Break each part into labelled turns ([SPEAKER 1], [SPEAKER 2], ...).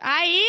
[SPEAKER 1] Aí!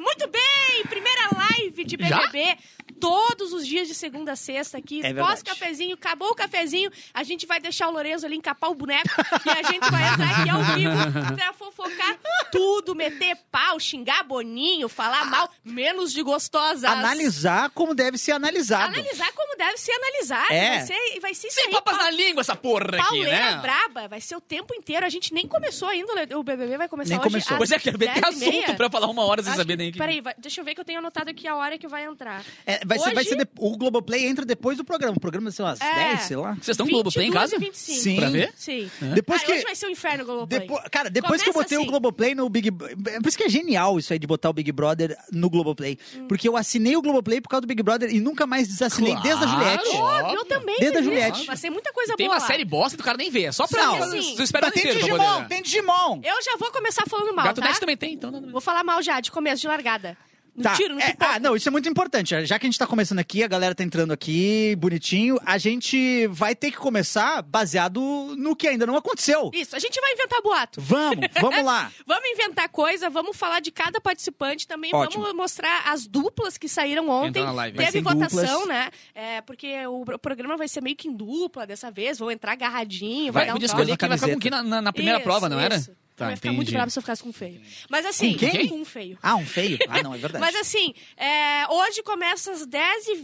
[SPEAKER 1] Muito bem! Primeira live de BBB. Todos os dias de segunda a sexta aqui.
[SPEAKER 2] É verdade.
[SPEAKER 1] Pós-cafezinho, acabou o cafezinho. A gente vai deixar o Lourenço ali encapar o boneco e a gente vai entrar aqui ao vivo pra fofocar tudo, meter pau, xingar boninho, falar mal, menos de gostosas.
[SPEAKER 2] Analisar como deve ser analisado.
[SPEAKER 1] Analisar como deve ser analisado.
[SPEAKER 2] É.
[SPEAKER 1] Vai ser, vai ser isso
[SPEAKER 3] Sem
[SPEAKER 1] aí,
[SPEAKER 3] papas
[SPEAKER 1] pau-
[SPEAKER 3] na língua essa porra aqui,
[SPEAKER 1] Pauleira
[SPEAKER 3] né?
[SPEAKER 1] braba, vai ser o tempo inteiro. A gente nem começou ainda, o BBB vai começar
[SPEAKER 2] Nem
[SPEAKER 1] hoje.
[SPEAKER 2] começou.
[SPEAKER 1] às
[SPEAKER 3] Pois é, quero ver
[SPEAKER 1] 10
[SPEAKER 3] ter
[SPEAKER 1] e meia.
[SPEAKER 3] assunto pra falar uma hora sem
[SPEAKER 1] Acho
[SPEAKER 3] saber
[SPEAKER 1] que-
[SPEAKER 3] nem o que. é.
[SPEAKER 1] Peraí, vai- deixa eu ver que eu tenho anotado aqui a hora que vai entrar.
[SPEAKER 2] É, vai, ser, vai
[SPEAKER 1] Hoje-
[SPEAKER 2] ser de- o Globoplay entra depois do programa. O programa sei lá, às
[SPEAKER 1] É.
[SPEAKER 2] 10, sei lá.
[SPEAKER 3] Vocês estão com o Globoplay em
[SPEAKER 1] 22
[SPEAKER 3] casa?
[SPEAKER 1] e 25.
[SPEAKER 2] Sim.
[SPEAKER 3] Pra ver?
[SPEAKER 1] Sim.
[SPEAKER 2] Depois
[SPEAKER 1] Ah,
[SPEAKER 2] que.
[SPEAKER 1] Hoje vai ser o inferno o Globoplay.
[SPEAKER 2] Depo... Cara, depois
[SPEAKER 1] Começa
[SPEAKER 2] que eu botei
[SPEAKER 1] assim.
[SPEAKER 2] o Globoplay no Big Brother. É por isso que é genial isso aí de botar o Big Brother no Globoplay.
[SPEAKER 1] Hum.
[SPEAKER 2] Porque eu assinei o Globoplay por causa do Big Brother e nunca mais desassinei
[SPEAKER 3] Claro.
[SPEAKER 2] desde a Juliette.
[SPEAKER 1] Óbvio, eu também.
[SPEAKER 2] Dedo da
[SPEAKER 1] vi.
[SPEAKER 2] Juliette.
[SPEAKER 1] Vai ser muita coisa
[SPEAKER 3] É Tem
[SPEAKER 1] boa.
[SPEAKER 3] uma
[SPEAKER 1] lá.
[SPEAKER 3] série bosta que o cara nem vê. É só pra.
[SPEAKER 2] Não.
[SPEAKER 3] Vocês esperam
[SPEAKER 2] Mas tem
[SPEAKER 3] um inteiro pra poder
[SPEAKER 2] Digimon,
[SPEAKER 3] ver.
[SPEAKER 2] tem Digimon.
[SPEAKER 1] Eu já vou começar falando mal,
[SPEAKER 3] Gato
[SPEAKER 1] tá?
[SPEAKER 3] Net também tem, então. não-
[SPEAKER 1] Vou falar mal já, de começo, de largada. No
[SPEAKER 2] Tá,
[SPEAKER 1] tiro, no
[SPEAKER 2] é,
[SPEAKER 1] pipoco.
[SPEAKER 2] ah, não, isso é muito importante. Já que a gente tá começando aqui, a galera tá entrando aqui, bonitinho, a gente vai ter que começar baseado no que ainda não aconteceu.
[SPEAKER 1] Isso, a gente vai inventar boato.
[SPEAKER 2] Vamos, vamos lá.
[SPEAKER 1] Vamos inventar coisa, vamos falar de cada participante também,
[SPEAKER 2] Ótimo.
[SPEAKER 1] vamos mostrar as duplas que saíram ontem.
[SPEAKER 3] Entrar na live.
[SPEAKER 2] Vai
[SPEAKER 1] Teve
[SPEAKER 2] ser
[SPEAKER 1] votação,
[SPEAKER 2] duplas.
[SPEAKER 1] né? É, porque o pro- programa vai ser meio que em dupla dessa vez, vão entrar agarradinho,
[SPEAKER 3] Vai,
[SPEAKER 1] vai, dar um
[SPEAKER 3] podia
[SPEAKER 1] toque.
[SPEAKER 3] escolher quem vai ficar com quem na, na- na primeira
[SPEAKER 1] Isso,
[SPEAKER 3] prova, não era?
[SPEAKER 1] isso. Então, eu ia ficar muito bravo se eu ficasse com feio. Mas assim,
[SPEAKER 2] Tá, Com quem?
[SPEAKER 1] com feio.
[SPEAKER 2] Ah, um feio? Ah, não, é verdade.
[SPEAKER 1] Mas assim, é, hoje começa às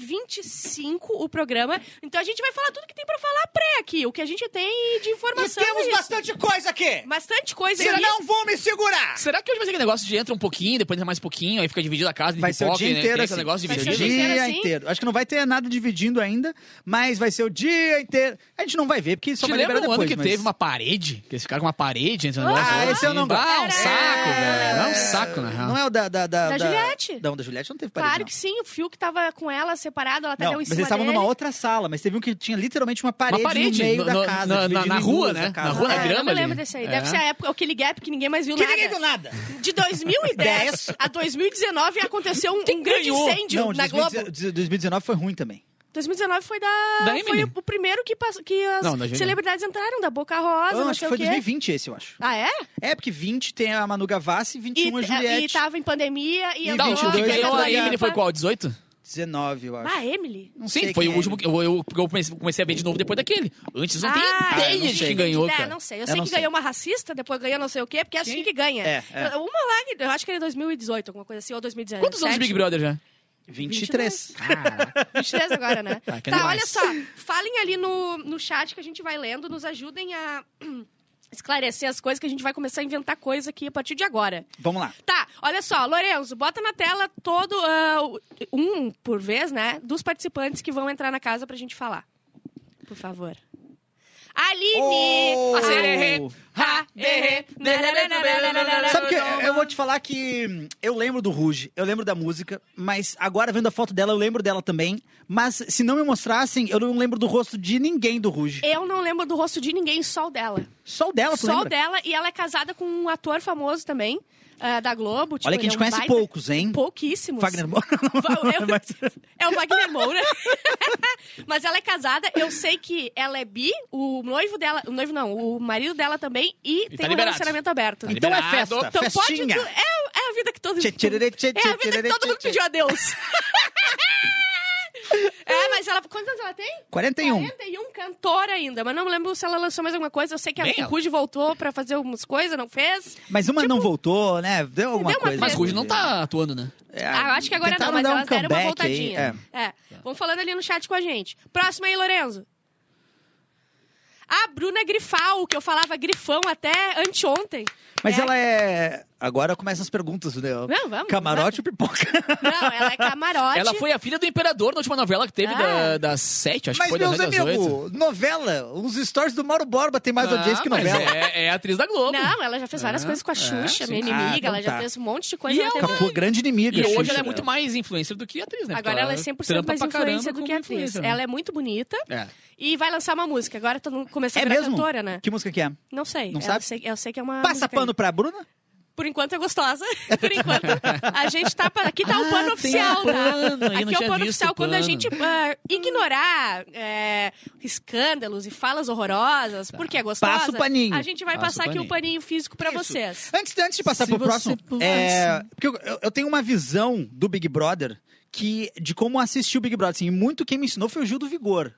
[SPEAKER 1] 10h25 o programa. Então a gente vai falar tudo que tem pra falar pré aqui, o que a gente tem de informação. é isso.
[SPEAKER 2] bastante coisa aqui!
[SPEAKER 1] bastante coisa
[SPEAKER 2] Eu
[SPEAKER 1] aqui.
[SPEAKER 2] vou me segurar!
[SPEAKER 3] Será que hoje vai ser aquele negócio de entra um pouquinho, depois entra mais um pouquinho, aí fica dividido a casa, de
[SPEAKER 2] Vai ser o
[SPEAKER 3] pipoca,
[SPEAKER 2] dia
[SPEAKER 3] né?
[SPEAKER 2] inteiro
[SPEAKER 3] Tem
[SPEAKER 2] assim.
[SPEAKER 3] esse negócio
[SPEAKER 1] Vai ser o
[SPEAKER 3] dividido?
[SPEAKER 1] dia inteiro
[SPEAKER 2] dia
[SPEAKER 1] assim?
[SPEAKER 2] inteiro. Acho que não vai ter nada dividindo ainda, mas vai ser o dia inteiro. A gente não vai ver, porque só
[SPEAKER 3] Te
[SPEAKER 2] vai liberar
[SPEAKER 3] lembra um ano
[SPEAKER 2] depois.
[SPEAKER 3] que
[SPEAKER 2] mas-
[SPEAKER 3] teve uma parede? Que eles ficaram com uma parede entre o negócio
[SPEAKER 2] Ah,
[SPEAKER 3] e outro,
[SPEAKER 2] esse eu
[SPEAKER 3] assim.
[SPEAKER 2] não gosto.
[SPEAKER 3] Ah, um saco,
[SPEAKER 2] É.
[SPEAKER 3] velho. É um saco, na real.
[SPEAKER 2] Não é o da... Da,
[SPEAKER 1] Da Juliette.
[SPEAKER 2] Não, da Juliette não teve parede,
[SPEAKER 1] Claro
[SPEAKER 2] não.
[SPEAKER 1] que sim, o Fio que tava com ela separado, ela até
[SPEAKER 2] Não,
[SPEAKER 1] deu um em
[SPEAKER 2] mas
[SPEAKER 1] cima
[SPEAKER 2] eles estavam
[SPEAKER 1] dele.
[SPEAKER 2] numa outra sala, mas teve um que tinha literalmente uma parede,
[SPEAKER 3] parede
[SPEAKER 2] no meio
[SPEAKER 3] no-
[SPEAKER 2] da
[SPEAKER 3] no-
[SPEAKER 2] casa.
[SPEAKER 3] na- na-
[SPEAKER 2] dividindo
[SPEAKER 3] na
[SPEAKER 2] em
[SPEAKER 3] rua,
[SPEAKER 2] duas
[SPEAKER 3] né?
[SPEAKER 2] a casa.
[SPEAKER 3] Na rua, na
[SPEAKER 1] Ah,
[SPEAKER 3] grama
[SPEAKER 1] eu não me
[SPEAKER 3] ali.
[SPEAKER 1] lembro desse aí.
[SPEAKER 3] É.
[SPEAKER 1] Deve ser a época, aquele gap que ninguém mais viu
[SPEAKER 2] Que
[SPEAKER 1] nada.
[SPEAKER 2] ninguém viu nada.
[SPEAKER 1] De 2010 a 2019 aconteceu um, um grande
[SPEAKER 3] ganhou?
[SPEAKER 1] incêndio
[SPEAKER 2] Não,
[SPEAKER 1] na
[SPEAKER 2] 2019
[SPEAKER 1] Globo.
[SPEAKER 2] 2019 foi ruim também.
[SPEAKER 1] 2019 foi da,
[SPEAKER 3] Da
[SPEAKER 1] foi
[SPEAKER 3] Emily.
[SPEAKER 1] o, o primeiro que, passou- que as
[SPEAKER 3] Não, da Juliette.
[SPEAKER 1] celebridades entraram, da Boca Rosa,
[SPEAKER 2] Eu
[SPEAKER 1] não
[SPEAKER 2] acho
[SPEAKER 1] sei
[SPEAKER 2] que foi
[SPEAKER 1] o quê.
[SPEAKER 2] 2020 esse, eu acho.
[SPEAKER 1] Ah, é?
[SPEAKER 2] É, porque 20 tem a Manu Gavassi e
[SPEAKER 1] E, tá-
[SPEAKER 2] 21 a
[SPEAKER 1] e
[SPEAKER 2] Juliette.
[SPEAKER 1] tava em pandemia e
[SPEAKER 2] E
[SPEAKER 3] Tá,
[SPEAKER 1] agora...
[SPEAKER 3] o que
[SPEAKER 2] 22
[SPEAKER 3] ganhou
[SPEAKER 2] era
[SPEAKER 3] a
[SPEAKER 2] da
[SPEAKER 3] Emily foi
[SPEAKER 1] Europa.
[SPEAKER 3] qual? 18?
[SPEAKER 2] 19, eu acho.
[SPEAKER 1] Ah, Emily?
[SPEAKER 2] Não sei
[SPEAKER 3] Sim, foi o
[SPEAKER 2] quem é.
[SPEAKER 3] último. que- Eu, eu, porque eu comecei, comecei a ver de novo depois daquele. Antes não tem
[SPEAKER 1] Ah,
[SPEAKER 2] eu não
[SPEAKER 3] ideia de
[SPEAKER 2] sei.
[SPEAKER 3] quem ganhou,
[SPEAKER 1] É,
[SPEAKER 3] cara.
[SPEAKER 1] não sei. Eu,
[SPEAKER 2] Eu
[SPEAKER 1] sei
[SPEAKER 2] não
[SPEAKER 1] que
[SPEAKER 2] sei.
[SPEAKER 1] ganhou uma racista, depois ganhou não sei o quê, porque é assim que ganha.
[SPEAKER 2] É, é.
[SPEAKER 1] Uma lá, eu acho que era 2018, alguma coisa assim, ou 2019.
[SPEAKER 3] Quantos anos de Big Brother já?
[SPEAKER 2] 23.
[SPEAKER 1] 23 agora, né?
[SPEAKER 3] Tá, que
[SPEAKER 1] Tá,
[SPEAKER 3] demais.
[SPEAKER 1] olha só. Falem ali no, no chat que a gente vai lendo, nos ajudem a esclarecer as coisas, que a gente vai começar a inventar coisa aqui a partir de agora.
[SPEAKER 2] Vamos lá.
[SPEAKER 1] Tá, olha só, Lorenzo, bota na tela todo ah, o- um por vez, né, dos participantes que vão entrar na casa pra gente falar. Por favor. Aline!
[SPEAKER 2] Oh!
[SPEAKER 1] Ah, sererê, ha, derê, narararararararara.
[SPEAKER 2] Sabe o que? Eu vou te falar que hum, eu lembro do Ruge, eu lembro da música, mas agora vendo a foto dela, eu lembro dela também. Mas se não me mostrassem, eu não lembro do rosto de ninguém do Ruge.
[SPEAKER 1] Eu não lembro do rosto de ninguém, só o dela.
[SPEAKER 2] Só o dela, tu
[SPEAKER 1] Só o
[SPEAKER 2] lembra?
[SPEAKER 1] dela, e ela é casada com um ator famoso também, ah, da Globo. tipo,
[SPEAKER 2] Olha que a
[SPEAKER 1] ele
[SPEAKER 2] gente
[SPEAKER 1] é um
[SPEAKER 2] conhece
[SPEAKER 1] baita-
[SPEAKER 2] poucos, hein?
[SPEAKER 1] Pouquíssimos.
[SPEAKER 2] Wagner Moura.
[SPEAKER 1] Va- eu- É o Wagner Moura. Mas ela é casada, eu sei que ela é bi, o noivo dela. O noivo não, o marido dela também,
[SPEAKER 3] tá
[SPEAKER 1] e, tem um
[SPEAKER 3] liberado.
[SPEAKER 1] relacionamento aberto.
[SPEAKER 3] Tá
[SPEAKER 2] Então é
[SPEAKER 3] liberado.
[SPEAKER 2] festa,
[SPEAKER 1] então
[SPEAKER 2] festinha.
[SPEAKER 1] pode. tu- É, é a vida que todo mundo.
[SPEAKER 2] Tchê, tchê, tchê,
[SPEAKER 1] É a vida que
[SPEAKER 2] tchê,
[SPEAKER 1] todo mundo
[SPEAKER 2] tchê,
[SPEAKER 1] pediu a Deus. É, mas ela. Quantos anos ela tem?
[SPEAKER 2] 41.
[SPEAKER 1] 41 cantora ainda, mas não me lembro se ela lançou mais alguma coisa. Eu sei que
[SPEAKER 3] Bem,
[SPEAKER 1] a
[SPEAKER 3] ela-
[SPEAKER 1] Rude voltou pra fazer algumas coisas, não fez.
[SPEAKER 2] Mas uma não voltou, né? Deu alguma
[SPEAKER 1] Tipo, deu uma
[SPEAKER 2] coisa.
[SPEAKER 3] Mas
[SPEAKER 1] Ruge
[SPEAKER 3] Ruge não tá atuando, né?
[SPEAKER 2] É,
[SPEAKER 1] Ah, eu acho que agora não,
[SPEAKER 2] tentaram
[SPEAKER 1] mas
[SPEAKER 2] dar um
[SPEAKER 1] elas deram uma
[SPEAKER 2] comeback aí,
[SPEAKER 1] voltadinha.
[SPEAKER 2] é.
[SPEAKER 1] é. Vão falando ali no chat com a gente. Próximo aí, Lorenzo. A Bruna Grifal, que eu falava grifão até anteontem.
[SPEAKER 2] Mas
[SPEAKER 1] É.
[SPEAKER 2] ela é. Agora começam as perguntas, né?
[SPEAKER 1] Não, vamos.
[SPEAKER 2] Camarote ou pipoca?
[SPEAKER 1] Não, ela é camarote.
[SPEAKER 3] Ela foi a filha do imperador na última novela que teve
[SPEAKER 1] Ah.
[SPEAKER 3] da- das sete, acho que
[SPEAKER 2] Mas,
[SPEAKER 3] foi das
[SPEAKER 2] meus
[SPEAKER 3] sete às oito.
[SPEAKER 2] amigos, novela, os stories do Mauro Borba tem
[SPEAKER 1] Ah,
[SPEAKER 2] mais audiência que
[SPEAKER 3] mas
[SPEAKER 2] novela.
[SPEAKER 3] É, é atriz da Globo.
[SPEAKER 1] Não, ela já fez várias
[SPEAKER 3] Ah,
[SPEAKER 1] coisas com a
[SPEAKER 3] é,
[SPEAKER 1] Xuxa,
[SPEAKER 3] sim.
[SPEAKER 1] minha
[SPEAKER 2] Ah,
[SPEAKER 1] inimiga.
[SPEAKER 2] então
[SPEAKER 1] ela já
[SPEAKER 2] tá.
[SPEAKER 1] fez um monte de coisa.
[SPEAKER 3] E
[SPEAKER 1] na
[SPEAKER 3] ela-
[SPEAKER 1] TV.
[SPEAKER 2] Capô, grande inimiga.
[SPEAKER 3] E
[SPEAKER 2] Xuxa.
[SPEAKER 3] hoje ela é muito mais influencer do que atriz, né? Porque
[SPEAKER 1] Agora ela é 100%
[SPEAKER 3] trampa
[SPEAKER 1] mais
[SPEAKER 3] pra caramba
[SPEAKER 1] influência do
[SPEAKER 3] como
[SPEAKER 1] que atriz.
[SPEAKER 3] influencer, né?
[SPEAKER 1] Ela é muito bonita
[SPEAKER 3] É.
[SPEAKER 1] e vai lançar uma música. Agora todo mundo começou a
[SPEAKER 2] É
[SPEAKER 1] virar
[SPEAKER 2] mesmo?
[SPEAKER 1] cantora, né?
[SPEAKER 2] Que música que é?
[SPEAKER 1] Não sei. Ela
[SPEAKER 2] Não sabe?
[SPEAKER 1] sei- eu sei que é uma.
[SPEAKER 2] Passa
[SPEAKER 1] música
[SPEAKER 2] pano pra Bruna?
[SPEAKER 1] aí. Por enquanto é gostosa. Por enquanto, a gente tá. pa- Aqui tá o
[SPEAKER 4] Ah,
[SPEAKER 1] pano
[SPEAKER 4] tem
[SPEAKER 1] oficial,
[SPEAKER 4] o
[SPEAKER 1] tá?
[SPEAKER 4] pano, eu não
[SPEAKER 1] Aqui é o
[SPEAKER 4] tinha
[SPEAKER 1] pano
[SPEAKER 4] visto
[SPEAKER 1] oficial.
[SPEAKER 4] o
[SPEAKER 1] Quando a
[SPEAKER 4] pano.
[SPEAKER 1] gente ah, ignorar é, escândalos e falas horrorosas, porque é gostosa,
[SPEAKER 2] Passa o paninho.
[SPEAKER 1] a gente vai
[SPEAKER 4] Passa o
[SPEAKER 1] passar aqui o
[SPEAKER 4] paninho.
[SPEAKER 1] paninho físico pra vocês.
[SPEAKER 2] Antes, antes de passar
[SPEAKER 4] Se
[SPEAKER 2] pro
[SPEAKER 4] você
[SPEAKER 2] próximo,
[SPEAKER 4] pudesse.
[SPEAKER 2] é, porque eu, eu- eu tenho uma visão do Big Brother que de como assistir o Big Brother. Assim, e muito quem me ensinou foi o Gil do Vigor.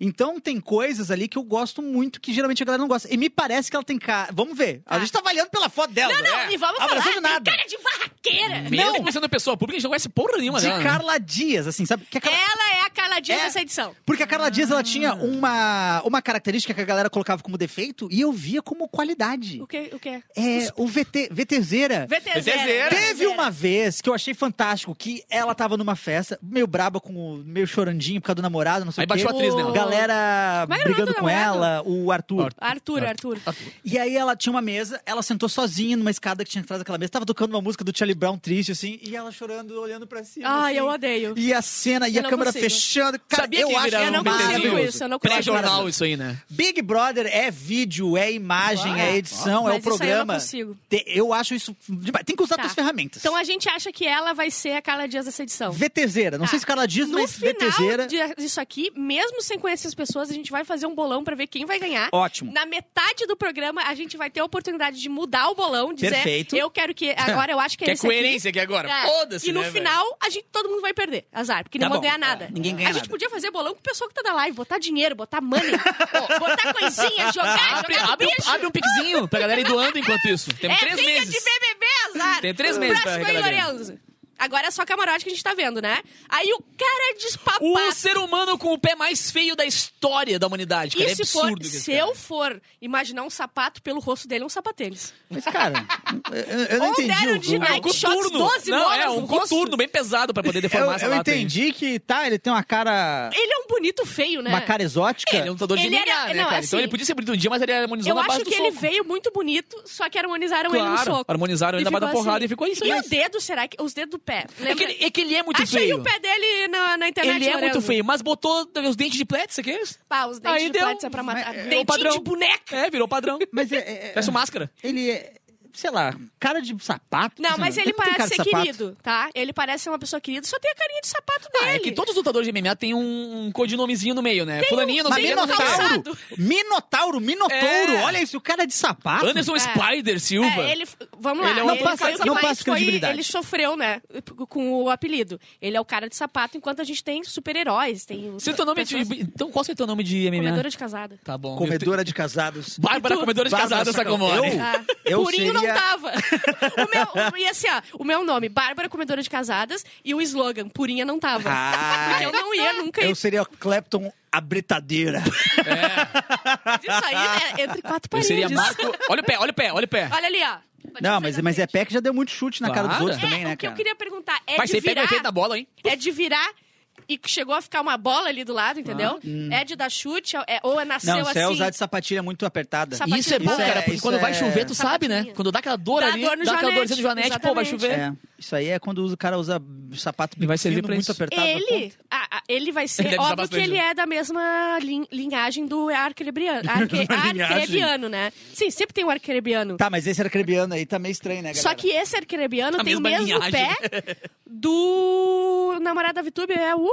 [SPEAKER 2] Então tem coisas ali que eu gosto muito que geralmente a galera não gosta. E me parece que ela tem cara. Vamos ver. A
[SPEAKER 1] Tá.
[SPEAKER 2] gente tá avaliando pela foto dela.
[SPEAKER 1] Não, não,
[SPEAKER 2] É.
[SPEAKER 1] e vamos falar.
[SPEAKER 2] Abraçou de
[SPEAKER 1] Tem
[SPEAKER 2] nada.
[SPEAKER 1] cara de barraqueira.
[SPEAKER 4] Mesmo
[SPEAKER 2] Não.
[SPEAKER 4] sendo pessoa pública, a gente não conhece porra nenhuma
[SPEAKER 2] De
[SPEAKER 4] dela. né?
[SPEAKER 2] Carla Dias, assim, sabe? Que a Carla-
[SPEAKER 1] Ela é a Carla Dias
[SPEAKER 2] É.
[SPEAKER 1] dessa edição.
[SPEAKER 2] Porque a Carla Dias ela tinha uma, uma característica que a galera colocava como defeito e eu via como qualidade.
[SPEAKER 1] O que? O que?
[SPEAKER 2] É o VT, VTZera.
[SPEAKER 1] VTZera.
[SPEAKER 5] VTZera.
[SPEAKER 2] Teve uma vez que eu achei fantástico que ela tava numa festa, meio braba com o meio chorandinho por causa do namorado, não sei
[SPEAKER 4] Aí
[SPEAKER 2] o quê.
[SPEAKER 4] baixou a atriz nela.
[SPEAKER 2] Galera
[SPEAKER 1] Como é que era o
[SPEAKER 2] brigando
[SPEAKER 1] nome do
[SPEAKER 2] com ela,
[SPEAKER 1] namorado?
[SPEAKER 2] o Arthur.
[SPEAKER 1] Arthur, Arthur.
[SPEAKER 2] E aí ela tinha uma mesa, ela sentou sozinha numa escada que tinha atrás daquela mesa, tava tocando uma música do Charlie Brown triste assim, e ela chorando, olhando pra cima.
[SPEAKER 1] Ai,
[SPEAKER 2] assim.
[SPEAKER 1] eu odeio.
[SPEAKER 2] E a cena, e
[SPEAKER 1] Eu
[SPEAKER 2] a
[SPEAKER 1] não
[SPEAKER 2] câmera
[SPEAKER 1] consigo.
[SPEAKER 2] fechando. Cara,
[SPEAKER 4] Sabia
[SPEAKER 2] eu
[SPEAKER 4] que ia
[SPEAKER 2] acho
[SPEAKER 4] virar
[SPEAKER 1] Eu não
[SPEAKER 4] um
[SPEAKER 1] consigo
[SPEAKER 4] maravilhoso.
[SPEAKER 1] isso, eu não consigo.
[SPEAKER 4] Pré-jornal isso aí, né?
[SPEAKER 2] Big Brother é vídeo, é imagem, é
[SPEAKER 1] Mas isso
[SPEAKER 2] edição, é o
[SPEAKER 1] aí eu não
[SPEAKER 2] programa.
[SPEAKER 1] consigo.
[SPEAKER 2] Te- Eu acho isso demais. Tem que usar
[SPEAKER 1] Tá.
[SPEAKER 2] tuas ferramentas.
[SPEAKER 1] Então a gente acha que ela vai ser a Carla Dias dessa edição.
[SPEAKER 2] VTZera. Não
[SPEAKER 1] Tá.
[SPEAKER 2] sei se Carla diz,
[SPEAKER 1] No
[SPEAKER 2] mas
[SPEAKER 1] final
[SPEAKER 2] VTZera.
[SPEAKER 1] de- disso aqui, mesmo sem conhecer as pessoas, a gente vai fazer um bolão pra ver quem vai ganhar.
[SPEAKER 2] Ótimo.
[SPEAKER 1] Na metade do programa, a gente vai ter a oportunidade de mudar o bolão, dizer,
[SPEAKER 2] Perfeito.
[SPEAKER 1] eu quero que agora eu acho que é
[SPEAKER 4] Quer
[SPEAKER 1] esse aqui.
[SPEAKER 4] coerência aqui agora?
[SPEAKER 1] É.
[SPEAKER 4] Foda-se,
[SPEAKER 1] E no
[SPEAKER 4] né, velho?
[SPEAKER 1] final, a gente, todo mundo vai perder. Azar, porque
[SPEAKER 2] Tá
[SPEAKER 1] não vão
[SPEAKER 2] bom.
[SPEAKER 1] ganhar nada.
[SPEAKER 2] Ninguém ganha
[SPEAKER 1] A gente
[SPEAKER 2] nada.
[SPEAKER 1] podia fazer bolão com o pessoal que tá na live, botar dinheiro, botar money, ó, botar coisinha, jogar,
[SPEAKER 4] Abre,
[SPEAKER 1] jogar no
[SPEAKER 4] abre,
[SPEAKER 1] bicho.
[SPEAKER 4] um, abre um piquezinho pra galera ir doando enquanto isso. Temos
[SPEAKER 1] é
[SPEAKER 4] três
[SPEAKER 1] briga
[SPEAKER 4] meses.
[SPEAKER 1] de BBB, azar.
[SPEAKER 4] Tem três meses pra
[SPEAKER 1] Próximo aí,
[SPEAKER 4] arrecadar
[SPEAKER 1] Lorenzo. Agora é só camarote que a gente tá vendo, né? Aí o cara é despapado.
[SPEAKER 4] O Um ser humano com o pé mais feio da história da humanidade, cara.
[SPEAKER 1] E
[SPEAKER 4] é
[SPEAKER 1] se,
[SPEAKER 4] absurdo.
[SPEAKER 1] for,
[SPEAKER 4] que esse
[SPEAKER 1] se
[SPEAKER 4] cara-
[SPEAKER 1] eu for imaginar um sapato pelo rosto dele, é um sapatênis.
[SPEAKER 2] Mas, cara, eu, eu não
[SPEAKER 1] Ou
[SPEAKER 2] entendi.
[SPEAKER 1] deram de
[SPEAKER 2] o-
[SPEAKER 1] Nike Shots 12
[SPEAKER 4] É Não,
[SPEAKER 1] bolas
[SPEAKER 4] é,
[SPEAKER 1] no
[SPEAKER 4] um
[SPEAKER 1] rosto.
[SPEAKER 4] coturno bem pesado pra poder
[SPEAKER 2] Eu,
[SPEAKER 4] deformar essa
[SPEAKER 2] eu
[SPEAKER 4] lata aí.
[SPEAKER 2] entendi que, tá, ele tem uma cara.
[SPEAKER 1] Ele é um bonito feio, né?
[SPEAKER 2] Uma cara exótica.
[SPEAKER 4] Ele é um lutador de
[SPEAKER 1] Ele
[SPEAKER 4] MMA,
[SPEAKER 1] era-
[SPEAKER 4] né,
[SPEAKER 1] não,
[SPEAKER 4] cara?
[SPEAKER 1] assim,
[SPEAKER 4] então ele podia ser bonito um dia, mas ele harmonizou
[SPEAKER 1] Eu
[SPEAKER 4] na base
[SPEAKER 1] acho
[SPEAKER 4] do
[SPEAKER 1] que ele
[SPEAKER 4] soco.
[SPEAKER 1] veio muito bonito, só que harmonizaram ele no
[SPEAKER 4] Claro,
[SPEAKER 1] soco.
[SPEAKER 4] harmonizaram ele
[SPEAKER 1] E
[SPEAKER 4] na base da
[SPEAKER 1] ficou assim.
[SPEAKER 4] porrada e ficou isso aí.
[SPEAKER 1] E o dedo, será que... Os dedos do pé.
[SPEAKER 4] É que,
[SPEAKER 1] lembra?
[SPEAKER 4] ele, é que ele é muito
[SPEAKER 1] né, Achei
[SPEAKER 4] feio.
[SPEAKER 1] o pé né, dele na, na internet,
[SPEAKER 4] Ele é muito
[SPEAKER 1] Lorenzo.
[SPEAKER 4] feio, mas botou os dentes de plétis, você quer?
[SPEAKER 1] Pá, os dentes
[SPEAKER 4] Aí
[SPEAKER 1] de
[SPEAKER 4] deu. um
[SPEAKER 1] plátano é pra matar.
[SPEAKER 2] É, é o
[SPEAKER 1] Dentinho
[SPEAKER 4] padrão.
[SPEAKER 1] de boneca.
[SPEAKER 4] É, virou padrão.
[SPEAKER 2] Mas é- é- é-
[SPEAKER 4] Parece um uma máscara.
[SPEAKER 2] ele é, sei lá, cara de sapato.
[SPEAKER 1] Não,
[SPEAKER 2] sei
[SPEAKER 1] mas
[SPEAKER 2] lá,
[SPEAKER 1] ele
[SPEAKER 2] não tem cara
[SPEAKER 1] parece
[SPEAKER 2] de
[SPEAKER 1] ser
[SPEAKER 2] sapato.
[SPEAKER 1] querido, tá? Ele parece ser uma pessoa querida, só tem a carinha de sapato dele.
[SPEAKER 4] Ah, é que todos os lutadores de MMA têm um, um codinomezinho no meio,
[SPEAKER 1] um
[SPEAKER 4] né? Fulaninho, não
[SPEAKER 2] Mas
[SPEAKER 4] sei quem, não sei quem.
[SPEAKER 2] Minotauro!
[SPEAKER 1] é calçado.
[SPEAKER 2] Minotauro, Minotouro!
[SPEAKER 4] É.
[SPEAKER 2] Olha isso, o cara é de sapato.
[SPEAKER 4] Anderson
[SPEAKER 1] É.
[SPEAKER 4] Spider Silva.
[SPEAKER 1] É, ele, vamos lá.
[SPEAKER 4] Ele é um
[SPEAKER 1] não
[SPEAKER 4] Não passa-
[SPEAKER 2] não passa credibilidade.
[SPEAKER 1] Ele sofreu, né? Com o apelido. Ele é o cara de sapato, enquanto a gente tem super-heróis. Tem os-
[SPEAKER 4] Se o teu nome de...
[SPEAKER 1] pessoas-
[SPEAKER 4] Então qual é o teu nome de
[SPEAKER 2] né?
[SPEAKER 4] MMA?
[SPEAKER 1] Comedora de casada.
[SPEAKER 4] Tá bom.
[SPEAKER 2] Comedora de casados.
[SPEAKER 4] Bárbara, comedora de
[SPEAKER 2] Bárbara
[SPEAKER 4] casada,
[SPEAKER 2] Sacomori.
[SPEAKER 4] sacomore.
[SPEAKER 2] Eu?
[SPEAKER 1] Ah,
[SPEAKER 2] Eu
[SPEAKER 1] Purinho
[SPEAKER 2] seria-
[SPEAKER 1] não tava. O meu- e assim, ó, o meu nome, Bárbara Comedora de Casadas, e o slogan, Purinha não tava.
[SPEAKER 2] Ah.
[SPEAKER 1] Porque eu não ia nunca.
[SPEAKER 2] Eu
[SPEAKER 1] Isso
[SPEAKER 2] seria o Clapton Abritadeira.
[SPEAKER 1] aí é entre quatro
[SPEAKER 4] Eu
[SPEAKER 1] paredes.
[SPEAKER 4] seria Marco... Olha o pé, olha o pé, olha o pé.
[SPEAKER 1] Olha ali, ó. Pode
[SPEAKER 2] Não,
[SPEAKER 1] sair
[SPEAKER 2] mas,
[SPEAKER 1] da
[SPEAKER 2] mas é
[SPEAKER 1] frente.
[SPEAKER 2] pé que já deu muito chute na cara dos
[SPEAKER 4] Claro.
[SPEAKER 2] outros
[SPEAKER 1] É,
[SPEAKER 2] também, né,
[SPEAKER 1] o que
[SPEAKER 2] cara?
[SPEAKER 1] eu queria perguntar é
[SPEAKER 4] Pai,
[SPEAKER 1] de
[SPEAKER 4] você pega o
[SPEAKER 1] virar...
[SPEAKER 4] efeito da bola, hein?
[SPEAKER 1] É de virar e chegar a ficar uma bola ali do lado, entendeu? É de dar chute, é- ou é nasceu
[SPEAKER 2] Ah, hum. Não, isso
[SPEAKER 1] assim.
[SPEAKER 2] é usar de sapatilha muito apertada.
[SPEAKER 1] Sapatilha
[SPEAKER 4] E isso é bom,
[SPEAKER 1] Isso é-
[SPEAKER 4] cara, porque
[SPEAKER 2] isso
[SPEAKER 4] quando vai
[SPEAKER 2] é-
[SPEAKER 4] chover, tu sabe, né?
[SPEAKER 1] Sapatinho.
[SPEAKER 4] Quando dá aquela dor
[SPEAKER 1] Dá
[SPEAKER 4] ali,
[SPEAKER 1] dor no
[SPEAKER 4] dá aquela
[SPEAKER 1] Joanete,
[SPEAKER 4] dorzinha do Joanete, pô, vai chover.
[SPEAKER 2] É, isso aí é quando o cara usa sapato
[SPEAKER 4] E vai servir
[SPEAKER 2] fino,
[SPEAKER 4] pra
[SPEAKER 2] muito
[SPEAKER 4] isso.
[SPEAKER 2] apertado.
[SPEAKER 1] Ele, ah, ah, ele vai ser.
[SPEAKER 4] Ele deve usar
[SPEAKER 1] óbrio que
[SPEAKER 4] bastante,
[SPEAKER 1] ele
[SPEAKER 4] né?
[SPEAKER 1] é da mesma lin- linhagem do arquerebiano. Arque,
[SPEAKER 2] Linhagem.
[SPEAKER 1] arquerebiano, né? Sim, sempre tem um arquerebiano.
[SPEAKER 2] Tá, mas esse era crebiano aí, tá meio estranho, né, galera?
[SPEAKER 1] Só que esse arquerebiano
[SPEAKER 4] A
[SPEAKER 1] tem o
[SPEAKER 4] mesma
[SPEAKER 1] mesmo
[SPEAKER 4] linhagem.
[SPEAKER 1] pé do namorado da Vitube, é o,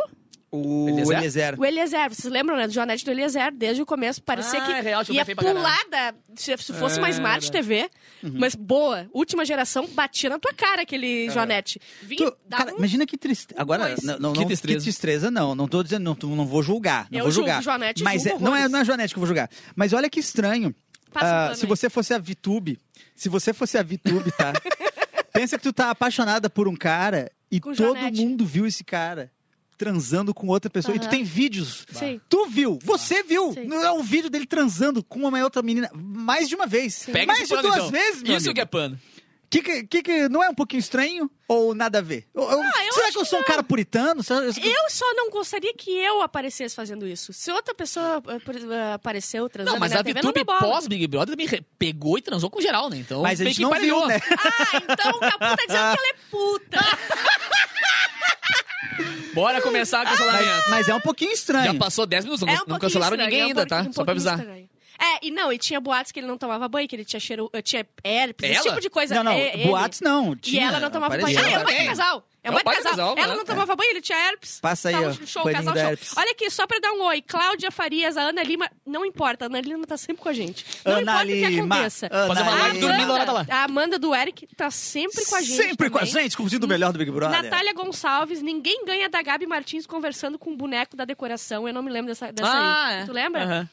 [SPEAKER 2] O
[SPEAKER 4] Eliezer?
[SPEAKER 2] Eliezer.
[SPEAKER 1] o Eliezer. Vocês lembram, né? Do Joanete do Eliezer, desde o começo. Parecia
[SPEAKER 4] Ah,
[SPEAKER 1] que
[SPEAKER 4] é real, tinha um
[SPEAKER 1] ia
[SPEAKER 4] pé feio pra
[SPEAKER 1] pular da. Se, se fosse uma
[SPEAKER 4] É,
[SPEAKER 1] Smart
[SPEAKER 4] era. Uhum.
[SPEAKER 1] TV, mas boa, última geração, batia na tua cara aquele Joanete. Vinha,
[SPEAKER 2] Tu-
[SPEAKER 1] dava
[SPEAKER 2] cara,
[SPEAKER 1] um-
[SPEAKER 2] imagina que tristeza. Agora,
[SPEAKER 1] Pois.
[SPEAKER 2] não, não,
[SPEAKER 4] Que
[SPEAKER 2] não-
[SPEAKER 4] tristeza.
[SPEAKER 2] não. Não tô dizendo, não, tu- não vou julgar. Não
[SPEAKER 1] Eu
[SPEAKER 2] vou
[SPEAKER 1] julgo,
[SPEAKER 2] julgar.
[SPEAKER 1] Joanete
[SPEAKER 2] mas
[SPEAKER 1] julga
[SPEAKER 2] é- não, é,
[SPEAKER 1] horrores.
[SPEAKER 2] não é a Joanete que eu vou julgar. Mas olha que estranho.
[SPEAKER 1] Passa o
[SPEAKER 2] Ah,
[SPEAKER 1] pano
[SPEAKER 2] se
[SPEAKER 1] um aí.
[SPEAKER 2] você fosse a Vitube, se você fosse a Vitube, tá? Pensa que tu tá apaixonada por um cara e
[SPEAKER 1] Com
[SPEAKER 2] todo
[SPEAKER 1] Joanete.
[SPEAKER 2] mundo viu esse cara transando com outra pessoa. E tu
[SPEAKER 1] Aham.
[SPEAKER 2] tem vídeos.
[SPEAKER 1] Sim.
[SPEAKER 2] Tu viu, você viu.
[SPEAKER 1] Sim.
[SPEAKER 2] Não é um vídeo dele transando com uma outra menina mais de uma vez.
[SPEAKER 4] Pega
[SPEAKER 2] mais
[SPEAKER 4] esse
[SPEAKER 2] de
[SPEAKER 4] pano,
[SPEAKER 2] duas
[SPEAKER 4] então.
[SPEAKER 2] vezes, meu
[SPEAKER 4] Isso
[SPEAKER 2] amigo.
[SPEAKER 4] que é pano.
[SPEAKER 2] Que, que, que que- não é um pouquinho estranho? Ou nada a ver? Eu- eu-
[SPEAKER 1] Ah, eu
[SPEAKER 2] será
[SPEAKER 1] acho
[SPEAKER 2] que eu sou um cara puritano? Será- eu- um
[SPEAKER 1] Eu só não gostaria que eu aparecesse fazendo isso. Se outra pessoa eh, por- eh, apareceu transando
[SPEAKER 4] Não, mas
[SPEAKER 1] na
[SPEAKER 4] a
[SPEAKER 1] TV, não deu
[SPEAKER 4] VTube
[SPEAKER 1] bola.
[SPEAKER 4] pós-Big Brother me re- pegou e transou com geral, né? Então,
[SPEAKER 2] Mas a
[SPEAKER 4] meio
[SPEAKER 2] gente
[SPEAKER 4] que
[SPEAKER 2] não
[SPEAKER 4] emparelhou.
[SPEAKER 2] viu, né?
[SPEAKER 1] Ah, então o Capu tá dizendo que ela é
[SPEAKER 4] Ah,
[SPEAKER 1] puta.
[SPEAKER 4] Bora começar o cancelamento.
[SPEAKER 2] Mas é um pouquinho
[SPEAKER 4] Já
[SPEAKER 2] estranho.
[SPEAKER 4] passou 10 minutos, não,
[SPEAKER 1] É um
[SPEAKER 4] não
[SPEAKER 1] pouquinho
[SPEAKER 4] cancelaram
[SPEAKER 1] estranho,
[SPEAKER 4] ninguém
[SPEAKER 1] é um
[SPEAKER 4] ainda,
[SPEAKER 1] pouquinho-
[SPEAKER 4] tá?
[SPEAKER 1] um
[SPEAKER 4] Só pra
[SPEAKER 1] pouquinho
[SPEAKER 4] avisar.
[SPEAKER 1] estranho. É, e não, e tinha boatos que ele não tomava banho, que ele tinha cheiro, eh, tinha hérpes, esse
[SPEAKER 3] Ela?
[SPEAKER 1] tipo de coisa.
[SPEAKER 2] Não, não,
[SPEAKER 1] É, ele.
[SPEAKER 2] boates não.
[SPEAKER 1] E
[SPEAKER 2] tinha,
[SPEAKER 1] ela não tomava
[SPEAKER 2] apareceu.
[SPEAKER 1] banho. Ah, é um
[SPEAKER 3] Ela
[SPEAKER 1] baita
[SPEAKER 3] tem.
[SPEAKER 1] casal. É um baita casal. Ela
[SPEAKER 3] né?
[SPEAKER 1] não tomava banho, ele tinha herpes.
[SPEAKER 2] É. Passa aí,
[SPEAKER 1] Tá,
[SPEAKER 2] ó,
[SPEAKER 1] um show,
[SPEAKER 2] paninho
[SPEAKER 1] casal
[SPEAKER 2] da
[SPEAKER 1] show.
[SPEAKER 2] herpes.
[SPEAKER 1] Olha aqui, só pra dar um oi. Cláudia Farias, a Ana Lima, não importa, a Ana Lima tá sempre com a gente. Não
[SPEAKER 2] Ana
[SPEAKER 1] importa o que
[SPEAKER 2] Lima,
[SPEAKER 1] aconteça.
[SPEAKER 2] Ana
[SPEAKER 3] Fazer uma
[SPEAKER 1] A
[SPEAKER 3] live
[SPEAKER 2] Lima.
[SPEAKER 3] dormindo, ela tá lá.
[SPEAKER 1] A Amanda do Eric tá sempre com a gente.
[SPEAKER 2] Sempre com a
[SPEAKER 1] também.
[SPEAKER 2] gente, curtindo o melhor do Big Brother.
[SPEAKER 1] Natália Gonçalves, ninguém ganha da Gabi Martins conversando com o boneco da decoração. Eu não me lembro dessa, dessa aí.
[SPEAKER 3] Ah, é.
[SPEAKER 1] Tu lembra?
[SPEAKER 3] Aham.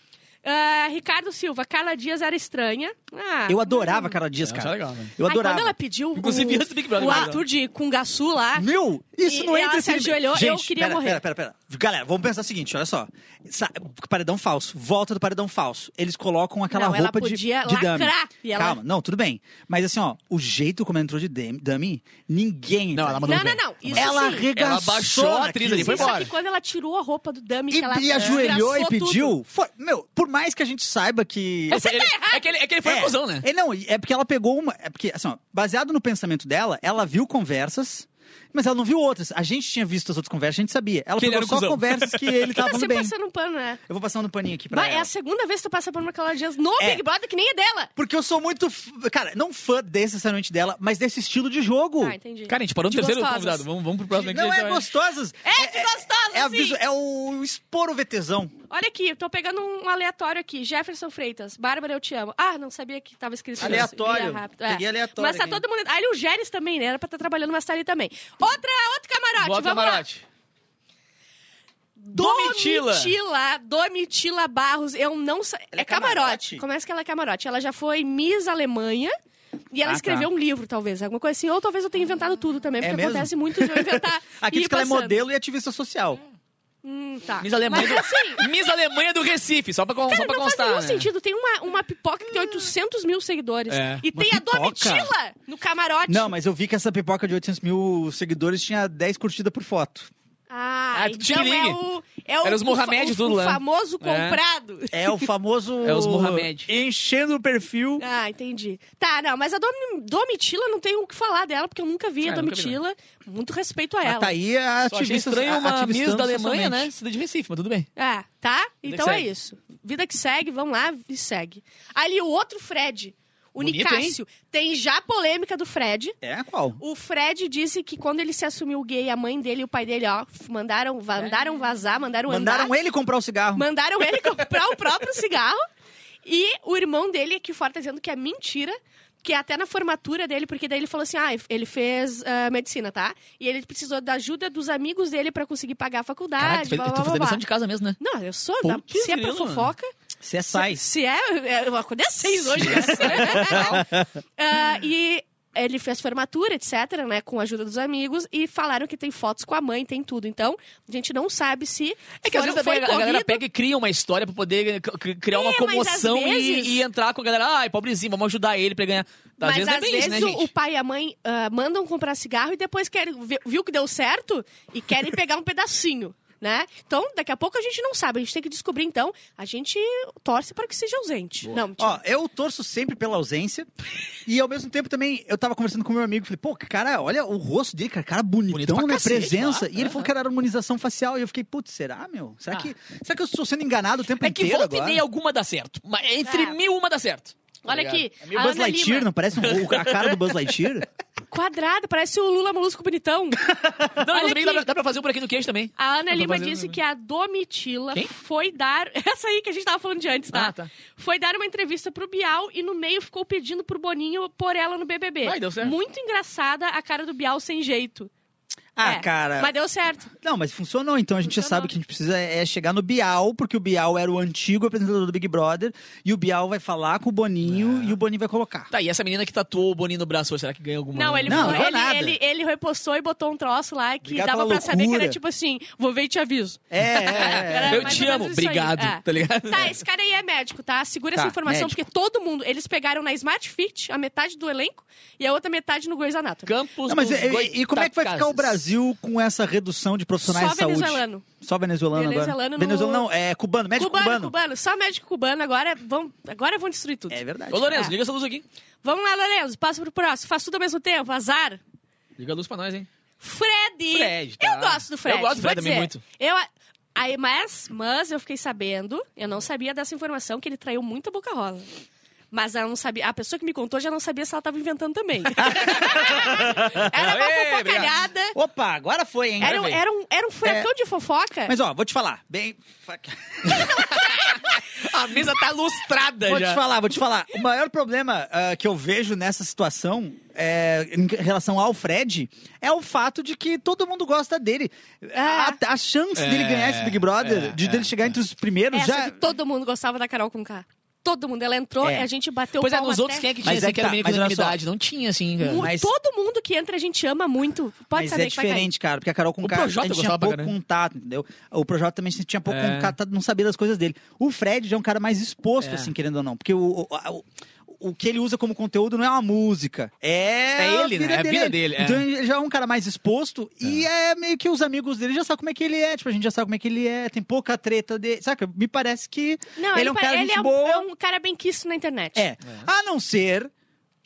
[SPEAKER 1] Ah, Ricardo Silva, Carla Dias era estranha. Ah,
[SPEAKER 2] Eu adorava a Carla Dias,
[SPEAKER 3] Isso é
[SPEAKER 2] cara.
[SPEAKER 3] legal, né?
[SPEAKER 2] Eu
[SPEAKER 1] Ai,
[SPEAKER 2] adorava.
[SPEAKER 1] quando ela pediu o-
[SPEAKER 3] Inclusive, antes do Big Brother,
[SPEAKER 1] o
[SPEAKER 3] mas-
[SPEAKER 1] Arthur de Kungaçu lá,
[SPEAKER 2] Meu, isso
[SPEAKER 1] E
[SPEAKER 2] não
[SPEAKER 1] ela
[SPEAKER 2] entra
[SPEAKER 1] se
[SPEAKER 2] esse limite.
[SPEAKER 1] ajoelhou, eu
[SPEAKER 2] Gente,
[SPEAKER 1] queria
[SPEAKER 2] pera,
[SPEAKER 1] morrer.
[SPEAKER 2] Pera, pera, pera. Galera, vamos pensar o seguinte, olha só. Sa- Paredão falso, volta do paredão falso. Eles colocam aquela
[SPEAKER 1] Não, ela
[SPEAKER 2] roupa de-
[SPEAKER 1] podia
[SPEAKER 2] de, dummy.
[SPEAKER 1] lacrar, e ela-
[SPEAKER 2] Calma, não, tudo bem. Mas assim, ó, o jeito como ela entrou de dummy- dummy, ninguém...
[SPEAKER 3] Não, ela mandou
[SPEAKER 1] Não, não,
[SPEAKER 3] bem.
[SPEAKER 1] não. Isso
[SPEAKER 2] Ela
[SPEAKER 1] sim.
[SPEAKER 2] arregaçou
[SPEAKER 3] Ela baixou a atriz ali,
[SPEAKER 2] naquilo.
[SPEAKER 3] foi
[SPEAKER 1] Isso
[SPEAKER 3] embora.
[SPEAKER 1] aqui, quando ela tirou a roupa do dummy, que ela
[SPEAKER 2] E, e ajoelhou e
[SPEAKER 1] desgraçou tudo.
[SPEAKER 2] pediu. Foi- meu, por mais que a gente saiba que...
[SPEAKER 3] Ele-
[SPEAKER 1] tá
[SPEAKER 3] É que ele, é que ele foi um cuzão, né?
[SPEAKER 2] É, não, é porque ela pegou uma. É porque, assim, ó, baseado no pensamento dela, ela viu conversas, mas ela não viu outras. A gente tinha visto as outras conversas, a gente sabia. Ela
[SPEAKER 3] Que ele
[SPEAKER 2] pegou
[SPEAKER 3] era um
[SPEAKER 2] só
[SPEAKER 3] cuzão.
[SPEAKER 2] conversas que ele
[SPEAKER 1] Tá
[SPEAKER 2] tava
[SPEAKER 1] sempre
[SPEAKER 2] indo bem.
[SPEAKER 1] passando um pano, né?
[SPEAKER 2] Eu vou passando um paninho aqui pra
[SPEAKER 1] Bah, é
[SPEAKER 2] ela.
[SPEAKER 1] a segunda vez que tu passa por uma Carla Dias no
[SPEAKER 2] É.
[SPEAKER 1] Big Brother que nem é dela.
[SPEAKER 2] Porque eu sou muito. f- Cara, não fã necessariamente dela, mas desse estilo de jogo.
[SPEAKER 1] Ah, entendi.
[SPEAKER 3] Cara, a gente parou no
[SPEAKER 1] De
[SPEAKER 3] terceiro
[SPEAKER 1] gostosas.
[SPEAKER 3] convidado. Vamos, vamos pro próximo aqui. então,
[SPEAKER 2] não
[SPEAKER 3] gente
[SPEAKER 2] é
[SPEAKER 3] vai-
[SPEAKER 2] gostosas.
[SPEAKER 1] É, que gostosa,
[SPEAKER 2] É,
[SPEAKER 1] sim.
[SPEAKER 2] aviso, é o expor o VTzão.
[SPEAKER 1] Olha aqui, tô pegando um aleatório aqui. Jefferson Freitas, Bárbara, eu te amo. Ah, não sabia que tava escrito isso.
[SPEAKER 2] Aleatório.
[SPEAKER 1] Li rápido, é.
[SPEAKER 2] Peguei aleatório
[SPEAKER 1] Mas tá
[SPEAKER 2] aqui.
[SPEAKER 1] todo mundo. Ah, ali o Géris também, né? Era pra estar trabalhando, mas tá ali também. Outra, outro camarote,
[SPEAKER 3] Bota
[SPEAKER 1] vamos lá.
[SPEAKER 3] camarote. Domitila.
[SPEAKER 1] Domitila, Domitila Barros, eu não sei.
[SPEAKER 2] Ela
[SPEAKER 1] É
[SPEAKER 2] é
[SPEAKER 1] camarote.
[SPEAKER 2] camarote?
[SPEAKER 1] Começa que ela é camarote. Ela já foi Miss Alemanha. E ela
[SPEAKER 2] Ah, tá.
[SPEAKER 1] escreveu um livro, talvez, alguma coisa assim. Ou talvez eu tenha inventado tudo também,
[SPEAKER 2] É
[SPEAKER 1] porque
[SPEAKER 2] mesmo?
[SPEAKER 1] acontece muito de eu inventar.
[SPEAKER 2] Aqui
[SPEAKER 1] e
[SPEAKER 2] diz
[SPEAKER 1] ir
[SPEAKER 2] que ela é
[SPEAKER 1] passando.
[SPEAKER 2] modelo e ativista social.
[SPEAKER 1] Hum, tá.
[SPEAKER 3] Miss Alemanha,
[SPEAKER 1] Mas assim,
[SPEAKER 3] do... Miss Alemanha do Recife, só pra, con- só
[SPEAKER 1] cara,
[SPEAKER 3] pra
[SPEAKER 1] não faz
[SPEAKER 3] constar.
[SPEAKER 1] nenhum
[SPEAKER 3] né?
[SPEAKER 1] sentido. Tem uma, uma pipoca que tem 800 mil seguidores.
[SPEAKER 3] É.
[SPEAKER 1] E
[SPEAKER 2] Uma
[SPEAKER 1] tem a
[SPEAKER 2] pipoca?
[SPEAKER 1] Domitila no camarote.
[SPEAKER 2] Não, mas eu vi que essa pipoca de 800 mil seguidores tinha 10 curtidas por foto.
[SPEAKER 1] Ah,
[SPEAKER 3] Ah,
[SPEAKER 1] então é
[SPEAKER 3] Xiringue.
[SPEAKER 1] o... É o
[SPEAKER 3] Era os
[SPEAKER 1] o fa-
[SPEAKER 3] Mohamed
[SPEAKER 1] o,
[SPEAKER 3] tudo
[SPEAKER 1] o
[SPEAKER 3] lá.
[SPEAKER 1] famoso comprado.
[SPEAKER 2] É o famoso.
[SPEAKER 3] É os Mohamed.
[SPEAKER 2] Enchendo o perfil.
[SPEAKER 1] Ah, entendi. Tá, não, mas a Dom- Domitila não tem o que falar dela, porque eu nunca vi a
[SPEAKER 3] Ah, eu nunca vi,
[SPEAKER 1] Domitila. Muito respeito a
[SPEAKER 2] A
[SPEAKER 1] ela.
[SPEAKER 2] Thaí é
[SPEAKER 3] Só achei
[SPEAKER 2] ativista
[SPEAKER 3] estranho uma
[SPEAKER 2] ativistando
[SPEAKER 3] Miss da Alemanha,
[SPEAKER 2] socialmente.
[SPEAKER 3] né? Cidade de Recife, mas tudo bem.
[SPEAKER 1] É, tá?
[SPEAKER 3] que
[SPEAKER 1] Então é
[SPEAKER 3] segue.
[SPEAKER 1] isso. Vida que segue, vamos lá e segue. Ali o outro Fred, o
[SPEAKER 3] Bonito,
[SPEAKER 1] Nicásio. Tem já a polêmica do Fred.
[SPEAKER 3] né?
[SPEAKER 2] É, qual?
[SPEAKER 1] O Fred disse que quando ele se assumiu gay, a mãe dele e o pai dele, ó, mandaram,
[SPEAKER 3] É.
[SPEAKER 1] va- mandaram vazar, mandaram, andar.
[SPEAKER 2] Mandaram ele comprar o cigarro.
[SPEAKER 1] Mandaram ele comprar o próprio cigarro. E o irmão dele aqui fora tá dizendo que é mentira. Que é até na formatura dele, porque daí ele falou assim: ah, ele fez ah, medicina, tá? E ele precisou da ajuda dos amigos dele pra conseguir pagar a faculdade.
[SPEAKER 3] Caraca, eu
[SPEAKER 1] blá,
[SPEAKER 3] tô
[SPEAKER 1] blá, blá,
[SPEAKER 3] fazendo
[SPEAKER 1] blá.
[SPEAKER 3] lição de casa mesmo, né?
[SPEAKER 1] Não, eu sou. Da,
[SPEAKER 3] Putz,
[SPEAKER 1] se é pra
[SPEAKER 3] grilo, mano.
[SPEAKER 1] fofoca.
[SPEAKER 2] Você sai.
[SPEAKER 1] Se é. é, Eu acordei às seis hoje. né? Ah, e ele fez formatura, etc., né? Com a ajuda dos amigos. E falaram que tem fotos com a mãe, tem tudo. Então, a gente não sabe se.
[SPEAKER 3] É que às
[SPEAKER 1] foram-
[SPEAKER 3] vezes também
[SPEAKER 1] foi
[SPEAKER 3] a a galera
[SPEAKER 1] corrido.
[SPEAKER 3] pega e cria uma história pra poder c- c- criar uma
[SPEAKER 1] É, mas
[SPEAKER 3] comoção
[SPEAKER 1] às vezes-
[SPEAKER 3] e, e entrar com a galera. Ai, pobrezinho, vamos ajudar ele pra ele ganhar. Às
[SPEAKER 1] Mas
[SPEAKER 3] vezes é bem isso, né,
[SPEAKER 1] o- o
[SPEAKER 3] gente?
[SPEAKER 1] pai e a mãe ah, mandam comprar cigarro e depois querem vi- viu que deu certo e querem pegar um pedacinho, né? Então, daqui a pouco a gente não sabe, a gente tem que descobrir então. A gente torce para que seja ausente. Não, tipo, mentira.
[SPEAKER 2] Ó, eu torço sempre pela ausência. e ao mesmo tempo também, eu tava conversando com meu amigo. Falei, pô, cara, olha o rosto dele, cara, cara
[SPEAKER 3] Bonito
[SPEAKER 2] bonitão,
[SPEAKER 3] pra
[SPEAKER 2] né?
[SPEAKER 3] cacete,
[SPEAKER 2] presença.
[SPEAKER 3] lá. É.
[SPEAKER 2] E ele falou que era harmonização facial. E eu fiquei, putz, será, meu? Será,
[SPEAKER 3] Ah.
[SPEAKER 2] que, será que eu estou sendo enganado o tempo
[SPEAKER 3] É que
[SPEAKER 2] inteiro
[SPEAKER 3] volta e
[SPEAKER 2] agora?
[SPEAKER 3] meia alguma dá certo. Mas entre
[SPEAKER 1] É.
[SPEAKER 3] mil, uma dá certo. Tá
[SPEAKER 1] Olha
[SPEAKER 3] ligado?
[SPEAKER 1] aqui,
[SPEAKER 2] É meio
[SPEAKER 1] a
[SPEAKER 2] Buzz
[SPEAKER 1] Ana
[SPEAKER 2] Lightyear,
[SPEAKER 1] Lima,
[SPEAKER 2] não parece um- o- a cara do Buzz
[SPEAKER 3] É.
[SPEAKER 2] Lightyear?
[SPEAKER 1] quadrada, parece o Lula Molusco bonitão.
[SPEAKER 3] Não,
[SPEAKER 1] Olha
[SPEAKER 3] mas também dá
[SPEAKER 1] aqui.
[SPEAKER 3] pra, dá pra fazer um buraquinho no queijo também.
[SPEAKER 1] A Ana
[SPEAKER 3] Eu tô
[SPEAKER 1] Lima
[SPEAKER 3] fazendo
[SPEAKER 1] disse
[SPEAKER 3] também.
[SPEAKER 1] que a Domitila
[SPEAKER 3] Quem?
[SPEAKER 1] foi dar. Essa aí que a gente tava falando de antes, tá?
[SPEAKER 3] Ah, tá.
[SPEAKER 1] Foi dar uma entrevista pro Bial e no meio ficou pedindo pro Boninho pôr ela no BBB.
[SPEAKER 3] Ai, deu certo.
[SPEAKER 1] Muito engraçada a cara do Bial sem jeito.
[SPEAKER 2] Ah,
[SPEAKER 1] É,
[SPEAKER 2] cara.
[SPEAKER 1] Mas deu certo.
[SPEAKER 2] Não, mas funcionou. Então a gente já
[SPEAKER 1] Funcionou.
[SPEAKER 2] sabe que a gente precisa é chegar no Bial, porque o Bial era o antigo apresentador do Big Brother. E o Bial vai falar com o Boninho e o Boninho vai colocar.
[SPEAKER 3] Tá, e essa menina que tatuou o Boninho no braço, hoje, será que ganha alguma?
[SPEAKER 1] Não, ele,
[SPEAKER 2] Não,
[SPEAKER 1] falou-
[SPEAKER 2] não deu
[SPEAKER 1] ele,
[SPEAKER 2] nada.
[SPEAKER 1] ele- ele repostou e botou um troço lá que
[SPEAKER 2] Obrigado
[SPEAKER 1] dava pra
[SPEAKER 2] pela
[SPEAKER 1] saber que era
[SPEAKER 2] loucura.
[SPEAKER 1] tipo assim: vou ver e te aviso.
[SPEAKER 2] É, é, é.
[SPEAKER 1] Era
[SPEAKER 3] Eu
[SPEAKER 1] mais
[SPEAKER 3] te
[SPEAKER 1] ou menos
[SPEAKER 3] amo,
[SPEAKER 1] isso aí.
[SPEAKER 3] obrigado,
[SPEAKER 1] É.
[SPEAKER 3] tá ligado?
[SPEAKER 1] Tá, esse cara aí é médico, tá? Segura
[SPEAKER 2] Tá,
[SPEAKER 1] essa informação,
[SPEAKER 2] médico.
[SPEAKER 1] porque todo mundo. Eles pegaram na Smart Fit a metade do elenco e a outra metade no Grey's Anatomy.
[SPEAKER 3] Campos
[SPEAKER 2] Não, mas
[SPEAKER 3] dos
[SPEAKER 2] e, e- e como é que vai ficar o
[SPEAKER 3] Goitacazes?
[SPEAKER 2] Brasil com essa redução de profissionais
[SPEAKER 1] Só
[SPEAKER 2] de saúde?
[SPEAKER 1] venezuelano.
[SPEAKER 2] Só venezuelano agora?
[SPEAKER 1] Venezuelano no-
[SPEAKER 2] Venezuelano não, é cubano, médico
[SPEAKER 1] Cubano,
[SPEAKER 2] cubano.
[SPEAKER 1] cubano, só médico cubano, agora vão, agora vão destruir tudo.
[SPEAKER 2] É verdade.
[SPEAKER 3] Ô, Lourenço,
[SPEAKER 1] É.
[SPEAKER 3] liga essa luz aqui.
[SPEAKER 1] Vamos lá, Lorenzo, passa pro próximo. Faz tudo ao mesmo tempo, azar.
[SPEAKER 3] Liga a luz pra nós, hein?
[SPEAKER 1] Fred!
[SPEAKER 3] Fred, tá.
[SPEAKER 1] Eu gosto do Fred.
[SPEAKER 3] Eu gosto do Fred
[SPEAKER 1] vou
[SPEAKER 3] também
[SPEAKER 1] dizer.
[SPEAKER 3] muito.
[SPEAKER 1] Eu, a- Aí, mas, mas eu fiquei sabendo, eu não sabia dessa informação, que ele traiu muita boca rola. Mas ela não sabia, a pessoa que me contou já não sabia se ela tava inventando também. era uma
[SPEAKER 4] Aê,
[SPEAKER 1] fofocalhada.
[SPEAKER 2] Opa, agora foi, hein?
[SPEAKER 1] Era, um- era um, era um furacão de fofoca.
[SPEAKER 2] É. Mas ó, vou te falar. Bem.
[SPEAKER 4] A mesa tá lustrada
[SPEAKER 2] Vou
[SPEAKER 4] já.
[SPEAKER 2] te falar, vou te falar. O maior problema ah, que eu vejo nessa situação é, em relação ao Fred é o fato de que todo mundo gosta dele. A, a chance dele
[SPEAKER 4] Ah. É,
[SPEAKER 2] ganhar esse Big Brother,
[SPEAKER 4] é,
[SPEAKER 2] de dele chegar entre os primeiros,
[SPEAKER 1] Essa
[SPEAKER 2] um já.
[SPEAKER 1] que todo mundo gostava da Carol com K. Todo mundo. Ela entrou
[SPEAKER 2] É.
[SPEAKER 1] e a gente bateu
[SPEAKER 4] Pois é,
[SPEAKER 1] palma
[SPEAKER 4] nos outros,
[SPEAKER 1] até-
[SPEAKER 4] quem é que tinha
[SPEAKER 2] Mas
[SPEAKER 4] assim,
[SPEAKER 2] é que
[SPEAKER 4] que era
[SPEAKER 2] tá,
[SPEAKER 4] meio que
[SPEAKER 2] mas olha só.
[SPEAKER 4] unanimidade? Não tinha, assim, cara.
[SPEAKER 1] Mu-
[SPEAKER 2] Mas-
[SPEAKER 1] Todo mundo que entra a gente ama muito. Pode
[SPEAKER 2] Mas
[SPEAKER 1] saber
[SPEAKER 2] é
[SPEAKER 1] que vai cair.
[SPEAKER 2] diferente, cara, porque a Carol com
[SPEAKER 4] O
[SPEAKER 2] K, a
[SPEAKER 4] Projota
[SPEAKER 2] gente
[SPEAKER 4] eu
[SPEAKER 2] tinha
[SPEAKER 4] gostava pra
[SPEAKER 2] pouco
[SPEAKER 4] caramba.
[SPEAKER 2] contato, entendeu? O Projota também tinha pouco
[SPEAKER 4] É.
[SPEAKER 2] contato, tá, não sabia das coisas dele. O Fred já é um cara mais exposto,
[SPEAKER 4] É.
[SPEAKER 2] assim, querendo ou não, porque o, o, a- o- o que ele usa como conteúdo não é uma música, é,
[SPEAKER 4] É
[SPEAKER 2] a
[SPEAKER 4] ele, né? É a vida dele, é.
[SPEAKER 2] Então ele já é um cara mais exposto e é meio que os amigos dele já sabem como é que ele é, tipo, a gente já sabe como é que ele é, tem pouca treta dele, saca? Me parece que
[SPEAKER 1] Não,
[SPEAKER 2] ele,
[SPEAKER 1] ele,
[SPEAKER 2] é um
[SPEAKER 1] pa-
[SPEAKER 2] cara
[SPEAKER 1] ele
[SPEAKER 2] gente
[SPEAKER 1] é, um,
[SPEAKER 2] boa.
[SPEAKER 1] é um cara bem quisto na internet.
[SPEAKER 2] É. A não ser.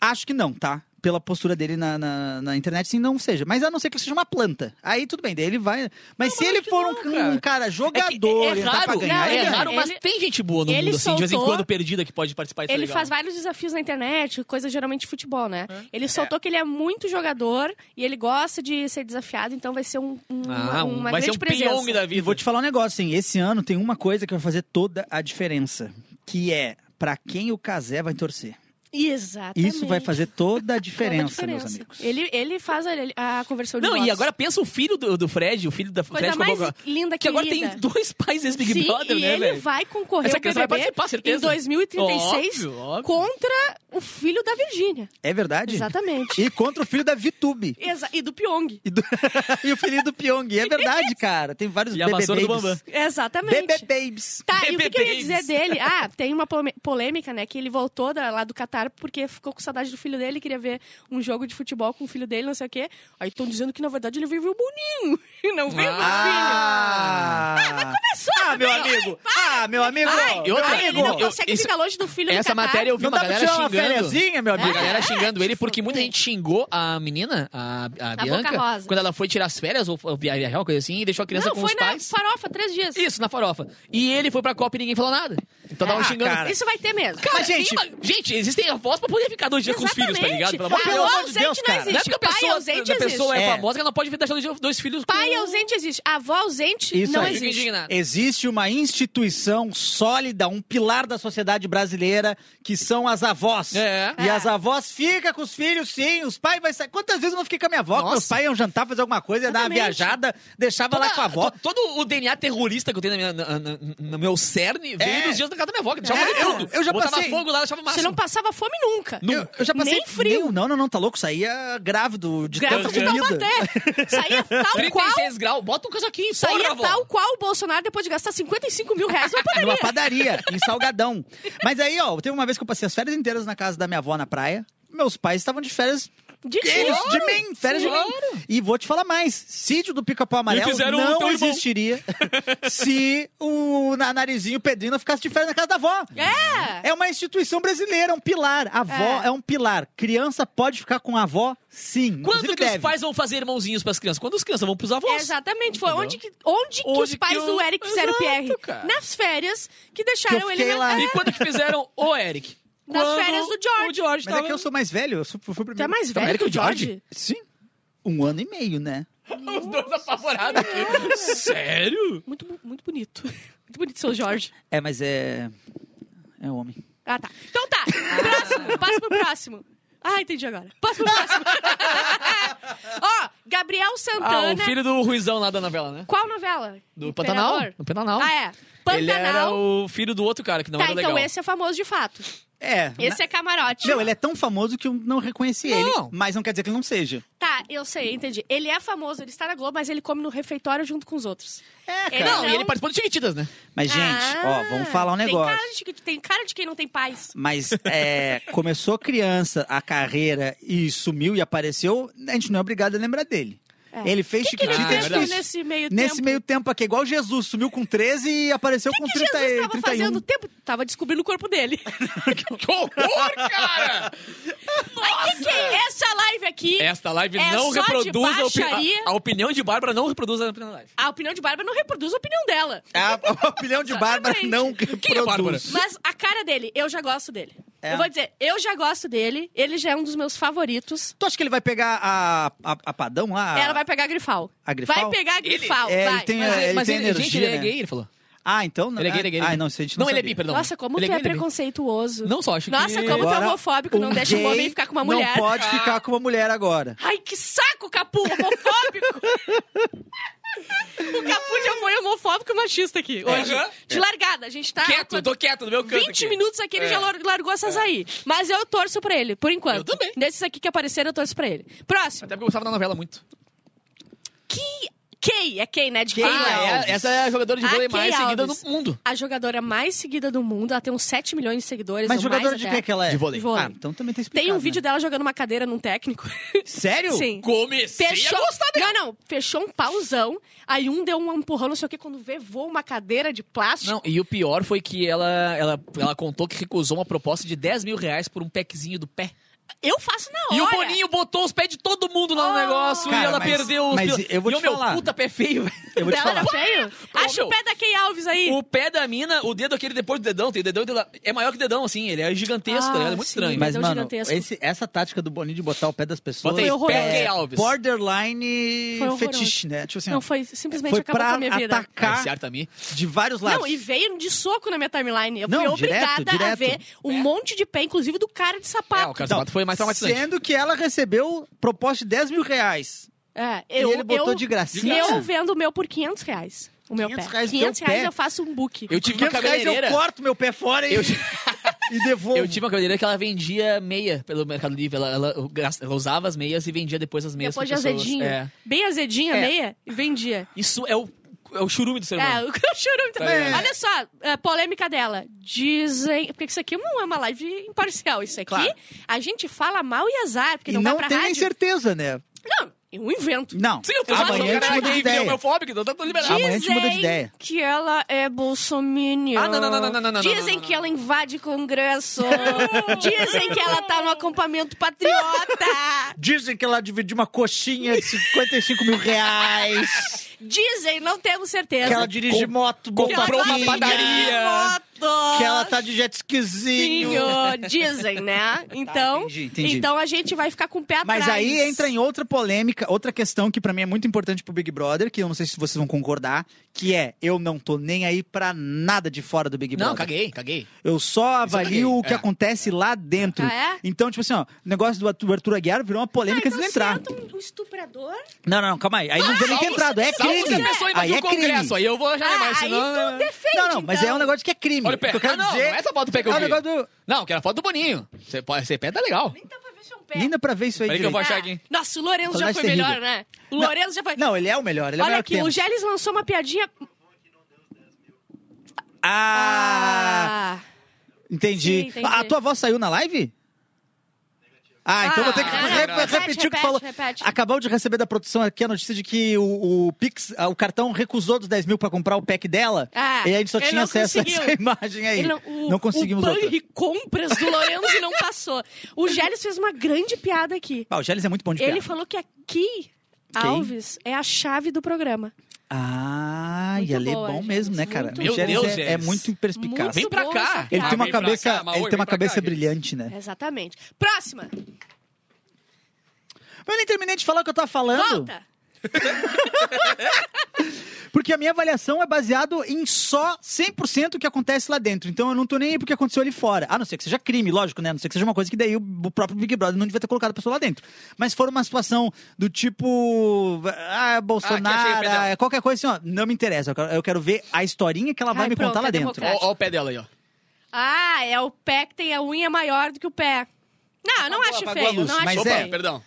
[SPEAKER 2] Acho que não, tá? Pela postura dele na, na, na internet, sim, não seja. Mas a não ser que ele seja uma planta. Aí tudo bem, daí ele vai. Mas se ele
[SPEAKER 4] acho que
[SPEAKER 2] for um-
[SPEAKER 4] não,
[SPEAKER 2] um,
[SPEAKER 4] cara.
[SPEAKER 2] cara.
[SPEAKER 4] É que
[SPEAKER 2] jogador,
[SPEAKER 4] é,
[SPEAKER 2] ele tá pra
[SPEAKER 4] raro,
[SPEAKER 2] ganhar,
[SPEAKER 4] é
[SPEAKER 2] ele ganha.
[SPEAKER 4] raro, mas
[SPEAKER 1] Ele-
[SPEAKER 4] tem gente boa no
[SPEAKER 1] ele
[SPEAKER 4] mundo, assim, de vez em
[SPEAKER 1] soltou-
[SPEAKER 4] quando perdida que pode participar disso é
[SPEAKER 1] Ele
[SPEAKER 4] legal. Uhum.
[SPEAKER 1] faz vários desafios na internet, coisa geralmente de futebol, né? Ele soltou que ele é muito jogador e ele gosta de ser desafiado, então vai ser um, um-
[SPEAKER 4] Ah, um,
[SPEAKER 1] uma
[SPEAKER 4] vai ser
[SPEAKER 1] grande
[SPEAKER 4] um
[SPEAKER 1] presença.
[SPEAKER 4] ping da
[SPEAKER 2] E
[SPEAKER 4] vida.
[SPEAKER 2] vou te falar um negócio, assim. Esse ano tem uma coisa que vai fazer toda a diferença. Que é pra quem o Casé vai torcer.
[SPEAKER 1] Exatamente.
[SPEAKER 2] Isso vai fazer toda a
[SPEAKER 1] Toda a
[SPEAKER 2] diferença, meus amigos.
[SPEAKER 1] Ele, ele faz a, a conversão de
[SPEAKER 4] Não, e
[SPEAKER 1] votos.
[SPEAKER 4] agora pensa o filho do, do Fred, o filho da
[SPEAKER 1] Coisa
[SPEAKER 4] Fred
[SPEAKER 1] mais
[SPEAKER 4] com a boca-
[SPEAKER 1] linda
[SPEAKER 4] que agora
[SPEAKER 1] querida.
[SPEAKER 4] tem dois pais desse Big
[SPEAKER 1] Sim,
[SPEAKER 4] Brother,
[SPEAKER 1] e
[SPEAKER 4] né,
[SPEAKER 1] ele
[SPEAKER 4] velho?
[SPEAKER 1] vai concorrer
[SPEAKER 4] Essa
[SPEAKER 1] ao
[SPEAKER 4] criança vai
[SPEAKER 1] BBB
[SPEAKER 4] participar, certeza.
[SPEAKER 1] em 2036
[SPEAKER 4] Óbvio, óbvio.
[SPEAKER 1] contra o filho da Virgínia.
[SPEAKER 2] É verdade?
[SPEAKER 1] Exatamente.
[SPEAKER 2] E contra o filho da VTube.
[SPEAKER 1] Exa- e do Pyong.
[SPEAKER 2] E, do... e o filho do Pyong. É verdade, cara. Tem vários
[SPEAKER 4] E a
[SPEAKER 2] bebê
[SPEAKER 4] vassoura do
[SPEAKER 2] babies.
[SPEAKER 4] Bambam.
[SPEAKER 1] Exatamente.
[SPEAKER 2] Bebê Babes.
[SPEAKER 1] Tá, e o que, que eu ia
[SPEAKER 4] BBBs.
[SPEAKER 1] dizer dele? Ah, tem uma poleme- polêmica, né? Que ele voltou da- lá do Catar porque ficou com saudade do filho dele, queria ver um jogo de futebol com o filho dele, não sei o quê. Aí estão dizendo que, na verdade, ele veio ver o Boninho. E não veio
[SPEAKER 2] Ah,
[SPEAKER 1] com o filho. Pessoa,
[SPEAKER 2] meu amigo! Ah, meu amigo!
[SPEAKER 1] Ai,
[SPEAKER 4] eu-
[SPEAKER 2] meu
[SPEAKER 1] ai, ele não
[SPEAKER 2] amigo!
[SPEAKER 1] consegue
[SPEAKER 4] eu- esse-
[SPEAKER 1] ficar longe do filho
[SPEAKER 4] Essa
[SPEAKER 1] do Catar.
[SPEAKER 4] matéria eu vi
[SPEAKER 2] Não
[SPEAKER 4] uma
[SPEAKER 2] dá pra
[SPEAKER 4] galera
[SPEAKER 2] tirar uma
[SPEAKER 4] xingando.
[SPEAKER 2] fériasinha, meu
[SPEAKER 4] A
[SPEAKER 1] É.
[SPEAKER 2] amigo?
[SPEAKER 4] galera xingando ele
[SPEAKER 1] se
[SPEAKER 4] porque muita
[SPEAKER 1] fuder.
[SPEAKER 4] gente xingou a menina, a, a Bianca,
[SPEAKER 1] Boca Rosa.
[SPEAKER 4] quando ela foi tirar as férias ou, ou viajar, alguma coisa assim, e deixou a criança
[SPEAKER 1] Não,
[SPEAKER 4] com
[SPEAKER 1] foi
[SPEAKER 4] os
[SPEAKER 1] na
[SPEAKER 4] pais.
[SPEAKER 1] farofa, três dias.
[SPEAKER 4] Isso, na farofa. E ele foi pra Copa e ninguém falou nada. Então tava
[SPEAKER 2] Ah,
[SPEAKER 4] xingando.
[SPEAKER 2] cara.
[SPEAKER 1] Isso vai ter mesmo.
[SPEAKER 4] Cara,
[SPEAKER 2] Mas,
[SPEAKER 4] tem
[SPEAKER 2] gente-
[SPEAKER 4] uma- gente, existem avós pra poder ficar dois dias com os filhos, tá ligado? Pelo amor de
[SPEAKER 2] Ah,
[SPEAKER 4] Deus.
[SPEAKER 2] Pelo
[SPEAKER 1] Avô
[SPEAKER 2] amor de Deus,
[SPEAKER 1] ausente não
[SPEAKER 2] cara.
[SPEAKER 1] existe.
[SPEAKER 4] Não é porque a
[SPEAKER 1] Pai
[SPEAKER 4] pessoa,
[SPEAKER 1] ausente
[SPEAKER 4] a pessoa
[SPEAKER 1] existe.
[SPEAKER 4] é,
[SPEAKER 2] É.
[SPEAKER 4] famosa que ela não pode deixar dois, dois filhos com...
[SPEAKER 1] Pai ausente existe. Avó ausente
[SPEAKER 2] Isso
[SPEAKER 1] não
[SPEAKER 2] aí.
[SPEAKER 4] Fico
[SPEAKER 1] existe.
[SPEAKER 4] indignado.
[SPEAKER 2] Existe uma instituição sólida, um pilar da sociedade brasileira, que são as avós.
[SPEAKER 4] É.
[SPEAKER 2] E
[SPEAKER 1] É.
[SPEAKER 2] as avós ficam com os filhos, sim. Os pais vai sair. Quantas vezes eu não fiquei com a minha avó? que Meus
[SPEAKER 4] Nossa.
[SPEAKER 2] pais iam jantar, fazer alguma coisa, ia dar uma
[SPEAKER 1] Exatamente.
[SPEAKER 2] viajada, deixava lá com a avó.
[SPEAKER 4] to- Todo o DNA terrorista que eu tenho na minha- na- na- no meu cerne veio
[SPEAKER 2] É.
[SPEAKER 4] dos dias da casa da minha avó, que deixava
[SPEAKER 2] É,
[SPEAKER 4] fazer
[SPEAKER 2] eu-
[SPEAKER 4] tudo.
[SPEAKER 2] eu já
[SPEAKER 4] Botava
[SPEAKER 2] passei-
[SPEAKER 4] fogo lá, deixava massa.
[SPEAKER 1] Você não passava fome nunca.
[SPEAKER 2] Eu, eu já passei
[SPEAKER 1] Nem frio.
[SPEAKER 2] Não, não, não, tá louco. Saía grávido de
[SPEAKER 1] Grávido
[SPEAKER 2] tanta
[SPEAKER 1] de
[SPEAKER 2] comida.
[SPEAKER 1] Taubaté. Saía tal qual.
[SPEAKER 4] 36 graus, bota um casaquinho,
[SPEAKER 1] Saía
[SPEAKER 4] porra, avó.
[SPEAKER 1] tal qual o Bolsonaro depois de gastar 55 mil reais numa padaria.
[SPEAKER 2] Numa padaria, em Salgadão. Mas aí, ó, teve uma vez que eu passei as férias inteiras na casa da minha avó na praia. Meus pais estavam de férias
[SPEAKER 1] De
[SPEAKER 2] Eles
[SPEAKER 1] tiro.
[SPEAKER 2] de mim, férias de mim. E vou te falar mais: sítio do pica-pau amarelo
[SPEAKER 4] E fizeram um o
[SPEAKER 2] não
[SPEAKER 4] teu irmão.
[SPEAKER 2] existiria se o na- narizinho Pedrino ficasse de férias na casa da avó.
[SPEAKER 1] É.
[SPEAKER 2] É uma instituição brasileira, é um pilar. A avó é.
[SPEAKER 1] É.
[SPEAKER 2] um pilar. Criança pode ficar com a avó, sim.
[SPEAKER 4] Quando
[SPEAKER 2] Inclusive
[SPEAKER 4] que
[SPEAKER 2] deve.
[SPEAKER 4] os pais vão fazer irmãozinhos pras crianças? Quando as crianças vão pros avós.
[SPEAKER 1] Exatamente, foi
[SPEAKER 4] Entendeu?
[SPEAKER 1] onde que, onde que
[SPEAKER 4] Onde
[SPEAKER 1] os pais
[SPEAKER 4] que eu-
[SPEAKER 1] do Eric fizeram o
[SPEAKER 4] Exato,
[SPEAKER 1] PR.
[SPEAKER 4] cara.
[SPEAKER 1] Nas férias que
[SPEAKER 2] Que
[SPEAKER 1] deixaram
[SPEAKER 2] eu
[SPEAKER 1] ele.
[SPEAKER 2] fiquei lá.
[SPEAKER 4] E quando que fizeram o Eric?
[SPEAKER 1] Nas
[SPEAKER 4] Quando
[SPEAKER 1] férias do George.
[SPEAKER 4] O George
[SPEAKER 2] Mas
[SPEAKER 4] tava...
[SPEAKER 2] é que eu sou mais velho, eu sou- fui o
[SPEAKER 1] Tu é
[SPEAKER 2] primeiro.
[SPEAKER 1] mais
[SPEAKER 4] Então,
[SPEAKER 1] velho
[SPEAKER 4] Eric
[SPEAKER 1] que o
[SPEAKER 4] e o George?
[SPEAKER 1] George?
[SPEAKER 2] Sim. Um ano e meio, né?
[SPEAKER 4] Os dois apavorados aqui. Sério?
[SPEAKER 1] Muito, bu- muito bonito. Muito bonito, seu Jorge.
[SPEAKER 2] É, mas é. É homem.
[SPEAKER 1] Ah, tá. Então tá. Próximo. Passa pro próximo. Ah, entendi agora. Passa pro próximo. Ó, Gabriel
[SPEAKER 4] Ah, o
[SPEAKER 1] Santana.
[SPEAKER 4] filho do Ruizão lá da novela, né?
[SPEAKER 1] Qual novela?
[SPEAKER 4] Do Pantanal?
[SPEAKER 1] Imperador?
[SPEAKER 4] Do Pantanal.
[SPEAKER 1] Ah, é.
[SPEAKER 4] Ele era
[SPEAKER 1] Pantanal.
[SPEAKER 4] o filho do outro cara que não
[SPEAKER 1] Tá,
[SPEAKER 4] era
[SPEAKER 1] então
[SPEAKER 4] legal.
[SPEAKER 1] esse é famoso de fato.
[SPEAKER 2] É.
[SPEAKER 1] Esse é camarote.
[SPEAKER 2] Não, ele é tão famoso que eu não reconheci ele.
[SPEAKER 4] Não.
[SPEAKER 2] Mas não quer dizer que ele não seja.
[SPEAKER 1] Tá, eu sei, entendi. Ele é famoso, ele está na Globo, mas ele come no refeitório junto com os outros.
[SPEAKER 2] É,
[SPEAKER 1] Ele
[SPEAKER 2] cara.
[SPEAKER 4] Não, e
[SPEAKER 1] Não.
[SPEAKER 4] ele participou do Chiquititas, né?
[SPEAKER 2] Mas, gente, ó, vamos falar um negócio.
[SPEAKER 1] Ah. Tem cara de, que- tem cara de quem não tem paz.
[SPEAKER 2] Mas é, começou criança a carreira e sumiu e apareceu, a gente não é obrigado a lembrar dele.
[SPEAKER 1] É.
[SPEAKER 2] Ele fez
[SPEAKER 1] O que, que ele
[SPEAKER 4] Ah,
[SPEAKER 2] Chiquititas.
[SPEAKER 4] é
[SPEAKER 1] fez
[SPEAKER 4] verdade.
[SPEAKER 1] nesse meio tempo?
[SPEAKER 2] Nesse meio tempo aqui, igual Jesus, sumiu com 13 e apareceu com
[SPEAKER 1] que
[SPEAKER 2] 30,
[SPEAKER 1] Jesus
[SPEAKER 2] e
[SPEAKER 1] tava
[SPEAKER 2] 31.
[SPEAKER 1] fazendo o tempo? Tava descobrindo o corpo dele.
[SPEAKER 4] Que horror, cara!
[SPEAKER 1] Ai, que que é essa live aqui? aqui.
[SPEAKER 4] Esta live
[SPEAKER 1] É só
[SPEAKER 4] não
[SPEAKER 1] de
[SPEAKER 4] reproduz a, opi-
[SPEAKER 1] baixaria.
[SPEAKER 4] a, a opinião de Bárbara, não reproduz a opinião da live.
[SPEAKER 1] A opinião de Bárbara não reproduz a opinião dela.
[SPEAKER 2] A, a opinião É, de Bárbara não
[SPEAKER 4] Quem é Bárbara?
[SPEAKER 2] produz.
[SPEAKER 1] Mas a cara dele, eu já gosto dele.
[SPEAKER 2] É.
[SPEAKER 1] Eu vou dizer, eu já gosto dele, ele já é um dos meus favoritos.
[SPEAKER 2] Tu acha que ele vai pegar a, a, a Padão lá?
[SPEAKER 1] Ela vai pegar a Grifal.
[SPEAKER 2] Ah. A Grifal?
[SPEAKER 1] Vai pegar a Grifal,
[SPEAKER 2] É, ele
[SPEAKER 1] vai.
[SPEAKER 2] tem-
[SPEAKER 4] Mas,
[SPEAKER 2] ele
[SPEAKER 4] mas
[SPEAKER 2] tem
[SPEAKER 4] ele, gente,
[SPEAKER 2] energia,
[SPEAKER 4] ele é
[SPEAKER 2] né?
[SPEAKER 4] gay, ele falou.
[SPEAKER 2] Ah, então...
[SPEAKER 4] Ele é gay, ele é gay. ele é
[SPEAKER 2] Ah,
[SPEAKER 4] gay.
[SPEAKER 2] não, isso a gente não
[SPEAKER 4] Não, ele é
[SPEAKER 2] sabia.
[SPEAKER 4] bi, perdão.
[SPEAKER 1] Nossa, como
[SPEAKER 4] ele
[SPEAKER 1] tu
[SPEAKER 4] gay,
[SPEAKER 1] é
[SPEAKER 4] ele bi.
[SPEAKER 1] preconceituoso.
[SPEAKER 4] Não só, acho
[SPEAKER 1] Nossa,
[SPEAKER 4] que...
[SPEAKER 1] como- tu é
[SPEAKER 2] Agora,
[SPEAKER 1] homofóbico, não
[SPEAKER 2] um
[SPEAKER 1] deixa um
[SPEAKER 2] gay
[SPEAKER 1] homem ficar com uma mulher.
[SPEAKER 2] Não pode ficar com uma mulher agora.
[SPEAKER 1] Ai, que saco, Capu, homofóbico! o Capu já foi homofóbico e machista aqui, hoje.
[SPEAKER 4] Aham. É.
[SPEAKER 1] De largada, a gente tá...
[SPEAKER 4] Quieto, eu tô quieto no meu canto
[SPEAKER 1] 20
[SPEAKER 4] aqui.
[SPEAKER 1] minutos aqui, ele
[SPEAKER 4] É.
[SPEAKER 1] já lar- largou essas aí. Mas eu torço pra ele, por enquanto.
[SPEAKER 4] Eu também.
[SPEAKER 1] Desses aqui que apareceram, eu torço pra ele. Próximo.
[SPEAKER 4] Até porque eu gostava da novela muito.
[SPEAKER 1] Key. Kay, é Kay, né? De Kay.
[SPEAKER 4] Ah, é, essa é a jogadora de
[SPEAKER 1] Ah,
[SPEAKER 4] vôlei
[SPEAKER 1] Kay
[SPEAKER 4] mais seguida do
[SPEAKER 1] Alves.
[SPEAKER 4] mundo.
[SPEAKER 1] A jogadora mais seguida do mundo. Ela tem uns 7 milhões de seguidores.
[SPEAKER 2] Mas
[SPEAKER 1] ou
[SPEAKER 2] jogadora
[SPEAKER 1] mais
[SPEAKER 2] de
[SPEAKER 1] até.
[SPEAKER 2] que que ela é?
[SPEAKER 4] De vôlei.
[SPEAKER 1] De vôlei.
[SPEAKER 2] Ah, então também tá explicado,
[SPEAKER 1] Tem um vídeo
[SPEAKER 2] né?
[SPEAKER 1] dela jogando uma cadeira num técnico.
[SPEAKER 2] Sério?
[SPEAKER 1] Sim.
[SPEAKER 4] Comecei
[SPEAKER 1] Fechou.
[SPEAKER 4] a gostar dela.
[SPEAKER 1] Não, não. Fechou um pauzão. Aí um deu um empurrão, não sei o que. Quando vê, voa uma cadeira de plástico.
[SPEAKER 4] Não, e o pior foi que ela, ela, ela contou que recusou uma proposta de 10 mil reais por um packzinho do pé.
[SPEAKER 1] Eu faço na hora.
[SPEAKER 4] E o Boninho botou os pés de todo mundo lá no
[SPEAKER 1] Oh.
[SPEAKER 4] negócio e
[SPEAKER 2] Cara,
[SPEAKER 4] ela
[SPEAKER 2] mas-
[SPEAKER 4] perdeu os
[SPEAKER 2] mas
[SPEAKER 4] pila-
[SPEAKER 2] eu vou
[SPEAKER 4] e
[SPEAKER 2] te
[SPEAKER 4] o meu
[SPEAKER 2] falar.
[SPEAKER 4] puta pé feio, velho.
[SPEAKER 2] Eu vou te
[SPEAKER 1] Dela era
[SPEAKER 2] falar.
[SPEAKER 1] feio?
[SPEAKER 4] Pô,
[SPEAKER 1] Acha
[SPEAKER 4] meu.
[SPEAKER 1] o pé da Kay Alves aí.
[SPEAKER 4] O pé da mina, o dedo aquele depois do dedão, tem o dedão, tem lá- é maior que o dedão, assim, ele é gigantesco,
[SPEAKER 1] Ah,
[SPEAKER 4] tá ligado? É muito
[SPEAKER 1] sim.
[SPEAKER 4] estranho.
[SPEAKER 2] Mas,
[SPEAKER 1] Mas é um
[SPEAKER 2] mano,
[SPEAKER 1] gigantesco.
[SPEAKER 2] esse- essa tática do Boninho de botar o pé das pessoas...
[SPEAKER 4] Bota aí,
[SPEAKER 1] Foi
[SPEAKER 4] pé
[SPEAKER 1] horroroso.
[SPEAKER 4] Kay Alves.
[SPEAKER 2] Borderline
[SPEAKER 1] Foi horroroso.
[SPEAKER 2] fetiche, né? Tipo assim, ó,
[SPEAKER 1] Não, foi simplesmente
[SPEAKER 2] foi
[SPEAKER 1] acabou
[SPEAKER 2] pra
[SPEAKER 1] com a minha vida.
[SPEAKER 2] atacar
[SPEAKER 4] Esse ar também.
[SPEAKER 2] de vários lados.
[SPEAKER 1] Não, e veio de soco na minha timeline. Eu fui
[SPEAKER 2] Não,
[SPEAKER 1] obrigada
[SPEAKER 2] direto, É.
[SPEAKER 1] a ver
[SPEAKER 2] direto.
[SPEAKER 1] um monte de pé, inclusive do cara de
[SPEAKER 4] É, o
[SPEAKER 1] sapato.
[SPEAKER 4] cara do sapato foi mais traumatizante.
[SPEAKER 2] Sendo que ela recebeu proposta de 10 mil reais.
[SPEAKER 1] É, eu,
[SPEAKER 2] e ele botou
[SPEAKER 1] eu,
[SPEAKER 2] de gracinha.
[SPEAKER 1] Eu vendo o meu por 500 reais. O meu
[SPEAKER 2] 500
[SPEAKER 1] pé.
[SPEAKER 2] reais do
[SPEAKER 1] 500
[SPEAKER 2] teu
[SPEAKER 1] reais
[SPEAKER 2] pé?
[SPEAKER 1] eu faço um book.
[SPEAKER 4] Eu tive uma
[SPEAKER 2] 500 reais
[SPEAKER 4] cabeleireira.
[SPEAKER 2] eu corto meu pé fora e,
[SPEAKER 4] Eu,
[SPEAKER 2] e devolvo.
[SPEAKER 4] eu tive uma cabeleireira que ela vendia meia pelo Mercado Livre. Ela, ela gasta- ela usava as meias e vendia depois as meias
[SPEAKER 1] Depois de
[SPEAKER 4] pra pessoas.
[SPEAKER 1] azedinho.
[SPEAKER 4] É.
[SPEAKER 1] Bem azedinha,
[SPEAKER 4] É.
[SPEAKER 1] meia, e vendia.
[SPEAKER 4] Isso é o, é o churume do ser
[SPEAKER 1] É,
[SPEAKER 4] humano.
[SPEAKER 1] o que eu choro muito.
[SPEAKER 4] Tá vendo?
[SPEAKER 1] Olha só, a polêmica dela. Dizem. Porque isso aqui não é uma live imparcial. Isso aqui
[SPEAKER 2] Claro.
[SPEAKER 1] a gente fala mal e azar, porque
[SPEAKER 2] E
[SPEAKER 1] não,
[SPEAKER 2] não
[SPEAKER 1] vai pra
[SPEAKER 2] tem nem
[SPEAKER 1] rádio.
[SPEAKER 2] certeza, né?
[SPEAKER 1] Não, eu invento.
[SPEAKER 2] Não.
[SPEAKER 4] Sim, eu tô
[SPEAKER 1] Amanhã
[SPEAKER 4] falando,
[SPEAKER 1] a gente
[SPEAKER 4] cara,
[SPEAKER 2] muda de
[SPEAKER 4] gay,
[SPEAKER 2] ideia.
[SPEAKER 4] homofóbico, então tá tudo liberado.
[SPEAKER 2] Amanhã a gente muda de ideia.
[SPEAKER 1] que ela é bolsominion.
[SPEAKER 4] Ah, não, não, não, não, não, não, não,
[SPEAKER 1] Dizem
[SPEAKER 4] não, não,
[SPEAKER 1] que ela invade congresso. Dizem que ela tá no acampamento patriota.
[SPEAKER 2] Dizem que ela dividiu uma coxinha de 55 mil reais.
[SPEAKER 1] Dizem, não temos
[SPEAKER 2] que
[SPEAKER 1] certeza.
[SPEAKER 2] ela dirige
[SPEAKER 4] Com-
[SPEAKER 2] moto,
[SPEAKER 1] Que
[SPEAKER 4] comprou
[SPEAKER 2] botou
[SPEAKER 4] uma
[SPEAKER 1] dirige
[SPEAKER 2] pinha,
[SPEAKER 4] padaria.
[SPEAKER 1] moto.
[SPEAKER 2] Que ela tá de jet skizinho.
[SPEAKER 1] Pinho, Dizem, né? Então,
[SPEAKER 2] Tá, entendi, entendi.
[SPEAKER 1] então a gente vai ficar com o pé atrás.
[SPEAKER 2] Mas aí entra em outra polêmica, outra questão que pra mim é muito importante pro Big Brother, que eu não sei se vocês vão concordar, que é eu não tô nem aí pra nada de fora do Big Brother.
[SPEAKER 4] Não, caguei, caguei.
[SPEAKER 2] Eu
[SPEAKER 4] Isso
[SPEAKER 2] só
[SPEAKER 4] eu
[SPEAKER 2] avalio
[SPEAKER 4] caguei,
[SPEAKER 2] o que
[SPEAKER 4] é.
[SPEAKER 2] acontece lá dentro.
[SPEAKER 1] Ah, é?
[SPEAKER 2] Então, tipo assim, ó, o negócio do Arthur Arthur Aguiar virou uma polêmica antes de
[SPEAKER 4] tá
[SPEAKER 2] entrar.
[SPEAKER 1] Um estuprador?
[SPEAKER 2] Não, não, não, calma aí. Aí não devia nem ter
[SPEAKER 4] Salvo-
[SPEAKER 2] entrado. É
[SPEAKER 4] salvo se
[SPEAKER 2] crime.
[SPEAKER 4] a pessoa
[SPEAKER 2] Aí
[SPEAKER 4] invadiu
[SPEAKER 2] é
[SPEAKER 4] o congresso,
[SPEAKER 2] crime.
[SPEAKER 4] aí eu vou já
[SPEAKER 1] Ah,
[SPEAKER 4] mais,
[SPEAKER 1] aí
[SPEAKER 4] senão...
[SPEAKER 1] tu defende,
[SPEAKER 2] Não, não, mas
[SPEAKER 1] então.
[SPEAKER 2] é um negócio que é crime.
[SPEAKER 4] Olha o pé.
[SPEAKER 2] Eu quero
[SPEAKER 4] Ah, não,
[SPEAKER 2] dizer-
[SPEAKER 4] não é essa foto do pé que eu
[SPEAKER 2] É um
[SPEAKER 4] vi.
[SPEAKER 2] negócio do...
[SPEAKER 4] Não, que era foto do Boninho. Você pode ser pé, tá legal.
[SPEAKER 1] Nem dá pra ver se é um pé. Ah,
[SPEAKER 2] Nem dá pra ver isso aí
[SPEAKER 4] Peraí que eu
[SPEAKER 2] direito.
[SPEAKER 4] vou achar aqui.
[SPEAKER 1] Nossa, o Lourenço já
[SPEAKER 2] Saudade
[SPEAKER 1] foi
[SPEAKER 2] é terrível.
[SPEAKER 1] melhor, né? O Lourenço já foi...
[SPEAKER 2] Não, ele é o melhor. Ele é o
[SPEAKER 1] Olha
[SPEAKER 2] melhor que
[SPEAKER 1] aqui, o
[SPEAKER 2] temos.
[SPEAKER 1] Gélis lançou uma piadinha...
[SPEAKER 2] Ah, entendi.
[SPEAKER 1] Sim, entendi.
[SPEAKER 2] A tua voz saiu na live? Ah, então
[SPEAKER 1] Ah,
[SPEAKER 2] vou ter que
[SPEAKER 1] não,
[SPEAKER 2] re-
[SPEAKER 1] não, não.
[SPEAKER 2] repetir
[SPEAKER 1] Repete,
[SPEAKER 2] o que falou.
[SPEAKER 1] repete, repete.
[SPEAKER 2] Acabou de receber da produção aqui a notícia de que o, o Pix, ah, o cartão recusou dos 10 mil pra comprar o pack dela.
[SPEAKER 1] Ah,
[SPEAKER 2] e a gente só
[SPEAKER 1] ele
[SPEAKER 2] tinha
[SPEAKER 1] não
[SPEAKER 2] acesso a essa
[SPEAKER 1] conseguiu.
[SPEAKER 2] imagem aí.
[SPEAKER 1] Ele
[SPEAKER 2] Não,
[SPEAKER 1] o,
[SPEAKER 2] conseguimos
[SPEAKER 1] o
[SPEAKER 2] outra.
[SPEAKER 1] e compras do Lourenço não passou. O Gélis fez uma grande piada aqui.
[SPEAKER 2] Ah, o Gélis é muito bom de
[SPEAKER 1] Ele
[SPEAKER 2] piada.
[SPEAKER 1] falou que aqui...
[SPEAKER 2] Quem?
[SPEAKER 1] Alves é a chave do programa.
[SPEAKER 2] Ah, e
[SPEAKER 1] Muito
[SPEAKER 2] ele é
[SPEAKER 1] boa,
[SPEAKER 2] bom
[SPEAKER 1] gente,
[SPEAKER 2] mesmo, né, cara?
[SPEAKER 1] muito
[SPEAKER 2] o
[SPEAKER 4] boa.
[SPEAKER 2] Gélis
[SPEAKER 4] Meu Deus,
[SPEAKER 2] é, é
[SPEAKER 4] Gélis.
[SPEAKER 2] muito perspicaz.
[SPEAKER 1] Muito
[SPEAKER 4] Vem pra
[SPEAKER 1] bom
[SPEAKER 4] cá.
[SPEAKER 1] essa piada.
[SPEAKER 2] Ele
[SPEAKER 4] Ah,
[SPEAKER 2] tem uma
[SPEAKER 4] vem pra
[SPEAKER 2] cabeça,
[SPEAKER 4] cá, Mauro,
[SPEAKER 2] ele tem
[SPEAKER 4] vem
[SPEAKER 2] uma
[SPEAKER 4] pra cá,
[SPEAKER 2] cabeça
[SPEAKER 4] Gélis.
[SPEAKER 2] brilhante, né?
[SPEAKER 1] Exatamente. Próxima.
[SPEAKER 2] Mas eu nem terminei de falar o que eu tava falando.
[SPEAKER 1] Volta.
[SPEAKER 2] Porque a minha avaliação é baseado em só 100% o que acontece lá dentro. Então eu não tô nem aí porque aconteceu ali fora. A não ser que seja crime, lógico, né? A não ser que seja uma coisa que daí o o próprio Big Brother não devia ter colocado a pessoa lá dentro. Mas for uma situação do tipo. Ah,
[SPEAKER 4] achei o
[SPEAKER 2] Bolsonaro,
[SPEAKER 4] pé dela.
[SPEAKER 2] é qualquer coisa assim, ó. Não me interessa. Eu quero, eu quero ver a historinha que ela vai
[SPEAKER 1] Ai,
[SPEAKER 2] me
[SPEAKER 1] pronto,
[SPEAKER 2] contar lá
[SPEAKER 1] é
[SPEAKER 2] dentro.
[SPEAKER 1] democrático.
[SPEAKER 4] Ó, ó o pé dela aí, ó.
[SPEAKER 1] Ah, é o pé que tem a unha maior do que o pé. Não, eu não
[SPEAKER 4] Apagou-
[SPEAKER 1] acho
[SPEAKER 4] apagou a
[SPEAKER 1] feio.
[SPEAKER 4] luz,
[SPEAKER 1] não acho
[SPEAKER 2] mas
[SPEAKER 4] Opa,
[SPEAKER 2] é.
[SPEAKER 1] feio.
[SPEAKER 4] perdão.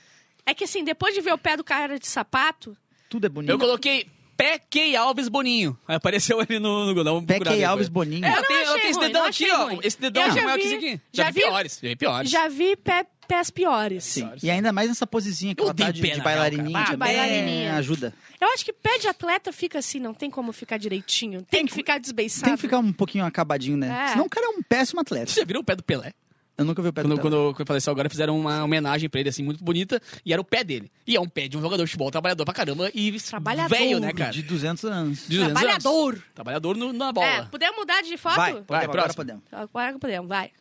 [SPEAKER 1] É que assim, depois de ver o pé do cara de sapato,
[SPEAKER 2] Tudo é bonito.
[SPEAKER 4] Eu coloquei pé Key Alves Boninho. Aí apareceu ele no no Google.
[SPEAKER 2] Pé Key Alves Boninho.
[SPEAKER 4] É,
[SPEAKER 1] Eu
[SPEAKER 4] eu
[SPEAKER 1] não
[SPEAKER 4] tenho, eu
[SPEAKER 1] achei
[SPEAKER 4] tenho esse
[SPEAKER 1] ruim,
[SPEAKER 4] dedão
[SPEAKER 1] não
[SPEAKER 4] aqui,
[SPEAKER 1] achei
[SPEAKER 4] ó.
[SPEAKER 1] ruim.
[SPEAKER 4] Esse dedão
[SPEAKER 1] Eu
[SPEAKER 4] aqui
[SPEAKER 1] já
[SPEAKER 4] é maior que esse
[SPEAKER 1] vi-
[SPEAKER 4] aqui.
[SPEAKER 1] já
[SPEAKER 4] Já, vi
[SPEAKER 1] vi-
[SPEAKER 4] piores. Já vi piores.
[SPEAKER 1] já vi pé- pés piores.
[SPEAKER 2] Sim. E ainda mais nessa posezinha que
[SPEAKER 4] Eu
[SPEAKER 2] ela tá
[SPEAKER 4] odeio
[SPEAKER 2] de,
[SPEAKER 4] pé
[SPEAKER 2] de
[SPEAKER 4] na
[SPEAKER 2] bailarininha.
[SPEAKER 4] real,
[SPEAKER 1] cara.
[SPEAKER 2] também,
[SPEAKER 1] Ah, Bailarininha.
[SPEAKER 2] Ajuda.
[SPEAKER 1] Eu acho que pé de atleta fica assim, não tem como ficar direitinho. Tem, que ficar desbeiçado.
[SPEAKER 2] Tem que ficar um pouquinho acabadinho, né?
[SPEAKER 1] É.
[SPEAKER 2] Senão o cara é um péssimo atleta.
[SPEAKER 4] Você já viram o pé do Pelé?
[SPEAKER 2] Eu nunca vi o pé
[SPEAKER 4] Quando,
[SPEAKER 2] do Pelé.
[SPEAKER 4] quando, quando faleceu agora, fizeram uma homenagem pra ele, assim, muito bonita. E era o pé dele. E é um pé de um jogador de futebol, trabalhador pra caramba. E
[SPEAKER 1] Trabalhador.
[SPEAKER 4] velho, né, cara?
[SPEAKER 2] De 200 anos.
[SPEAKER 4] De 200 anos.
[SPEAKER 1] Trabalhador.
[SPEAKER 4] Trabalhador no- na
[SPEAKER 1] É,
[SPEAKER 4] bola.
[SPEAKER 1] podemos mudar de foto?
[SPEAKER 2] Vai, podemos, agora
[SPEAKER 4] próximo.
[SPEAKER 2] podemos.
[SPEAKER 1] Agora podemos, vai.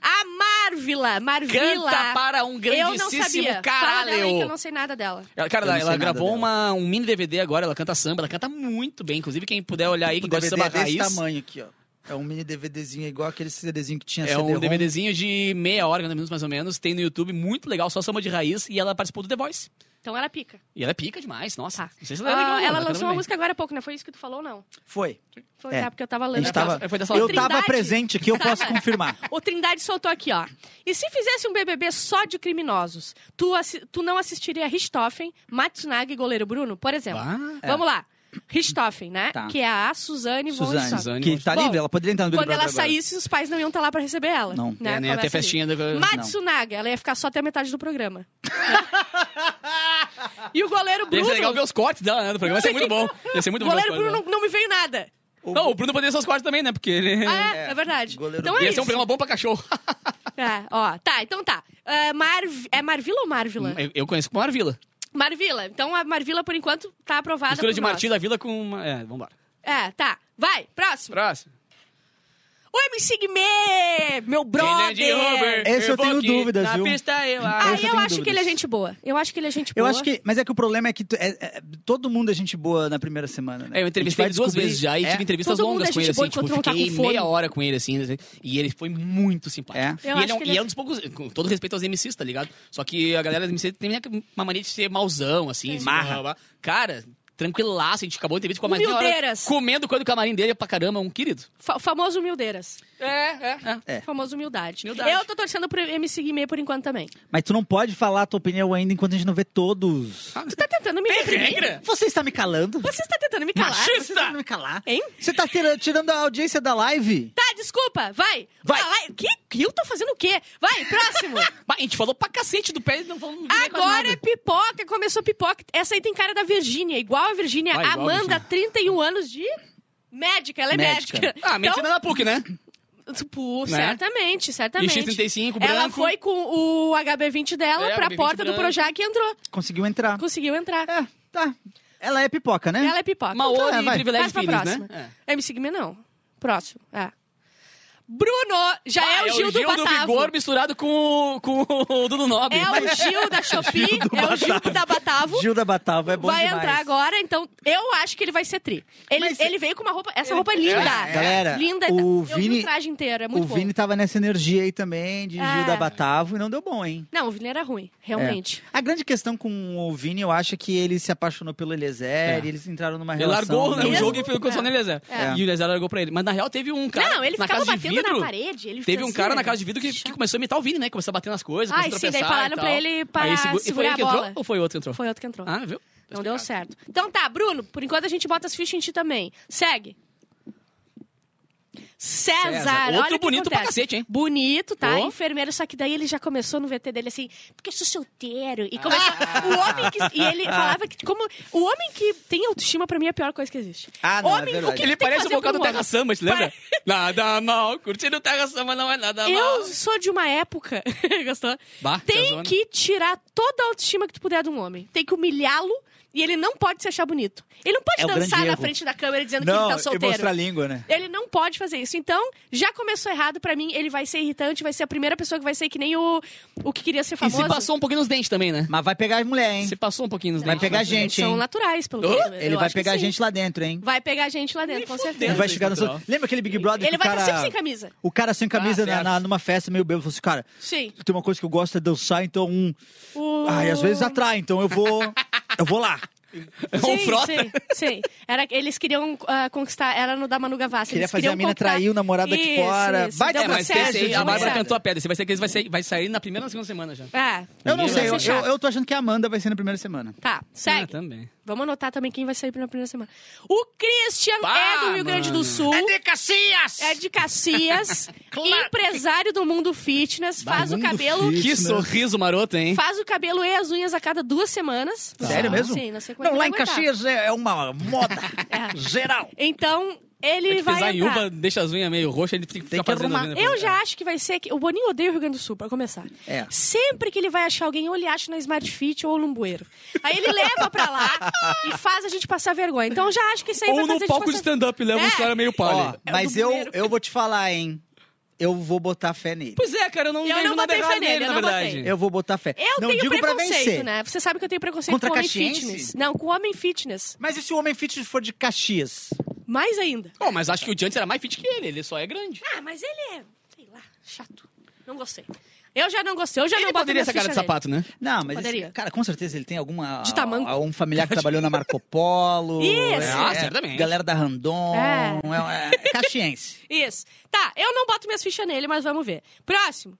[SPEAKER 1] A Marvila, Marvila.
[SPEAKER 4] Canta para um
[SPEAKER 1] eu não sabia.
[SPEAKER 4] grandíssimo
[SPEAKER 1] Fala dela aí que eu
[SPEAKER 4] caralho.
[SPEAKER 1] não sei nada dela.
[SPEAKER 4] Ela,
[SPEAKER 2] Eu
[SPEAKER 4] cara,
[SPEAKER 2] não
[SPEAKER 4] ela,
[SPEAKER 2] sei
[SPEAKER 4] ela
[SPEAKER 2] nada
[SPEAKER 4] gravou
[SPEAKER 2] dela.
[SPEAKER 4] uma, um mini DVD agora, ela canta samba, ela canta muito bem. Inclusive, quem puder olhar aí, que
[SPEAKER 2] O
[SPEAKER 4] gosta de
[SPEAKER 2] DVD
[SPEAKER 4] samba
[SPEAKER 2] é desse
[SPEAKER 4] raiz,
[SPEAKER 2] tamanho aqui, ó. É um mini DVDzinho igual aquele CDzinho que tinha
[SPEAKER 4] é um
[SPEAKER 2] CD-ROM.
[SPEAKER 4] DVDzinho de meia hora, 40 minutos mais ou menos, tem no YouTube, muito legal, só samba de raiz, e ela participou do The Voice.
[SPEAKER 1] Então ela pica.
[SPEAKER 4] E ela é pica demais, nossa.
[SPEAKER 1] Tá.
[SPEAKER 4] Não sei se ela é
[SPEAKER 1] Ah,
[SPEAKER 4] legal,
[SPEAKER 1] ela
[SPEAKER 4] canta
[SPEAKER 1] lançou uma
[SPEAKER 4] bem.
[SPEAKER 1] música agora há pouco, né? Foi isso que tu falou, não?
[SPEAKER 2] Foi.
[SPEAKER 1] Foi,
[SPEAKER 2] É.
[SPEAKER 1] tá, porque eu tava
[SPEAKER 2] A
[SPEAKER 1] lendo.
[SPEAKER 2] gente tava...
[SPEAKER 4] é, foi dessa
[SPEAKER 2] Eu
[SPEAKER 1] live.
[SPEAKER 2] tava
[SPEAKER 1] Trindade.
[SPEAKER 2] presente aqui, eu posso confirmar.
[SPEAKER 1] O Trindade soltou aqui, ó. E se fizesse um BBB só de criminosos, tu, assi- tu não assistiria Richthofen, Matsunaga e goleiro Bruno, por exemplo?
[SPEAKER 4] Ah,
[SPEAKER 1] Vamos lá. Richthofen, né?
[SPEAKER 2] Tá.
[SPEAKER 1] Que é a Suzane von
[SPEAKER 2] Suzane,
[SPEAKER 1] Richthofen.
[SPEAKER 4] Suzane,
[SPEAKER 2] que tá
[SPEAKER 1] Bom,
[SPEAKER 2] livre, ela poderia entrar no Big
[SPEAKER 1] Quando
[SPEAKER 2] Brother
[SPEAKER 1] ela
[SPEAKER 2] agora.
[SPEAKER 1] saísse, os pais não iam estar lá pra receber ela.
[SPEAKER 2] Não.
[SPEAKER 1] né?
[SPEAKER 4] é, né, até
[SPEAKER 1] Começa ali.
[SPEAKER 4] festinha. da-
[SPEAKER 1] Matsunaga, ela ia ficar só até a metade do programa. e o goleiro
[SPEAKER 4] Ia
[SPEAKER 1] Bruno.
[SPEAKER 4] ser é legal ver os cortes dela, né? Do programa ia ser muito bom. Ia ser muito
[SPEAKER 1] o
[SPEAKER 4] bom. ver os
[SPEAKER 1] goleiro Bruno
[SPEAKER 4] cortes dela.
[SPEAKER 1] não, não me veio nada.
[SPEAKER 4] Não, o Bruno poderia ser os cortes também, né? Porque ele.
[SPEAKER 1] Ah, é,
[SPEAKER 2] É,
[SPEAKER 1] é verdade.
[SPEAKER 2] goleiro
[SPEAKER 1] Então é
[SPEAKER 2] Bruno.
[SPEAKER 4] Ia
[SPEAKER 1] isso.
[SPEAKER 4] ser um programa bom pra cachorro.
[SPEAKER 1] É, ó, tá, então tá. É, Marv- É Marvila ou Marvila?
[SPEAKER 4] Eu- Eu conheço como Marvila.
[SPEAKER 1] Marvila. Então a Marvila, por enquanto, tá aprovada.
[SPEAKER 4] Mistura
[SPEAKER 1] por
[SPEAKER 4] de
[SPEAKER 1] nós.
[SPEAKER 4] Martim da Vila com. uma- É, vambora.
[SPEAKER 1] É, tá. Vai, próximo.
[SPEAKER 4] Próximo.
[SPEAKER 1] O MC Guimê, meu brother.
[SPEAKER 4] Kennedy Over,
[SPEAKER 2] Esse eu
[SPEAKER 4] vou
[SPEAKER 2] tenho
[SPEAKER 4] aqui
[SPEAKER 2] dúvidas,
[SPEAKER 4] na
[SPEAKER 2] viu?
[SPEAKER 4] pista eu
[SPEAKER 1] Ah,
[SPEAKER 4] acho.
[SPEAKER 1] eu,
[SPEAKER 2] tenho
[SPEAKER 1] acho que
[SPEAKER 2] dúvidas.
[SPEAKER 1] ele é gente boa. Eu acho que ele é gente
[SPEAKER 2] Eu
[SPEAKER 1] boa.
[SPEAKER 2] acho que... Mas é que o problema é que tu- é- é- todo mundo é gente boa na primeira semana, né?
[SPEAKER 4] É, eu entrevistei
[SPEAKER 2] A
[SPEAKER 4] ele
[SPEAKER 2] gente vai
[SPEAKER 4] duas
[SPEAKER 2] descobrir-
[SPEAKER 4] vezes já e
[SPEAKER 2] É.
[SPEAKER 4] tive entrevistas
[SPEAKER 1] Todo mundo
[SPEAKER 4] longas
[SPEAKER 1] é
[SPEAKER 4] com ele,
[SPEAKER 1] gente boa
[SPEAKER 4] assim, tipo,
[SPEAKER 1] enquanto não tá
[SPEAKER 4] fiquei
[SPEAKER 1] com fome.
[SPEAKER 4] meia hora com ele, assim, e ele foi muito simpático.
[SPEAKER 1] É? Eu
[SPEAKER 4] E
[SPEAKER 1] acho
[SPEAKER 4] ele, é um-
[SPEAKER 1] que
[SPEAKER 4] e
[SPEAKER 1] ele é-
[SPEAKER 4] é um dos poucos, com todo respeito aos MCs, tá ligado? Só que a galera dos MCs tem uma mania de ser mauzão,
[SPEAKER 1] É.
[SPEAKER 4] assim, de-
[SPEAKER 2] Marra.
[SPEAKER 4] blá, blá, blá. Cara, tranquilaço, a gente acabou a entrevista com a mais meia hora
[SPEAKER 1] Humildeiras.
[SPEAKER 4] comendo coisa do camarim dele pra caramba, um querido.
[SPEAKER 1] Fa- famoso humildeiras.
[SPEAKER 4] É, é.
[SPEAKER 2] É.
[SPEAKER 1] Famoso humildade.
[SPEAKER 4] Humildade.
[SPEAKER 1] Eu tô torcendo pro MC Guimê por enquanto também.
[SPEAKER 2] Mas tu não pode falar a tua opinião ainda enquanto a gente não vê todos.
[SPEAKER 1] Tu tá tentando me
[SPEAKER 4] Ah, Tem
[SPEAKER 1] reprimir?
[SPEAKER 4] regra?
[SPEAKER 2] Você está me calando?
[SPEAKER 1] Você está tentando me calar?
[SPEAKER 4] Machista.
[SPEAKER 2] Você está tentando me calar?
[SPEAKER 1] Hein?
[SPEAKER 2] Você tá tira- tirando a audiência da live?
[SPEAKER 1] Tá, desculpa, vai.
[SPEAKER 2] Vai.
[SPEAKER 1] Ah, Que, que eu tô fazendo o quê? Vai, próximo.
[SPEAKER 4] Bah, A gente falou pra cacete do pé e não falou não falou quase
[SPEAKER 1] Agora é
[SPEAKER 4] nada.
[SPEAKER 1] pipoca, começou pipoca. Essa aí tem cara da Virgínia, igual a Virgínia.
[SPEAKER 4] Vai, igual a
[SPEAKER 1] Amanda, 31 anos de médica, ela é
[SPEAKER 2] Médica.
[SPEAKER 1] médica.
[SPEAKER 4] Ah, mentira
[SPEAKER 1] Então,
[SPEAKER 4] na PUC, né?
[SPEAKER 1] Pô,
[SPEAKER 4] Né?
[SPEAKER 1] certamente,
[SPEAKER 4] E
[SPEAKER 1] certamente.
[SPEAKER 4] X35, branco.
[SPEAKER 1] Ela foi com o HB20 dela
[SPEAKER 4] É,
[SPEAKER 1] pra
[SPEAKER 4] HB20
[SPEAKER 1] porta do
[SPEAKER 4] branco.
[SPEAKER 1] Projac e entrou.
[SPEAKER 2] Conseguiu entrar.
[SPEAKER 1] Conseguiu entrar.
[SPEAKER 2] É, tá. Ela é pipoca, né?
[SPEAKER 1] Ela é pipoca.
[SPEAKER 4] Maori
[SPEAKER 2] Então, é,
[SPEAKER 4] e
[SPEAKER 2] vai.
[SPEAKER 4] privilégio
[SPEAKER 1] Passa pra
[SPEAKER 4] filhos,
[SPEAKER 1] próxima.
[SPEAKER 4] né? É.
[SPEAKER 1] MC Guimê, não. Próximo. É. Bruno, já
[SPEAKER 4] Ah,
[SPEAKER 1] é o Gil do Batavo.
[SPEAKER 4] Vigor misturado com, o- com o Dudu Nobre.
[SPEAKER 1] é o Gil da Shopee, é o Gil da Batavo.
[SPEAKER 2] Gil da Batava é bom
[SPEAKER 1] vai
[SPEAKER 2] demais.
[SPEAKER 1] entrar agora, então eu acho que ele vai ser tri. Ele,
[SPEAKER 2] Mas-
[SPEAKER 1] ele veio com uma roupa. Essa roupa é linda.
[SPEAKER 2] Galera,
[SPEAKER 1] linda.
[SPEAKER 2] o
[SPEAKER 1] eu vi
[SPEAKER 2] Vini-
[SPEAKER 1] o traje inteiro, é muito
[SPEAKER 2] O
[SPEAKER 1] bom.
[SPEAKER 2] Vini tava nessa energia aí também, de
[SPEAKER 1] É.
[SPEAKER 2] Gil da Batavo, e não deu bom, hein?
[SPEAKER 1] Não, o Vini era ruim, realmente.
[SPEAKER 2] A grande questão com o Vini, eu acho, é que ele se apaixonou pelo Eliezer,
[SPEAKER 4] É.
[SPEAKER 2] e eles entraram numa
[SPEAKER 4] Ele
[SPEAKER 2] relação...
[SPEAKER 4] largou né, o
[SPEAKER 1] Mesmo?
[SPEAKER 4] jogo e ficou só no Eliezer.
[SPEAKER 2] É.
[SPEAKER 4] E o Eliezer largou pra ele. Mas na real teve um cara
[SPEAKER 1] não, ele
[SPEAKER 4] na
[SPEAKER 1] ficava
[SPEAKER 4] casa de
[SPEAKER 1] batendo
[SPEAKER 4] vidro.
[SPEAKER 1] na parede. Ele
[SPEAKER 4] Teve um
[SPEAKER 1] fazia-
[SPEAKER 4] cara na casa de vidro que, que começou a imitar o Vini, né? Começou a bater nas coisas,
[SPEAKER 1] Ai,
[SPEAKER 4] começou
[SPEAKER 1] sim,
[SPEAKER 4] a
[SPEAKER 1] daí
[SPEAKER 4] tropeçar
[SPEAKER 1] falaram
[SPEAKER 4] e tal.
[SPEAKER 1] pra ele parar
[SPEAKER 4] Aí segura-
[SPEAKER 1] de
[SPEAKER 4] E foi
[SPEAKER 1] segurar
[SPEAKER 4] ele que
[SPEAKER 1] a
[SPEAKER 4] entrou
[SPEAKER 1] bola.
[SPEAKER 4] ou foi outro que entrou?
[SPEAKER 1] Foi outro que entrou.
[SPEAKER 4] Ah, viu?
[SPEAKER 1] Não deu certo. Então tá, Bruno, por enquanto a gente bota as fichas em ti também. Segue. César,
[SPEAKER 4] César,
[SPEAKER 1] olha
[SPEAKER 4] outro
[SPEAKER 1] o que
[SPEAKER 4] bonito pra
[SPEAKER 1] acontece.
[SPEAKER 4] cacete, hein?
[SPEAKER 1] Bonito, tá?
[SPEAKER 4] Ô.
[SPEAKER 1] Enfermeiro, só que daí ele já começou no VT dele assim, porque eu sou solteiro.
[SPEAKER 4] Ah.
[SPEAKER 1] E começou. O homem que. E ele falava que, como. O homem que tem autoestima pra mim é a pior coisa que existe.
[SPEAKER 2] Ah, não, é
[SPEAKER 1] homem, o
[SPEAKER 2] verdade.
[SPEAKER 1] que tem que
[SPEAKER 4] Ele parece
[SPEAKER 1] fazer
[SPEAKER 4] um bocado do
[SPEAKER 1] pra um
[SPEAKER 4] Terra Samba, te lembra? Nada mal, curtindo o Terra Samba não é nada
[SPEAKER 1] homem?
[SPEAKER 4] mal.
[SPEAKER 1] Eu sou de uma época. Gostou?
[SPEAKER 4] Bah,
[SPEAKER 1] Tem
[SPEAKER 4] Cezona.
[SPEAKER 1] que tirar toda a autoestima que tu puder de um homem. Tem que humilhá-lo e ele não pode se achar bonito. Ele não pode
[SPEAKER 2] É o grande
[SPEAKER 1] dançar na
[SPEAKER 2] erro.
[SPEAKER 1] frente da câmera dizendo que
[SPEAKER 2] Não,
[SPEAKER 1] ele tá
[SPEAKER 2] e
[SPEAKER 1] solteiro.
[SPEAKER 2] mostrar a língua, né?
[SPEAKER 1] Ele não pode fazer isso. Então, já começou errado pra mim. Ele vai ser irritante, vai ser a primeira pessoa que vai ser que nem o, o que queria ser
[SPEAKER 4] E
[SPEAKER 1] famoso.
[SPEAKER 4] se passou um pouquinho nos dentes também, né?
[SPEAKER 2] Mas vai pegar as mulher, hein?
[SPEAKER 4] Se passou um pouquinho nos
[SPEAKER 2] Vai
[SPEAKER 4] dentes.
[SPEAKER 2] pegar
[SPEAKER 4] né?
[SPEAKER 2] gente.
[SPEAKER 1] Eles São
[SPEAKER 2] hein?
[SPEAKER 1] naturais, pelo
[SPEAKER 4] Hã?
[SPEAKER 1] menos. né?
[SPEAKER 2] Ele
[SPEAKER 1] Eu
[SPEAKER 2] vai
[SPEAKER 1] acho que
[SPEAKER 2] pegar a
[SPEAKER 1] sim.
[SPEAKER 2] gente lá dentro, hein?
[SPEAKER 1] Vai pegar gente lá dentro, com
[SPEAKER 2] Ele
[SPEAKER 1] certeza.
[SPEAKER 2] vai
[SPEAKER 4] Deus,
[SPEAKER 2] chegar na
[SPEAKER 4] natural.
[SPEAKER 2] sua... Lembra aquele Big Brother
[SPEAKER 1] Ele
[SPEAKER 2] que o
[SPEAKER 1] vai
[SPEAKER 2] cara...
[SPEAKER 1] estar sempre sem camisa.
[SPEAKER 2] O cara sem camisa
[SPEAKER 4] Ah,
[SPEAKER 2] na-
[SPEAKER 4] certo.
[SPEAKER 2] na- numa festa meio bêbado falou assim, cara,
[SPEAKER 1] Sim.
[SPEAKER 2] tem uma coisa que eu gosto é dançar, então... Hum,
[SPEAKER 1] O-
[SPEAKER 2] Ai, às vezes atrai, então eu vou... eu vou lá.
[SPEAKER 4] É um
[SPEAKER 1] Sim,
[SPEAKER 4] frota.
[SPEAKER 1] Sim, sim. Era, eles queriam ah, conquir- Era no da Manu Gavassi.
[SPEAKER 2] Queria
[SPEAKER 1] eles
[SPEAKER 2] fazer
[SPEAKER 1] queriam
[SPEAKER 2] a mina
[SPEAKER 1] conquistar-
[SPEAKER 2] trair o namorado aqui
[SPEAKER 1] Isso,
[SPEAKER 2] fora.
[SPEAKER 1] isso.
[SPEAKER 2] Vai
[SPEAKER 1] Deu
[SPEAKER 2] dar
[SPEAKER 4] É,
[SPEAKER 1] uma
[SPEAKER 4] mas
[SPEAKER 2] certo,
[SPEAKER 1] certa,
[SPEAKER 4] esse aí,
[SPEAKER 1] deu
[SPEAKER 4] a
[SPEAKER 1] uma
[SPEAKER 4] Bárbara
[SPEAKER 1] certa.
[SPEAKER 4] cantou a pedra. Você vai ser que eles vai sair, vai sair na primeira ou na segunda semana já.
[SPEAKER 1] É.
[SPEAKER 2] Eu não
[SPEAKER 1] Vai
[SPEAKER 2] sei,
[SPEAKER 1] ser
[SPEAKER 2] eu,
[SPEAKER 1] chato.
[SPEAKER 2] eu, eu tô achando que a Amanda vai ser na primeira semana.
[SPEAKER 1] Tá, segue.
[SPEAKER 4] Ah, também.
[SPEAKER 1] Vamos anotar também quem vai sair na primeira semana. O Christian
[SPEAKER 4] Pá,
[SPEAKER 1] é do Rio Grande do
[SPEAKER 4] mano.
[SPEAKER 1] Sul.
[SPEAKER 2] Cacias!
[SPEAKER 1] É de Cacias, empresário do mundo fitness,
[SPEAKER 2] Bah,
[SPEAKER 1] faz o
[SPEAKER 2] mundo
[SPEAKER 1] cabelo,
[SPEAKER 2] fitness.
[SPEAKER 4] Que
[SPEAKER 2] Isso, né?
[SPEAKER 4] sorriso maroto, hein?
[SPEAKER 1] faz o cabelo e as unhas a cada duas semanas.
[SPEAKER 2] Tá. Sério mesmo?
[SPEAKER 1] Sim, não sei como é
[SPEAKER 2] Não,
[SPEAKER 1] que
[SPEAKER 2] lá
[SPEAKER 1] ele
[SPEAKER 2] em
[SPEAKER 1] vai aguentar.
[SPEAKER 2] Caxias é é uma moda geral.
[SPEAKER 1] Então, ele
[SPEAKER 4] É que
[SPEAKER 1] vai
[SPEAKER 4] pisar em
[SPEAKER 1] entrar.
[SPEAKER 4] uva deixa as unhas meio roxas, ele tem que
[SPEAKER 2] Tem
[SPEAKER 4] ficar
[SPEAKER 2] que
[SPEAKER 4] fazendo
[SPEAKER 2] arrumar.
[SPEAKER 4] unha, né?
[SPEAKER 1] Eu já acho que vai ser. Que... O Boninho odeia o Rio Grande do Sul, pra começar.
[SPEAKER 2] É.
[SPEAKER 1] Sempre que ele vai achar alguém, ou ele acha na Smart Fit ou no Bueiro. Aí ele leva pra lá e faz a gente passar vergonha. Então eu já acho que isso aí vai
[SPEAKER 4] Ou
[SPEAKER 1] fazer
[SPEAKER 4] no palco
[SPEAKER 1] a
[SPEAKER 4] de
[SPEAKER 1] gente passar...
[SPEAKER 4] stand-up, leva
[SPEAKER 1] É.
[SPEAKER 4] uns caras meio
[SPEAKER 2] Ó,
[SPEAKER 4] palha.
[SPEAKER 1] É o
[SPEAKER 2] mas
[SPEAKER 1] do
[SPEAKER 2] eu,
[SPEAKER 1] bueiro.
[SPEAKER 2] eu vou te falar, hein? Eu vou botar fé nele.
[SPEAKER 4] Pois é, cara, eu não
[SPEAKER 1] Eu
[SPEAKER 4] vejo
[SPEAKER 1] não
[SPEAKER 4] nada
[SPEAKER 1] botei fé
[SPEAKER 4] errado
[SPEAKER 1] nele,
[SPEAKER 4] nele,
[SPEAKER 1] eu
[SPEAKER 4] na
[SPEAKER 1] não
[SPEAKER 4] verdade.
[SPEAKER 1] botei.
[SPEAKER 2] Eu vou botar fé.
[SPEAKER 1] Eu
[SPEAKER 2] não
[SPEAKER 1] tenho
[SPEAKER 2] digo pra
[SPEAKER 1] preconceito,
[SPEAKER 2] vencer.
[SPEAKER 1] né? Você sabe que eu tenho preconceito
[SPEAKER 2] Contra
[SPEAKER 1] com homem
[SPEAKER 2] caxiense?
[SPEAKER 1] fitness. Não, com homem fitness.
[SPEAKER 2] Mas e se o homem fit for de Caxias?
[SPEAKER 1] Mais ainda.
[SPEAKER 4] Bom, mas acho que o Giants era mais fit que ele, ele só é grande.
[SPEAKER 1] Ah, mas ele é, sei lá, chato. Não gostei. Eu já não gostei, eu já
[SPEAKER 4] Ele
[SPEAKER 1] não boto
[SPEAKER 4] poderia
[SPEAKER 1] minha
[SPEAKER 4] essa cara de
[SPEAKER 1] ficha nele.
[SPEAKER 4] sapato, né?
[SPEAKER 2] Não, mas
[SPEAKER 1] Poderia.
[SPEAKER 2] esse- cara, com certeza ele tem alguma
[SPEAKER 1] De tamanco.
[SPEAKER 2] um familiar que trabalhou na Marco Polo. É,
[SPEAKER 1] Isso.
[SPEAKER 4] Ah, certamente.
[SPEAKER 2] Galera da Randon,
[SPEAKER 1] É.
[SPEAKER 2] é, é caxiense.
[SPEAKER 1] Isso. Tá, eu não boto minhas fichas nele, mas vamos ver. Próximo.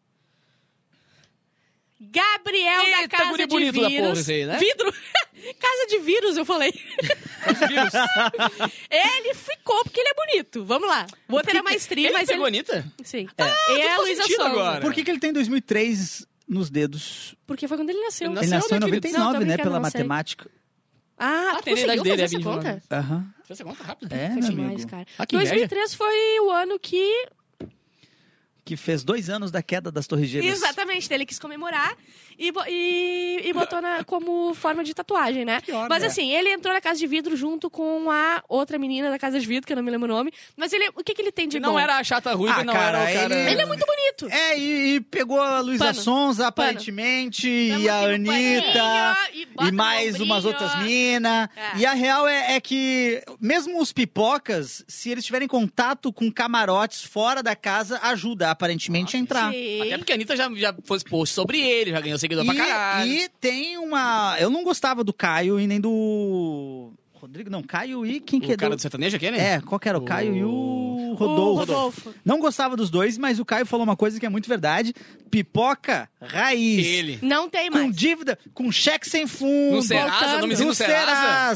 [SPEAKER 1] Gabriel da
[SPEAKER 4] Eita,
[SPEAKER 1] Casa
[SPEAKER 4] guri
[SPEAKER 1] de
[SPEAKER 4] bonito da
[SPEAKER 1] Vírus.
[SPEAKER 4] porra esse aí, né?
[SPEAKER 1] Vidro. casa de Vírus, eu falei. ele ficou porque ele é bonito. Vamos lá. O outro era mais tri,
[SPEAKER 4] Ele Ah,
[SPEAKER 1] mas
[SPEAKER 4] pegou
[SPEAKER 1] ele...
[SPEAKER 4] a Anitta?
[SPEAKER 1] Sim. e é a
[SPEAKER 4] faz
[SPEAKER 1] Luísa
[SPEAKER 4] sentido
[SPEAKER 1] Sonza.
[SPEAKER 4] agora.
[SPEAKER 2] Por que, que ele tem 2003 nos dedos?
[SPEAKER 1] Porque foi quando ele nasceu.
[SPEAKER 4] Ele
[SPEAKER 2] ele
[SPEAKER 4] Nasceu,
[SPEAKER 2] nasceu em
[SPEAKER 4] né, querido?
[SPEAKER 2] 99,
[SPEAKER 1] Não, tô
[SPEAKER 2] né?
[SPEAKER 1] brincando,
[SPEAKER 2] Pela
[SPEAKER 1] não sei.
[SPEAKER 2] matemática.
[SPEAKER 1] Ah,
[SPEAKER 4] Ah,
[SPEAKER 1] tu
[SPEAKER 4] tem a idade
[SPEAKER 1] conseguiu fazer
[SPEAKER 4] dele, é
[SPEAKER 1] essa
[SPEAKER 4] 29
[SPEAKER 1] conta?
[SPEAKER 4] anos.
[SPEAKER 2] Aham.
[SPEAKER 4] Você conta rápido.
[SPEAKER 2] É,
[SPEAKER 1] Foi
[SPEAKER 2] meu
[SPEAKER 1] demais,
[SPEAKER 2] amigo.
[SPEAKER 1] cara.
[SPEAKER 4] Ah, que
[SPEAKER 1] 2003 foi o ano que
[SPEAKER 2] Que fez dois anos da queda das Torres Gêmeas.
[SPEAKER 1] Exatamente, ele quis comemorar e, bo- e, e botou na, como forma de tatuagem, né?
[SPEAKER 2] Pior,
[SPEAKER 1] mas
[SPEAKER 2] né?
[SPEAKER 1] assim, ele entrou na Casa de Vidro junto com a outra menina da Casa de Vidro, que eu não me lembro o nome. Mas ele, o que, que ele tem de
[SPEAKER 4] Não
[SPEAKER 1] bom?
[SPEAKER 4] era a chata ruiva,
[SPEAKER 2] Ah,
[SPEAKER 4] não era
[SPEAKER 2] cara,
[SPEAKER 4] o cara...
[SPEAKER 2] ele-
[SPEAKER 1] Ele é muito bonito.
[SPEAKER 2] É, e, e pegou a Luísa
[SPEAKER 1] Pano.
[SPEAKER 2] Sonza, aparentemente, e a
[SPEAKER 1] Vamos aqui no
[SPEAKER 2] Anitta.
[SPEAKER 1] paninho, bota
[SPEAKER 2] E
[SPEAKER 1] no
[SPEAKER 2] mais
[SPEAKER 1] ombrinho.
[SPEAKER 2] umas outras minas.
[SPEAKER 1] É.
[SPEAKER 2] E a real é, é que, mesmo os pipocas, se eles tiverem contato com camarotes fora da casa, ajuda aparentemente a entrar.
[SPEAKER 1] Sim.
[SPEAKER 4] Até porque a Anitta já, já foi post sobre ele, já ganhou seguidor pra caralho.
[SPEAKER 2] E, e tem uma. Eu não gostava do Caio e nem do. Rodrigo, não, Caio e quem que é
[SPEAKER 4] O cara do
[SPEAKER 2] do...
[SPEAKER 4] sertanejo aqui, né?
[SPEAKER 2] É, qual que era? O Caio e o
[SPEAKER 1] O
[SPEAKER 2] Rodolfo.
[SPEAKER 1] Rodolfo.
[SPEAKER 2] Não gostava dos dois, mas o Caio falou uma coisa que é muito verdade: pipoca raiz.
[SPEAKER 4] Ele.
[SPEAKER 1] Não tem
[SPEAKER 2] Com
[SPEAKER 1] mais.
[SPEAKER 2] dívida, com cheque sem fundo.
[SPEAKER 4] No Serasa,
[SPEAKER 1] voltando.
[SPEAKER 4] nomezinho
[SPEAKER 2] No
[SPEAKER 4] no Serasa.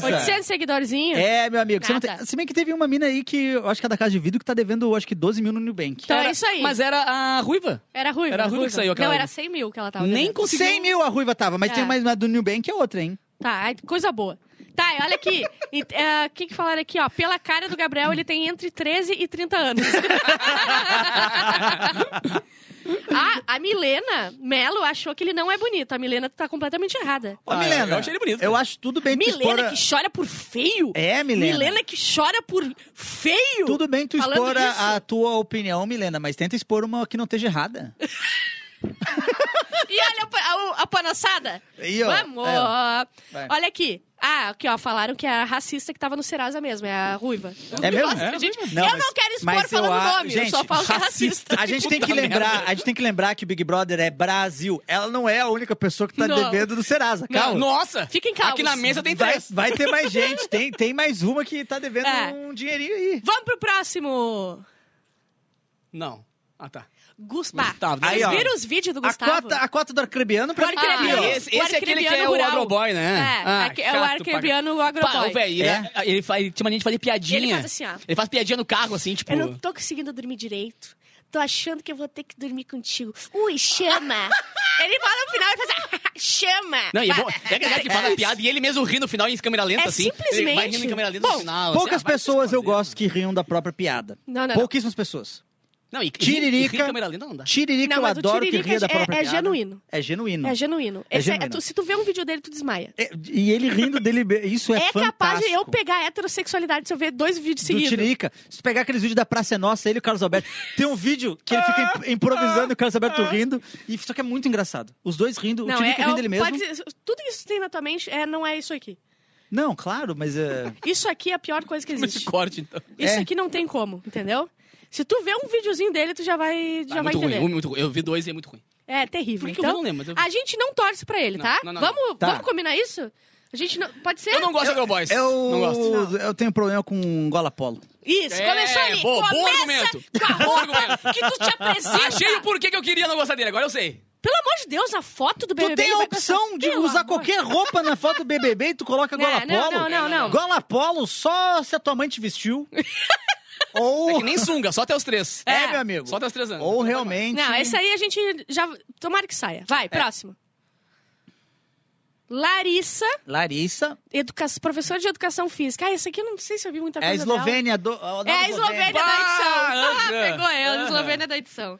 [SPEAKER 2] Serasa.
[SPEAKER 1] 800 seguidorzinhos.
[SPEAKER 2] É, meu amigo. Você não
[SPEAKER 1] Nada.
[SPEAKER 2] tem- Se bem que teve uma mina aí que eu acho que é da casa de vidro que tá devendo, eu acho que 12 mil no Nubank.
[SPEAKER 1] Então é
[SPEAKER 4] Era-
[SPEAKER 1] isso aí.
[SPEAKER 4] Mas era a ruiva.
[SPEAKER 1] Era ruim.
[SPEAKER 4] Era ruim que saiu aquela-
[SPEAKER 1] Não, era 100 mil que ela tava
[SPEAKER 4] Nem
[SPEAKER 1] devendo.
[SPEAKER 4] conseguiu.
[SPEAKER 2] 100 mil a ruiva tava, mas
[SPEAKER 1] É.
[SPEAKER 2] tem mais uma do Nubank é outra, hein?
[SPEAKER 1] Tá, ai, coisa boa. Tá, e olha aqui. E, é, O que, que falaram aqui, ó? Pela cara do Gabriel, ele tem entre 13 e 30 anos. Ah, a, a Milena Melo achou que ele não é bonito. A Milena tá completamente errada.
[SPEAKER 2] Ô,
[SPEAKER 4] Ah,
[SPEAKER 2] Milena.
[SPEAKER 4] eu achei ele bonito.
[SPEAKER 2] Eu acho tudo bem tu expor
[SPEAKER 1] Milena
[SPEAKER 2] a-
[SPEAKER 1] que chora por feio?
[SPEAKER 2] É, Milena.
[SPEAKER 1] que chora por feio?
[SPEAKER 2] Tudo bem tu
[SPEAKER 1] Falando
[SPEAKER 2] expor a-
[SPEAKER 1] isso.
[SPEAKER 2] a tua opinião, Milena, mas tenta expor uma que não esteja errada.
[SPEAKER 1] E olha a, pa- a, a panaçada.
[SPEAKER 2] E, ó,
[SPEAKER 1] Vamos!
[SPEAKER 2] é, ó. Vai.
[SPEAKER 1] Olha aqui. Ah, aqui, ó. Falaram que é a racista que tava no Serasa mesmo, é a ruiva.
[SPEAKER 2] É mesmo?
[SPEAKER 1] Nossa,
[SPEAKER 2] É?
[SPEAKER 1] gente,
[SPEAKER 2] Não,
[SPEAKER 1] eu
[SPEAKER 2] mas-
[SPEAKER 1] não quero expor
[SPEAKER 2] mas eu
[SPEAKER 1] falando o
[SPEAKER 2] a-
[SPEAKER 1] nome, eu só
[SPEAKER 2] gente,
[SPEAKER 1] falo que é racista.
[SPEAKER 2] A gente tem que
[SPEAKER 4] Puta
[SPEAKER 2] lembrar, a gente tem que lembrar que o Big Brother é Brasil. Ela não é a única pessoa que tá
[SPEAKER 1] Não.
[SPEAKER 2] devendo do Serasa,
[SPEAKER 4] Não,
[SPEAKER 2] calma.
[SPEAKER 4] Nossa!
[SPEAKER 1] Fiquem calmos.
[SPEAKER 4] Aqui na mesa tem
[SPEAKER 2] Vai,
[SPEAKER 4] três.
[SPEAKER 2] vai ter mais gente, tem, tem mais uma que tá devendo
[SPEAKER 1] É.
[SPEAKER 2] um dinheirinho aí.
[SPEAKER 1] Vamos pro próximo.
[SPEAKER 4] Não. Ah, tá.
[SPEAKER 1] Gustavo.
[SPEAKER 4] Gustavo,
[SPEAKER 1] Vocês
[SPEAKER 2] aí, ó.
[SPEAKER 1] viram os vídeos do
[SPEAKER 2] A
[SPEAKER 1] Gustavo?
[SPEAKER 2] cota, a cota do arcrebiano pra mim. tá
[SPEAKER 1] O arcrebiano.
[SPEAKER 4] Ah,
[SPEAKER 1] o
[SPEAKER 4] esse- esse é aquele que é
[SPEAKER 1] arcrebiano
[SPEAKER 4] o
[SPEAKER 1] rural.
[SPEAKER 4] agroboy, né?
[SPEAKER 1] É,
[SPEAKER 4] Ah,
[SPEAKER 1] aqui- é
[SPEAKER 4] chato
[SPEAKER 1] o
[SPEAKER 4] pra
[SPEAKER 1] arcrebiano
[SPEAKER 4] Pá,
[SPEAKER 1] agroboy.
[SPEAKER 4] o velho,
[SPEAKER 2] É?
[SPEAKER 4] ele, ele, faz- ele tinha mania de fazer piadinha.
[SPEAKER 1] Ele faz assim, ó.
[SPEAKER 4] Ele faz piadinha no carro, assim, tipo...
[SPEAKER 1] Eu não tô conseguindo dormir direito. Tô achando que eu vou ter que dormir contigo. Ui, chama! ele fala no final e faz ah, chama!
[SPEAKER 4] Não, e é
[SPEAKER 1] Vai.
[SPEAKER 4] bom, é a galera que fala piada e ele mesmo ri no final em câmera lenta,
[SPEAKER 1] É
[SPEAKER 4] assim. Ele vai rindo
[SPEAKER 1] simplesmente-
[SPEAKER 4] em câmera lenta
[SPEAKER 1] Bom,
[SPEAKER 4] no final. assim,
[SPEAKER 2] Poucas
[SPEAKER 4] ah, vai se
[SPEAKER 2] pessoas eu
[SPEAKER 4] esconder.
[SPEAKER 2] gosto que riam da própria piada.
[SPEAKER 1] Não, não, não.
[SPEAKER 2] Pouquíssimas pessoas.
[SPEAKER 4] Não, e, e- e rir
[SPEAKER 2] Tiririca.
[SPEAKER 4] em câmera lenta não dá.
[SPEAKER 2] Tiririca
[SPEAKER 1] Não,
[SPEAKER 2] eu
[SPEAKER 1] mas o
[SPEAKER 2] adoro que
[SPEAKER 1] Tiririca
[SPEAKER 2] ria da
[SPEAKER 1] é-
[SPEAKER 2] própria
[SPEAKER 1] é
[SPEAKER 2] piada.
[SPEAKER 1] genuíno.
[SPEAKER 2] É genuíno.
[SPEAKER 1] É genuíno.
[SPEAKER 2] É
[SPEAKER 1] Esse é-
[SPEAKER 2] genuíno.
[SPEAKER 1] tu- se tu vê um vídeo dele, tu desmaia.
[SPEAKER 2] É, e ele rindo dele, isso é,
[SPEAKER 1] É,
[SPEAKER 2] fantástico.
[SPEAKER 1] capaz de eu pegar a heterossexualidade se eu ver dois vídeos
[SPEAKER 2] do
[SPEAKER 1] seguidos.
[SPEAKER 2] Tiririca. Se pegar aqueles vídeos da Praça é Nossa, ele e o Carlos Alberto. Tem um vídeo que ele fica
[SPEAKER 1] Ah.
[SPEAKER 2] im- improvisando e o Carlos Alberto rindo. E só que é muito engraçado. Os dois rindo, o
[SPEAKER 1] Não, é,
[SPEAKER 2] Tiririca
[SPEAKER 1] é,
[SPEAKER 2] rindo ele mesmo.
[SPEAKER 1] pode ser- tudo isso que tem na tua mente é, não é isso aqui.
[SPEAKER 2] Não, claro, mas é.
[SPEAKER 1] Isso aqui é a pior coisa que
[SPEAKER 4] Esse
[SPEAKER 1] existe.
[SPEAKER 4] corte, então.
[SPEAKER 1] Isso
[SPEAKER 2] É.
[SPEAKER 1] aqui não tem como, entendeu? Se tu vê um videozinho dele, tu já vai, já
[SPEAKER 4] Ah,
[SPEAKER 1] vai
[SPEAKER 4] muito ruim,
[SPEAKER 1] entender.
[SPEAKER 4] muito ruim. Eu vi dois e é muito ruim.
[SPEAKER 1] É terrível.
[SPEAKER 4] Por que que eu
[SPEAKER 1] então,
[SPEAKER 4] não lembro? Mas eu-
[SPEAKER 1] A gente não torce pra ele,
[SPEAKER 4] Não,
[SPEAKER 1] tá?
[SPEAKER 4] não, não,
[SPEAKER 1] vamos,
[SPEAKER 2] Tá.
[SPEAKER 1] vamos combinar isso? A gente não. Pode ser?
[SPEAKER 4] Eu não gosto de Girlboys.
[SPEAKER 2] Eu,
[SPEAKER 4] Não gosto.
[SPEAKER 2] eu tenho problema com gola polo.
[SPEAKER 1] Isso,
[SPEAKER 4] É,
[SPEAKER 1] começou ali.
[SPEAKER 4] boa, bom
[SPEAKER 1] Começa
[SPEAKER 4] argumento.
[SPEAKER 1] Com a
[SPEAKER 4] Bom
[SPEAKER 1] roupa
[SPEAKER 4] argumento.
[SPEAKER 1] que tu te
[SPEAKER 2] Ah,
[SPEAKER 1] apresenta.
[SPEAKER 4] Achei o porquê que eu queria não gostar dele, agora eu sei.
[SPEAKER 1] Pelo amor de Deus, na foto do
[SPEAKER 2] Tu
[SPEAKER 1] BBB...
[SPEAKER 2] tem a
[SPEAKER 1] ele vai pensar,
[SPEAKER 2] opção de
[SPEAKER 1] "Pelo
[SPEAKER 2] usar
[SPEAKER 1] amor".
[SPEAKER 2] qualquer roupa na foto do BBB e tu coloca
[SPEAKER 1] Não,
[SPEAKER 2] gola
[SPEAKER 1] não,
[SPEAKER 2] polo?
[SPEAKER 1] não, não, não.
[SPEAKER 2] Gola polo só se a tua mãe te vestiu. Ou.
[SPEAKER 4] É que nem sunga, só até os três.
[SPEAKER 2] É,
[SPEAKER 1] É.
[SPEAKER 2] meu amigo.
[SPEAKER 4] Só até os três anos.
[SPEAKER 2] Ou realmente. É.
[SPEAKER 1] Não, esse aí a gente já... Tomara que saia. Vai, próximo. Larissa,
[SPEAKER 2] Larissa.
[SPEAKER 1] educa... professora de educação física. Ah, essa aqui eu não sei se eu vi muita
[SPEAKER 2] É
[SPEAKER 1] coisa
[SPEAKER 2] a
[SPEAKER 1] dela.
[SPEAKER 2] Eslovênia. Do, adoro
[SPEAKER 1] É a Eslovênia da
[SPEAKER 3] Bah,
[SPEAKER 1] edição. Ah,
[SPEAKER 3] Andra.
[SPEAKER 1] pegou ela, Eslovênia da edição.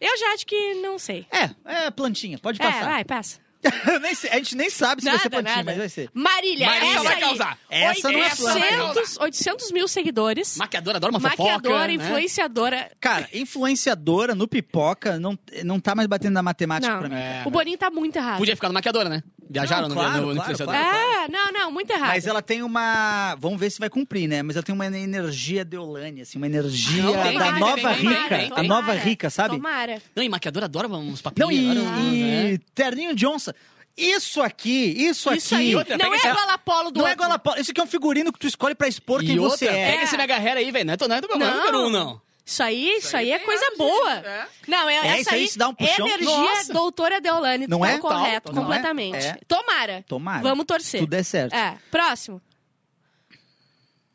[SPEAKER 1] Eu já acho que não sei.
[SPEAKER 2] É, é plantinha. Pode
[SPEAKER 1] É,
[SPEAKER 2] passar.
[SPEAKER 1] vai, passa.
[SPEAKER 2] Nem sei- a gente nem sabe se vai ser
[SPEAKER 1] Nada,
[SPEAKER 2] plantinha,
[SPEAKER 1] nada.
[SPEAKER 2] mas vai ser.
[SPEAKER 1] Marília,
[SPEAKER 3] Mas
[SPEAKER 1] essa
[SPEAKER 3] essa vai
[SPEAKER 1] aí.
[SPEAKER 3] causar.
[SPEAKER 2] Essa não é
[SPEAKER 3] Essa vai causar.
[SPEAKER 1] 800, 800 mil seguidores.
[SPEAKER 4] Maquiadora adora uma fofoca.
[SPEAKER 1] Maquiadora,
[SPEAKER 4] né?
[SPEAKER 1] influenciadora.
[SPEAKER 2] Cara, influenciadora no pipoca não, não tá mais batendo na matemática
[SPEAKER 1] Não.
[SPEAKER 2] pra mim.
[SPEAKER 4] É.
[SPEAKER 1] O Boninho tá muito errado.
[SPEAKER 4] Podia ficar no maquiadora, né? Viajaram
[SPEAKER 2] Não,
[SPEAKER 4] no-
[SPEAKER 2] claro,
[SPEAKER 4] no, no
[SPEAKER 2] claro,
[SPEAKER 4] influenciador.
[SPEAKER 2] claro.
[SPEAKER 1] Ah, não, não, muito errado.
[SPEAKER 2] Mas ela tem uma. Vamos ver se vai cumprir, né? Mas ela tem uma energia deolane, assim, uma energia
[SPEAKER 4] Não, tem,
[SPEAKER 2] da
[SPEAKER 4] tem,
[SPEAKER 2] nova
[SPEAKER 4] tem, tem,
[SPEAKER 2] rica.
[SPEAKER 4] tem, tem,
[SPEAKER 2] a
[SPEAKER 1] tomara,
[SPEAKER 2] nova rica, sabe?
[SPEAKER 1] Tomara.
[SPEAKER 4] Não, e maquiadora adora uns papinhos.
[SPEAKER 2] Não, e,
[SPEAKER 4] adora uns, né?
[SPEAKER 2] e Terninho Johnson. Isso aqui, isso,
[SPEAKER 1] Isso
[SPEAKER 2] aqui.
[SPEAKER 1] aí.
[SPEAKER 4] outra,
[SPEAKER 1] não
[SPEAKER 4] pega
[SPEAKER 1] é
[SPEAKER 4] essa-
[SPEAKER 1] a gola polo do
[SPEAKER 2] Não é
[SPEAKER 1] outro.
[SPEAKER 2] gola polo. Isso aqui é um figurino que tu escolhe pra expor quem
[SPEAKER 4] E outra,
[SPEAKER 2] você é.
[SPEAKER 4] pega esse mega hair aí, velho. Não é do não é do meu
[SPEAKER 1] Não.
[SPEAKER 4] número um, não.
[SPEAKER 1] Isso aí, isso aí é
[SPEAKER 4] tem
[SPEAKER 1] coisa
[SPEAKER 4] nada de-
[SPEAKER 1] boa.
[SPEAKER 4] é.
[SPEAKER 1] Não, é,
[SPEAKER 2] É, isso
[SPEAKER 1] essa
[SPEAKER 2] aí
[SPEAKER 1] aí
[SPEAKER 2] se dá um puxão.
[SPEAKER 1] energia
[SPEAKER 2] Nossa.
[SPEAKER 1] doutora Deolane.
[SPEAKER 2] Não
[SPEAKER 1] tá
[SPEAKER 2] é?
[SPEAKER 1] correto,
[SPEAKER 2] Tal, não é?
[SPEAKER 1] completamente.
[SPEAKER 2] É.
[SPEAKER 1] Tomara.
[SPEAKER 2] Tomara.
[SPEAKER 1] Vamos torcer.
[SPEAKER 2] Tudo é certo.
[SPEAKER 1] É, próximo.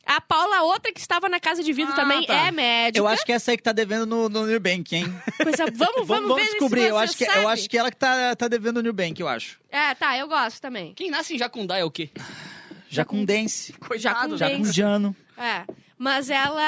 [SPEAKER 1] A Paula, outra que estava na casa de vidro
[SPEAKER 4] Ah,
[SPEAKER 1] também,
[SPEAKER 4] tá.
[SPEAKER 1] é médica.
[SPEAKER 2] Eu acho que essa aí que tá devendo no, no Nubank, hein?
[SPEAKER 1] Coisa- Vamos, vamos,
[SPEAKER 2] vamos
[SPEAKER 1] ver se
[SPEAKER 2] descobrir.
[SPEAKER 1] você
[SPEAKER 2] eu, acho que, é- eu
[SPEAKER 1] sabe.
[SPEAKER 2] acho que ela que tá, tá devendo no Nubank, eu acho.
[SPEAKER 1] É, tá, eu gosto também.
[SPEAKER 4] Quem nasce em Jacundá é o quê?
[SPEAKER 2] Jacundense.
[SPEAKER 4] Coitado,
[SPEAKER 1] Jacundá.
[SPEAKER 2] Jacundiano.
[SPEAKER 1] É. Mas ela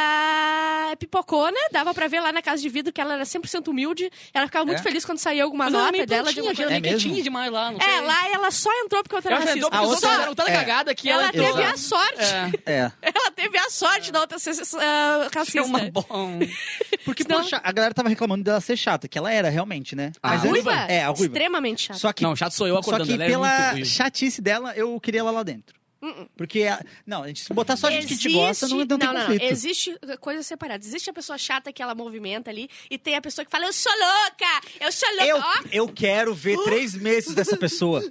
[SPEAKER 1] é pipocona, dava pra ver lá na casa de vidro que ela era 100% humilde. Ela ficava muito
[SPEAKER 2] É?
[SPEAKER 1] feliz quando saía alguma
[SPEAKER 4] Mas ela é
[SPEAKER 1] nota
[SPEAKER 4] meio
[SPEAKER 1] dela. De
[SPEAKER 4] plantinha,
[SPEAKER 1] alguma
[SPEAKER 4] ela é
[SPEAKER 2] É
[SPEAKER 4] meio
[SPEAKER 2] mesmo?
[SPEAKER 4] quietinha demais lá, não sei.
[SPEAKER 1] É, lá ela só entrou porque ela
[SPEAKER 4] Ela
[SPEAKER 1] era
[SPEAKER 4] entrou
[SPEAKER 1] racista.
[SPEAKER 4] porque os
[SPEAKER 2] A
[SPEAKER 4] outros
[SPEAKER 2] outra-
[SPEAKER 4] eram toda
[SPEAKER 2] é.
[SPEAKER 4] cagada que
[SPEAKER 1] Ela
[SPEAKER 4] ela...
[SPEAKER 1] teve
[SPEAKER 2] Exato.
[SPEAKER 1] a sorte.
[SPEAKER 2] É.
[SPEAKER 1] Ela teve a sorte da outra ser ah,
[SPEAKER 4] É, uma
[SPEAKER 1] racista.
[SPEAKER 4] bom.
[SPEAKER 2] Porque,
[SPEAKER 1] Senão-
[SPEAKER 2] poxa, a galera tava reclamando dela ser chata, que ela era realmente, né?
[SPEAKER 4] A
[SPEAKER 2] Mas
[SPEAKER 1] ruiva?
[SPEAKER 2] antes- É, a ruiva.
[SPEAKER 1] Extremamente chata.
[SPEAKER 2] Só que,
[SPEAKER 4] Não, chato sou eu
[SPEAKER 2] só
[SPEAKER 4] acordando.
[SPEAKER 2] que
[SPEAKER 4] ela é muito
[SPEAKER 2] pela
[SPEAKER 4] ruim.
[SPEAKER 2] chatice dela, eu queria ela lá dentro.
[SPEAKER 1] Uh-uh.
[SPEAKER 2] Porque, a- não, a gente, se botar só gente que te gosta, não, não tem
[SPEAKER 1] não, não,
[SPEAKER 2] conflito.
[SPEAKER 1] Existe coisas separadas. Existe a pessoa chata que ela movimenta ali e tem a pessoa que fala, eu sou louca, eu sou louca.
[SPEAKER 2] Eu,
[SPEAKER 1] Ó, Uh.
[SPEAKER 2] eu quero ver três meses dessa pessoa.
[SPEAKER 1] olha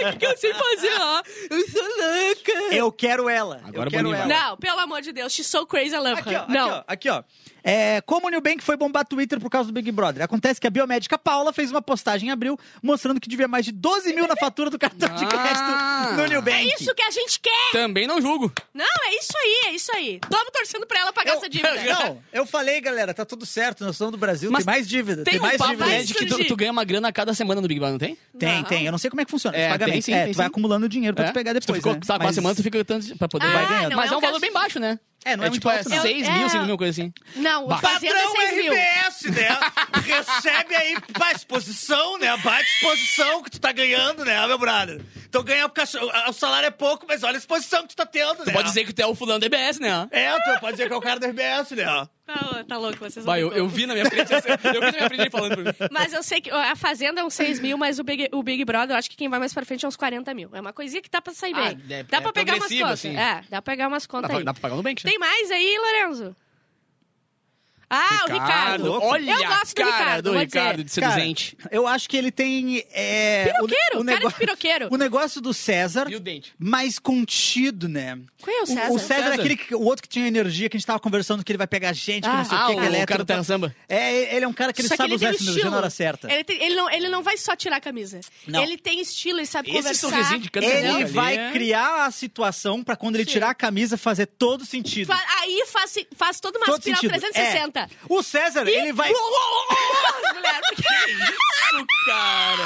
[SPEAKER 1] o que, que eu sei fazer, ó. Eu sou louca.
[SPEAKER 2] Eu quero ela.
[SPEAKER 4] Agora
[SPEAKER 2] eu quero
[SPEAKER 4] Boninho
[SPEAKER 2] ela.
[SPEAKER 4] vai.
[SPEAKER 1] Não, pelo amor de Deus, she's so crazy, I love
[SPEAKER 2] Aqui,
[SPEAKER 1] her.
[SPEAKER 2] ó,
[SPEAKER 1] não.
[SPEAKER 2] aqui, ó. Aqui, ó. É, como o Nubank foi bombar Twitter por causa do Big Brother? Acontece que a biomédica Paula fez uma postagem em abril mostrando que devia mais de 12 mil na fatura do cartão de
[SPEAKER 4] Ah.
[SPEAKER 2] crédito no
[SPEAKER 1] É
[SPEAKER 2] Nubank.
[SPEAKER 1] isso que a gente quer!
[SPEAKER 4] Também não julgo.
[SPEAKER 1] Não, é isso aí, é isso aí. Tamo torcendo pra ela pagar
[SPEAKER 2] Eu-
[SPEAKER 1] essa dívida.
[SPEAKER 2] Não, eu falei, galera, tá tudo certo, nós somos do Brasil,
[SPEAKER 4] Mas
[SPEAKER 2] tem mais dívida, tem,
[SPEAKER 4] Tem, um
[SPEAKER 2] mais
[SPEAKER 4] papo,
[SPEAKER 2] dívida.
[SPEAKER 1] vai
[SPEAKER 4] né, de que tu,
[SPEAKER 1] surgir.
[SPEAKER 4] tu ganha uma grana a cada semana no Big Bang, não tem?
[SPEAKER 2] Tem,
[SPEAKER 1] Não.
[SPEAKER 2] tem, eu não sei como é que funciona, os
[SPEAKER 4] É, tem
[SPEAKER 2] pagamentos.
[SPEAKER 4] sim,
[SPEAKER 2] é,
[SPEAKER 4] tem
[SPEAKER 2] tu vai
[SPEAKER 4] sim.
[SPEAKER 2] acumulando dinheiro pra
[SPEAKER 4] É.
[SPEAKER 2] tu pegar
[SPEAKER 4] Se tu
[SPEAKER 2] depois,
[SPEAKER 4] ficou,
[SPEAKER 2] né?
[SPEAKER 4] tá, quatro
[SPEAKER 2] Mas-
[SPEAKER 4] semanas, tu fica tanto pra poder...
[SPEAKER 1] Ah,
[SPEAKER 4] Vai
[SPEAKER 2] ganhando.
[SPEAKER 1] não,
[SPEAKER 4] Mas é um
[SPEAKER 1] caso-
[SPEAKER 4] valor bem baixo, né?
[SPEAKER 2] É, não é, muito
[SPEAKER 4] tipo, é
[SPEAKER 2] alto, não.
[SPEAKER 4] 6
[SPEAKER 1] Eu- é,
[SPEAKER 4] mil, 5 mil, coisa assim.
[SPEAKER 1] Não, o fazer é
[SPEAKER 2] Patrão
[SPEAKER 1] 6 mil.
[SPEAKER 2] RBS, né? Recebe aí pra exposição, né? Bate exposição que tu tá ganhando, né, meu brother? Então ganhar o cachorro. O salário é pouco, mas olha a exposição que tu tá tendo, né?
[SPEAKER 4] Pode dizer que tu é o fulano do EBS, né?
[SPEAKER 2] É, tu pode dizer que é o cara do RBS, né?
[SPEAKER 1] Tá, tá louco, vocês não
[SPEAKER 4] Vai, eu,
[SPEAKER 1] têm
[SPEAKER 4] eu vi na minha frente, assim, eu vi na minha frente ele falando pra mim.
[SPEAKER 1] como. Mas eu sei que ó, a Fazenda é uns 6 mil, mas o Big, o Big Brother, eu acho que quem vai mais pra frente é uns 40 mil. É uma coisinha que dá pra sair
[SPEAKER 4] Ah,
[SPEAKER 1] bem.
[SPEAKER 4] é-
[SPEAKER 1] dá
[SPEAKER 4] é
[SPEAKER 1] pra pegar umas
[SPEAKER 4] progressivo,
[SPEAKER 1] contas.
[SPEAKER 4] assim.
[SPEAKER 1] É, dá pra pegar umas
[SPEAKER 4] Dá
[SPEAKER 1] contas
[SPEAKER 4] pra,
[SPEAKER 1] aí.
[SPEAKER 4] dá pra pagar no Nubank, né?
[SPEAKER 1] Tem mais aí, Lorenzo? Ah, o Ricardo.
[SPEAKER 4] Olha,
[SPEAKER 1] eu gosto do
[SPEAKER 4] cara,
[SPEAKER 1] Ricardo,
[SPEAKER 4] do
[SPEAKER 1] vou dizer.
[SPEAKER 4] Ricardo de seduzente.
[SPEAKER 2] Eu acho que ele tem. É,
[SPEAKER 1] Piroqueiro,
[SPEAKER 2] o, ne- o
[SPEAKER 1] cara
[SPEAKER 2] nego-
[SPEAKER 1] de piroqueiro.
[SPEAKER 2] o negócio do César,
[SPEAKER 4] E o dente?
[SPEAKER 2] mais contido, né?
[SPEAKER 1] Qual é o César?
[SPEAKER 2] O, César, é
[SPEAKER 4] César.
[SPEAKER 2] aquele que, o outro que tinha energia, que a gente tava conversando que ele vai pegar gente, que
[SPEAKER 1] Ah,
[SPEAKER 2] não sei
[SPEAKER 4] ah,
[SPEAKER 2] o que, que
[SPEAKER 4] o
[SPEAKER 2] ele
[SPEAKER 4] cara
[SPEAKER 2] é
[SPEAKER 4] do
[SPEAKER 2] hétero.
[SPEAKER 4] Terra Samba.
[SPEAKER 2] É, ele é um cara que ele
[SPEAKER 1] Só
[SPEAKER 2] sabe
[SPEAKER 1] tem
[SPEAKER 2] usar essa energia
[SPEAKER 1] estilo.
[SPEAKER 2] na hora certa.
[SPEAKER 1] Ele, tem- ele não, ele não vai só tirar a camisa.
[SPEAKER 2] Não.
[SPEAKER 1] Ele tem estilo, ele sabe
[SPEAKER 4] Esse
[SPEAKER 1] conversar.
[SPEAKER 4] sorrisinho de canto
[SPEAKER 1] entendeu?
[SPEAKER 2] Ele
[SPEAKER 4] Entendeu?
[SPEAKER 2] vai
[SPEAKER 4] Ali.
[SPEAKER 2] criar a situação pra quando ele
[SPEAKER 1] é. Sim.
[SPEAKER 2] tirar a camisa fazer todo sentido.
[SPEAKER 1] Fa- Aí faz, faz toda uma
[SPEAKER 2] todo
[SPEAKER 1] espiral
[SPEAKER 2] sentido.
[SPEAKER 1] 360.
[SPEAKER 2] É. O César, ele vai.
[SPEAKER 1] Mulher, porque é
[SPEAKER 4] Isso, cara!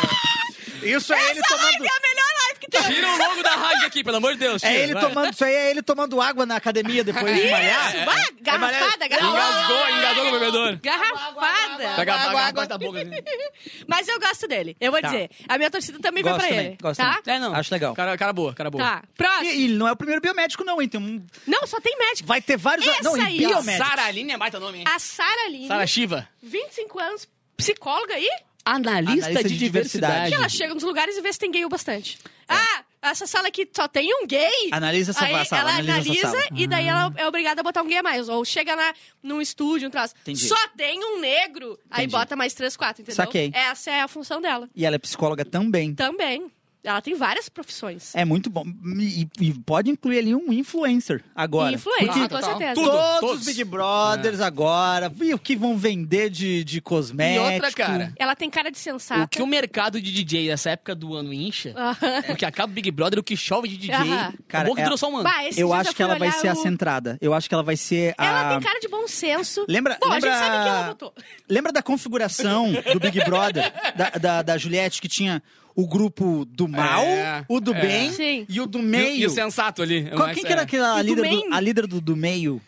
[SPEAKER 2] Isso é ele tomando.
[SPEAKER 1] é a melhor live que tem.
[SPEAKER 4] Tira o logo da rádio aqui, pelo amor de Deus.
[SPEAKER 2] É
[SPEAKER 4] tira,
[SPEAKER 2] ele
[SPEAKER 4] vai.
[SPEAKER 2] tomando. Isso aí é ele tomando água na academia depois de É, malhar.
[SPEAKER 1] Isso, É, vai, garrafada, garrafada.
[SPEAKER 2] Ah!
[SPEAKER 4] Engasgou, engasgou no bebedor.
[SPEAKER 1] Garrafada.
[SPEAKER 4] Pega a água, água da boca. assim.
[SPEAKER 1] Mas eu gosto dele, eu vou
[SPEAKER 2] Tá.
[SPEAKER 1] dizer. A minha torcida também
[SPEAKER 2] Gosto
[SPEAKER 1] vai pra
[SPEAKER 2] também,
[SPEAKER 1] ele.
[SPEAKER 2] gosto
[SPEAKER 1] tá?
[SPEAKER 2] também.
[SPEAKER 4] É, não.
[SPEAKER 2] Acho legal.
[SPEAKER 4] Cara, cara boa, cara boa.
[SPEAKER 1] Tá. Próximo.
[SPEAKER 2] E ele não é o primeiro biomédico, não, hein? Tem um-
[SPEAKER 1] Não, só tem médico.
[SPEAKER 2] Vai ter vários.
[SPEAKER 1] Essa
[SPEAKER 2] não, e
[SPEAKER 1] aí, ó.
[SPEAKER 2] biomédico.
[SPEAKER 4] Sara Aline é baita nome, hein?
[SPEAKER 1] A Sara Lima,
[SPEAKER 4] Sara Shiva.
[SPEAKER 1] 25 anos, psicóloga aí?
[SPEAKER 4] Analista,
[SPEAKER 2] de diversidade.
[SPEAKER 1] Que ela chega nos lugares e vê se tem gay o bastante. Ah, essa sala aqui só tem um gay.
[SPEAKER 2] Analisa É. Ah, essa
[SPEAKER 1] Aí
[SPEAKER 2] sala,
[SPEAKER 1] ela
[SPEAKER 2] analisa essa
[SPEAKER 1] analisa
[SPEAKER 2] sala. Hum.
[SPEAKER 1] e daí ela é obrigada a botar um gay a mais. Ou chega na, num estúdio, um troço.
[SPEAKER 2] Entendi.
[SPEAKER 1] Só tem um negro, aí
[SPEAKER 2] Entendi.
[SPEAKER 1] bota mais três, quatro, entendeu?
[SPEAKER 2] Saquei.
[SPEAKER 1] Essa é a função dela.
[SPEAKER 2] E ela é psicóloga
[SPEAKER 1] Então-
[SPEAKER 2] também.
[SPEAKER 1] Também. Ela tem várias profissões.
[SPEAKER 2] É muito bom. E, e pode incluir ali um influencer agora.
[SPEAKER 1] Influência,
[SPEAKER 4] Porque-
[SPEAKER 1] com certeza.
[SPEAKER 4] Tudo,
[SPEAKER 2] todos, os
[SPEAKER 4] todos. É.
[SPEAKER 2] Big Brothers agora. E o que vão vender de, de
[SPEAKER 4] E
[SPEAKER 2] cosmético.
[SPEAKER 4] outra, cara.
[SPEAKER 1] Ela tem cara de
[SPEAKER 4] O
[SPEAKER 1] sensata.
[SPEAKER 4] que o mercado de DJ nessa época do ano incha,
[SPEAKER 1] Aham.
[SPEAKER 4] porque acaba o Big Brother, o que chove de DJ,
[SPEAKER 1] Ah. Aham.
[SPEAKER 2] Cara,
[SPEAKER 4] acabou que
[SPEAKER 2] é-
[SPEAKER 4] durou só um ano.
[SPEAKER 1] Bah, esse
[SPEAKER 2] Eu
[SPEAKER 1] dia já
[SPEAKER 2] acho que
[SPEAKER 1] fui
[SPEAKER 2] ela vai
[SPEAKER 1] olhar
[SPEAKER 2] ser a
[SPEAKER 1] o-
[SPEAKER 2] centrada. Eu acho que ela vai ser a.
[SPEAKER 1] Ela tem cara de bom senso.
[SPEAKER 2] Lembra-
[SPEAKER 1] Bom, a
[SPEAKER 2] lembra-
[SPEAKER 1] gente sabe quem ela votou.
[SPEAKER 2] Lembra da configuração do Big Brother, da, da, da Juliette, que tinha o grupo do mal,
[SPEAKER 4] É,
[SPEAKER 2] o do
[SPEAKER 4] é.
[SPEAKER 2] bem
[SPEAKER 1] Sim.
[SPEAKER 2] e o do
[SPEAKER 4] E o-
[SPEAKER 2] meio.
[SPEAKER 4] E o é. sensato ali.
[SPEAKER 2] Qual- quem que era aquela
[SPEAKER 1] E do
[SPEAKER 2] líder
[SPEAKER 1] meio.
[SPEAKER 2] do, a líder do, do meio?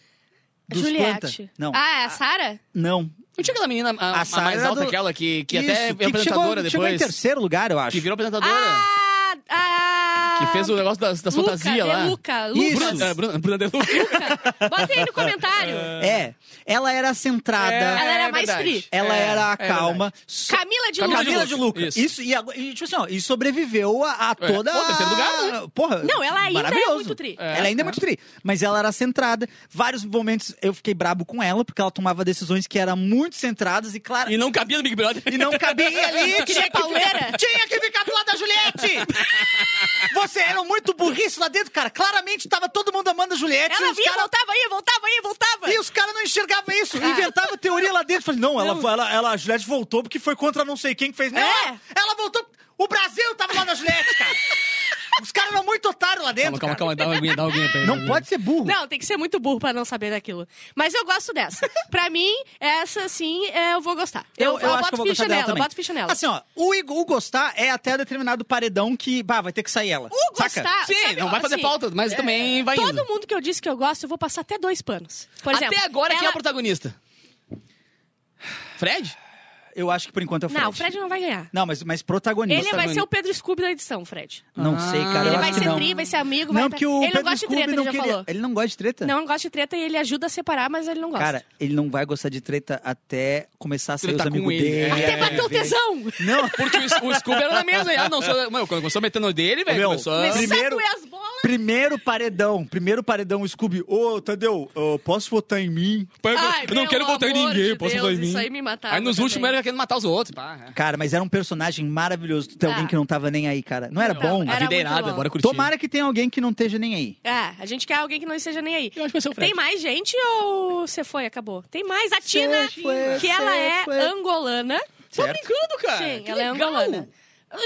[SPEAKER 2] Dos planta?
[SPEAKER 1] Juliette.
[SPEAKER 2] Não,
[SPEAKER 1] Ah, é a Sara?
[SPEAKER 2] não.
[SPEAKER 4] Não tinha aquela menina a,
[SPEAKER 2] A
[SPEAKER 4] a mais
[SPEAKER 2] Sarah
[SPEAKER 4] alta,
[SPEAKER 2] do-
[SPEAKER 4] aquela que, que
[SPEAKER 2] Isso,
[SPEAKER 4] até é
[SPEAKER 2] que chegou,
[SPEAKER 4] apresentadora
[SPEAKER 2] chegou em
[SPEAKER 4] depois.
[SPEAKER 2] terceiro lugar, eu acho.
[SPEAKER 4] que virou apresentadora.
[SPEAKER 1] Ah, ah,
[SPEAKER 4] que fez o negócio das, das
[SPEAKER 1] Luca,
[SPEAKER 4] fantasias
[SPEAKER 1] de
[SPEAKER 4] lá.
[SPEAKER 1] Luca,
[SPEAKER 2] Isso.
[SPEAKER 1] Lucas.
[SPEAKER 4] Bruna, é, Bruna, Bruna de Luca.
[SPEAKER 1] Luca. Bota aí no comentário.
[SPEAKER 2] É, ela era centrada,
[SPEAKER 4] É.
[SPEAKER 1] Ela era mais
[SPEAKER 4] verdade.
[SPEAKER 1] free.
[SPEAKER 2] ela
[SPEAKER 4] É,
[SPEAKER 2] era
[SPEAKER 4] é
[SPEAKER 2] calma. so-
[SPEAKER 1] Camila de
[SPEAKER 4] Camila
[SPEAKER 1] Lucas.
[SPEAKER 2] Camila, de Lucas.
[SPEAKER 4] Isso.
[SPEAKER 2] Isso. e, agora- e, tipo assim, ó, e sobreviveu a, a toda.
[SPEAKER 4] É. pô, terceiro lugar, né?
[SPEAKER 2] Porra.
[SPEAKER 1] Não, ela ainda é
[SPEAKER 2] maravilhoso.
[SPEAKER 1] muito tri.
[SPEAKER 4] É,
[SPEAKER 2] ela ainda é.
[SPEAKER 4] é.
[SPEAKER 2] muito tri. Mas ela era centrada. Vários momentos eu fiquei brabo com ela, porque ela tomava decisões que eram muito centradas e claras.
[SPEAKER 4] E não cabia no Big Brother.
[SPEAKER 2] E não cabia ali.
[SPEAKER 1] Queria
[SPEAKER 2] Tinha que,
[SPEAKER 1] pauleira.
[SPEAKER 2] tinha que ficar do lado da Juliette. Você era um muito burrice lá dentro, cara. Claramente tava todo mundo amando a Juliette. e
[SPEAKER 1] Ela
[SPEAKER 2] os
[SPEAKER 1] vinha,
[SPEAKER 2] cara-
[SPEAKER 1] voltava aí, voltava aí, voltava.
[SPEAKER 2] e os caras não enxergavam isso, inventava teoria lá dentro. Falei, não, ela, ela, ela, a Juliette voltou porque foi contra não sei quem que fez. Não,
[SPEAKER 1] É.
[SPEAKER 2] ela, ela voltou. O Brasil tava lá na Juliette, cara. Os caras eram muito otários lá dentro.
[SPEAKER 4] Calma, calma, calma. Dá uma aguinha, dá uma aguinha pra ele.
[SPEAKER 2] Não pode ser burro.
[SPEAKER 1] Não, tem que ser muito burro pra não saber daquilo. Mas eu gosto dessa. pra mim, essa sim, é, eu vou gostar. Eu, eu, boto ficha nela, eu boto ficha nela.
[SPEAKER 2] Assim, ó, o, Igor- o gostar é até determinado paredão que, bah, vai ter que sair ela.
[SPEAKER 1] o
[SPEAKER 2] Saca?
[SPEAKER 1] gostar.
[SPEAKER 4] Sim,
[SPEAKER 1] sabe,
[SPEAKER 4] não vai fazer
[SPEAKER 1] assim,
[SPEAKER 4] falta, mas também vai indo.
[SPEAKER 1] Todo mundo que eu disse que eu gosto, eu vou passar até dois panos. Por exemplo,
[SPEAKER 4] Até agora, quem é
[SPEAKER 1] ela-
[SPEAKER 4] o protagonista? Fred?
[SPEAKER 2] Eu acho que por enquanto é o Fred.
[SPEAKER 1] Não, o Fred não vai ganhar.
[SPEAKER 2] Não, mas, mas protagonista.
[SPEAKER 1] Ele vai ser o Pedro Scooby da edição, Fred.
[SPEAKER 2] Não sei, cara. eu
[SPEAKER 1] Ele
[SPEAKER 2] acho
[SPEAKER 1] vai
[SPEAKER 2] que
[SPEAKER 1] ser
[SPEAKER 2] não.
[SPEAKER 1] tri, vai ser amigo, vai tá-
[SPEAKER 2] Não, porque o
[SPEAKER 1] Ele não
[SPEAKER 2] Pedro
[SPEAKER 1] gosta de
[SPEAKER 2] Scooby
[SPEAKER 1] treta, ele
[SPEAKER 2] não
[SPEAKER 1] já
[SPEAKER 2] queria-
[SPEAKER 1] falou.
[SPEAKER 2] Ele não gosta de treta?
[SPEAKER 1] Não gosta de treta e ele ajuda a separar, mas ele não gosta.
[SPEAKER 2] Cara, ele não vai gostar de treta até começar a sair
[SPEAKER 4] Treta
[SPEAKER 2] os amigos
[SPEAKER 4] com ele. É,
[SPEAKER 2] dele.
[SPEAKER 4] Até
[SPEAKER 1] Até bateu o
[SPEAKER 2] é,
[SPEAKER 1] tesão!
[SPEAKER 2] Não,
[SPEAKER 4] Porque o, o Scooby era na mesa, né? Ah, não, sou, meu, quando começou metendo o dele, velho,
[SPEAKER 2] meu,
[SPEAKER 4] começou...
[SPEAKER 2] Ah.
[SPEAKER 1] Começou a
[SPEAKER 2] Primeiro-
[SPEAKER 1] doer as bolas.
[SPEAKER 2] primeiro paredão, primeiro paredão, o Scooby. Ô, Tadeu, eu posso votar em mim?
[SPEAKER 1] Ai,
[SPEAKER 4] eu não
[SPEAKER 1] pelo
[SPEAKER 4] quero voltar em
[SPEAKER 1] amor
[SPEAKER 4] ninguém,
[SPEAKER 1] de
[SPEAKER 4] eu posso
[SPEAKER 1] Deus,
[SPEAKER 4] voltar em mim.
[SPEAKER 1] isso aí me matava
[SPEAKER 4] Aí nos
[SPEAKER 1] também.
[SPEAKER 4] últimos era querendo matar os outros. Pá, é.
[SPEAKER 2] Cara, mas era um personagem maravilhoso. Tu tem
[SPEAKER 1] Ah.
[SPEAKER 2] alguém que não tava nem aí, cara. Não era bom?
[SPEAKER 1] Era
[SPEAKER 4] a vida é
[SPEAKER 1] muito
[SPEAKER 4] irada,
[SPEAKER 1] bom.
[SPEAKER 4] bora curtir.
[SPEAKER 2] Tomara que tenha alguém que não esteja nem aí.
[SPEAKER 1] É, a gente quer alguém que não esteja nem aí.
[SPEAKER 4] Eu acho que vai ser o Fred.
[SPEAKER 1] Tem mais gente ou você foi, acabou? Tem mais. A Tina,
[SPEAKER 2] foi,
[SPEAKER 1] que
[SPEAKER 2] cê
[SPEAKER 1] ela é
[SPEAKER 2] foi.
[SPEAKER 1] angolana.
[SPEAKER 2] Certo?
[SPEAKER 4] brincando, cara.
[SPEAKER 1] Sim,
[SPEAKER 4] Ah, Que
[SPEAKER 1] ela é
[SPEAKER 4] legal.
[SPEAKER 1] angolana.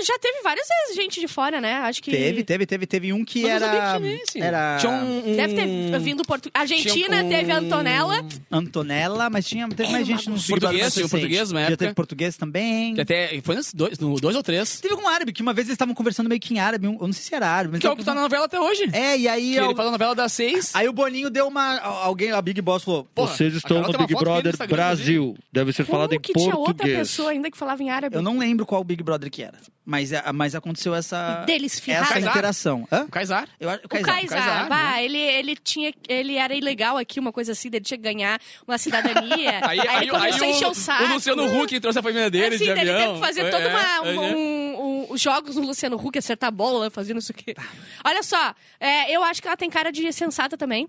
[SPEAKER 1] Já teve várias vezes gente de fora, né? Acho que.
[SPEAKER 2] Teve, teve, teve, teve um que
[SPEAKER 4] Mas eu
[SPEAKER 2] era.
[SPEAKER 4] sabia que tinha esse.
[SPEAKER 2] Era.
[SPEAKER 4] Tinha um, um-
[SPEAKER 1] é. Deve ter vindo Portugal. Argentina,
[SPEAKER 4] Tinha um-
[SPEAKER 1] teve Antonella.
[SPEAKER 2] Antonella, mas tinha. Teve mais gente nos
[SPEAKER 4] português,
[SPEAKER 2] Big Brother
[SPEAKER 4] tinha o
[SPEAKER 2] recente.
[SPEAKER 4] português na
[SPEAKER 2] Já
[SPEAKER 4] época.
[SPEAKER 2] teve português também.
[SPEAKER 4] Que até foi nos dois, no dois ou três.
[SPEAKER 2] Teve um árabe, que uma vez eles estavam conversando meio que em árabe. um- Eu não sei se era árabe, mas.
[SPEAKER 4] Que é o que tá na novela até hoje.
[SPEAKER 2] É, e aí.
[SPEAKER 4] Que ele
[SPEAKER 2] al-
[SPEAKER 4] faz a novela das seis.
[SPEAKER 2] Aí o Boninho deu uma. al- Alguém, a Big Boss falou.
[SPEAKER 4] Porra,
[SPEAKER 6] Vocês
[SPEAKER 4] a
[SPEAKER 6] estão
[SPEAKER 4] Carol
[SPEAKER 6] no
[SPEAKER 4] tem uma
[SPEAKER 6] Big
[SPEAKER 4] foto dele no
[SPEAKER 6] Brother
[SPEAKER 4] Instagram,
[SPEAKER 6] Brasil. Deve ser falado
[SPEAKER 1] Como
[SPEAKER 6] em
[SPEAKER 1] uh, que tinha outra
[SPEAKER 6] português.
[SPEAKER 1] pessoa ainda que falava em árabe?
[SPEAKER 2] Eu não lembro qual Big Brother que era, mas, é- mas aconteceu essa,
[SPEAKER 1] Deles
[SPEAKER 2] essa
[SPEAKER 1] ferraram.
[SPEAKER 4] Kaysar.
[SPEAKER 2] interação. Hã?
[SPEAKER 4] O Kaysar.
[SPEAKER 2] Eu, acho- o
[SPEAKER 1] O
[SPEAKER 2] Kaysar.
[SPEAKER 1] Kaysar,
[SPEAKER 4] Kaysar,
[SPEAKER 1] bah, ele, ele, tinha, ele era ilegal aqui, uma coisa assim, ele tinha que ganhar uma cidadania. aí, ele começou a encher o saco.
[SPEAKER 4] O Luciano Huck trouxe a família dele
[SPEAKER 1] Assim,
[SPEAKER 4] de
[SPEAKER 1] daí ele
[SPEAKER 4] avião.
[SPEAKER 1] teve que fazer
[SPEAKER 4] É,
[SPEAKER 1] toda uma,
[SPEAKER 4] é,
[SPEAKER 1] uma-
[SPEAKER 4] é.
[SPEAKER 1] um- um- os jogos no Luciano Huck, acertar a bola, fazer não sei o quê. Olha só, é, eu acho que ela tem cara de sensata também.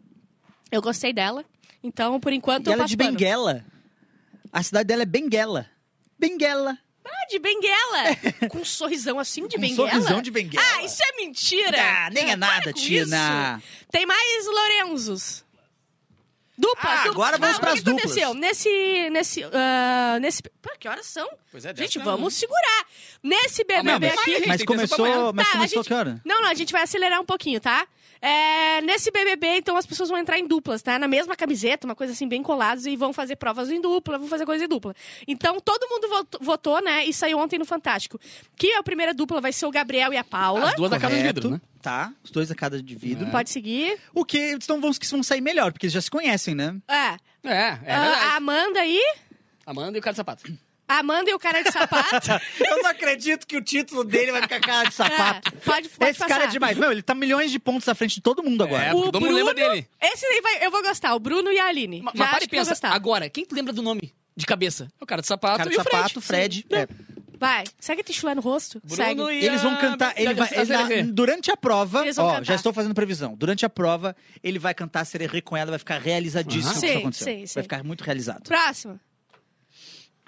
[SPEAKER 1] Eu gostei dela. Então, por enquanto,
[SPEAKER 2] E
[SPEAKER 1] eu
[SPEAKER 2] ela é
[SPEAKER 1] passo
[SPEAKER 2] de
[SPEAKER 1] pano.
[SPEAKER 2] Benguela. A cidade dela é Benguela. Benguela.
[SPEAKER 1] Ah, de Benguela! Com um sorrisão assim de
[SPEAKER 2] Um
[SPEAKER 1] Benguela?
[SPEAKER 2] sorrisão de Benguela.
[SPEAKER 1] Ah, isso é mentira!
[SPEAKER 2] Ah, nem
[SPEAKER 1] Para
[SPEAKER 2] é nada,
[SPEAKER 1] com
[SPEAKER 2] Tina.
[SPEAKER 1] isso. Tem mais Lorenzos. Duplas.
[SPEAKER 2] Ah,
[SPEAKER 1] du-
[SPEAKER 2] agora vamos
[SPEAKER 1] ah,
[SPEAKER 2] pras
[SPEAKER 1] O que aconteceu?
[SPEAKER 2] duplas.
[SPEAKER 1] Nesse, nesse, ah, nesse... Pô, que horas são?
[SPEAKER 4] Pois é, deve
[SPEAKER 1] Gente,
[SPEAKER 4] ser,
[SPEAKER 1] vamos segurar. Nesse BBB
[SPEAKER 4] Não, mas-
[SPEAKER 1] aqui...
[SPEAKER 4] Gente,
[SPEAKER 2] Mas
[SPEAKER 4] tem que ter essa pra
[SPEAKER 2] começou,
[SPEAKER 4] amanhã.
[SPEAKER 2] mas
[SPEAKER 1] Tá, a
[SPEAKER 2] começou
[SPEAKER 1] gente-
[SPEAKER 2] que hora?
[SPEAKER 1] Não, não, a gente vai acelerar um pouquinho, tá? É, nesse BBB, então, as pessoas vão entrar em duplas, tá? Na mesma camiseta, uma coisa assim, bem colados, e vão fazer provas em dupla, vão fazer coisa em dupla. Então, todo mundo vot- votou, né? E saiu ontem no Fantástico. Que a primeira dupla vai ser o Gabriel e a Paula.
[SPEAKER 4] um- As duas na casa de
[SPEAKER 2] Correto,
[SPEAKER 4] vidro, né?
[SPEAKER 2] Tá, os dois a cada de vidro.
[SPEAKER 1] Pode seguir.
[SPEAKER 2] O que eles não vão, que vão sair melhor, porque eles já se conhecem, né?
[SPEAKER 1] É.
[SPEAKER 4] É, é verdade.
[SPEAKER 1] a Amanda e...
[SPEAKER 4] Amanda e o cara de sapato.
[SPEAKER 1] a Amanda e o cara de sapato.
[SPEAKER 2] Eu não acredito que o título dele vai ficar cara de sapato.
[SPEAKER 1] É, pode- pode
[SPEAKER 2] Esse cara é
[SPEAKER 1] passar.
[SPEAKER 2] demais. Meu, ele tá milhões de pontos à frente de todo mundo agora.
[SPEAKER 4] É, né? porque todo mundo lembra dele.
[SPEAKER 1] Esse aí vai, eu vou gostar, o Bruno e a Aline.
[SPEAKER 4] Mas,
[SPEAKER 1] Já
[SPEAKER 4] mas para
[SPEAKER 1] acho
[SPEAKER 4] e
[SPEAKER 1] que eu vou
[SPEAKER 4] pensa,
[SPEAKER 1] gostar.
[SPEAKER 4] agora, quem tu lembra do nome de cabeça? É o cara de sapato
[SPEAKER 2] Cara de
[SPEAKER 4] e o Fred.
[SPEAKER 2] sapato, Fred. é.
[SPEAKER 1] Vai, segue te chulé no rosto. segue.
[SPEAKER 4] e
[SPEAKER 2] Eles vão
[SPEAKER 4] a-
[SPEAKER 2] cantar. Ele
[SPEAKER 4] a-
[SPEAKER 2] vai,
[SPEAKER 4] a-
[SPEAKER 2] ele na-
[SPEAKER 4] CLV.
[SPEAKER 2] durante a prova,
[SPEAKER 1] Eles vão
[SPEAKER 2] ó,
[SPEAKER 1] cantar.
[SPEAKER 2] já estou fazendo previsão. Durante a prova, ele vai cantar Sererê com ela, vai ficar realizadíssimo
[SPEAKER 1] Ah.
[SPEAKER 2] que
[SPEAKER 1] Sim,
[SPEAKER 2] isso aconteceu.
[SPEAKER 1] sim, sim.
[SPEAKER 2] Vai ficar muito realizado.
[SPEAKER 1] Próximo.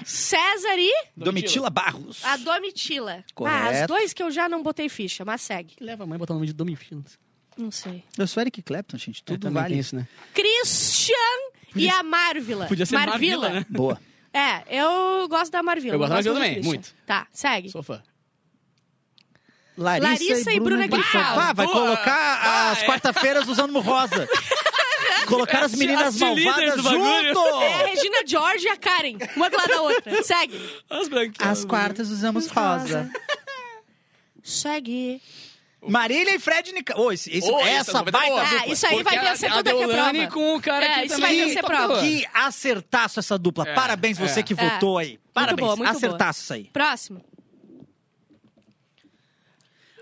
[SPEAKER 1] César e
[SPEAKER 2] Domitila Barros.
[SPEAKER 1] a Domitila. Ah,
[SPEAKER 2] Correto.
[SPEAKER 1] as dois que eu já não botei ficha, mas segue.
[SPEAKER 4] Que leva a mãe botar o nome de Dominfinos.
[SPEAKER 1] Não sei.
[SPEAKER 2] Eu sou Eric Clapton, gente. Tudo vale.
[SPEAKER 4] isso, né?
[SPEAKER 1] Christian e a Marvila.
[SPEAKER 4] Podia ser Marvila, né?
[SPEAKER 2] Boa.
[SPEAKER 1] É, eu gosto da Marvila.
[SPEAKER 4] Eu gosto da Marvila
[SPEAKER 1] de
[SPEAKER 4] também,
[SPEAKER 1] Christian.
[SPEAKER 4] muito.
[SPEAKER 1] Tá, segue.
[SPEAKER 4] Sou fã.
[SPEAKER 2] Larissa,
[SPEAKER 1] Larissa
[SPEAKER 2] e,
[SPEAKER 1] e Bruna
[SPEAKER 2] Bruna Grifal.
[SPEAKER 1] Grifal.
[SPEAKER 2] Pá, vai
[SPEAKER 4] Boa.
[SPEAKER 2] colocar
[SPEAKER 4] Ah,
[SPEAKER 2] as
[SPEAKER 4] é.
[SPEAKER 2] quarta-feiras usando rosa. Colocar as
[SPEAKER 4] As-
[SPEAKER 2] meninas
[SPEAKER 4] as de líderes
[SPEAKER 2] malvadas
[SPEAKER 4] do bagulho.
[SPEAKER 1] É a
[SPEAKER 2] junto.
[SPEAKER 1] Regina George e a Karen. Uma do lado da outra. Segue.
[SPEAKER 4] As branquinhas.
[SPEAKER 2] As quartas usamos rosa.
[SPEAKER 1] segue.
[SPEAKER 2] Marília e Fred Nica... Ô, esse, esse-
[SPEAKER 4] Ô, essa é
[SPEAKER 2] essa
[SPEAKER 4] não vai dar
[SPEAKER 2] baita
[SPEAKER 4] bola.
[SPEAKER 2] dupla.
[SPEAKER 1] Ah, isso aí vai
[SPEAKER 4] tá Porque a-
[SPEAKER 1] vencer
[SPEAKER 4] a
[SPEAKER 1] toda a
[SPEAKER 4] Deolane
[SPEAKER 1] prova.
[SPEAKER 4] com o cara
[SPEAKER 1] É,
[SPEAKER 4] aqui
[SPEAKER 1] isso
[SPEAKER 4] também.
[SPEAKER 1] vai vencer
[SPEAKER 4] Tá
[SPEAKER 1] prova.
[SPEAKER 4] boa.
[SPEAKER 2] Que acertaço essa dupla.
[SPEAKER 4] É,
[SPEAKER 2] Parabéns você
[SPEAKER 4] é.
[SPEAKER 2] que
[SPEAKER 1] É.
[SPEAKER 2] votou aí. Parabéns.
[SPEAKER 1] boa, muito boa.
[SPEAKER 2] acertaço isso aí.
[SPEAKER 1] Próximo.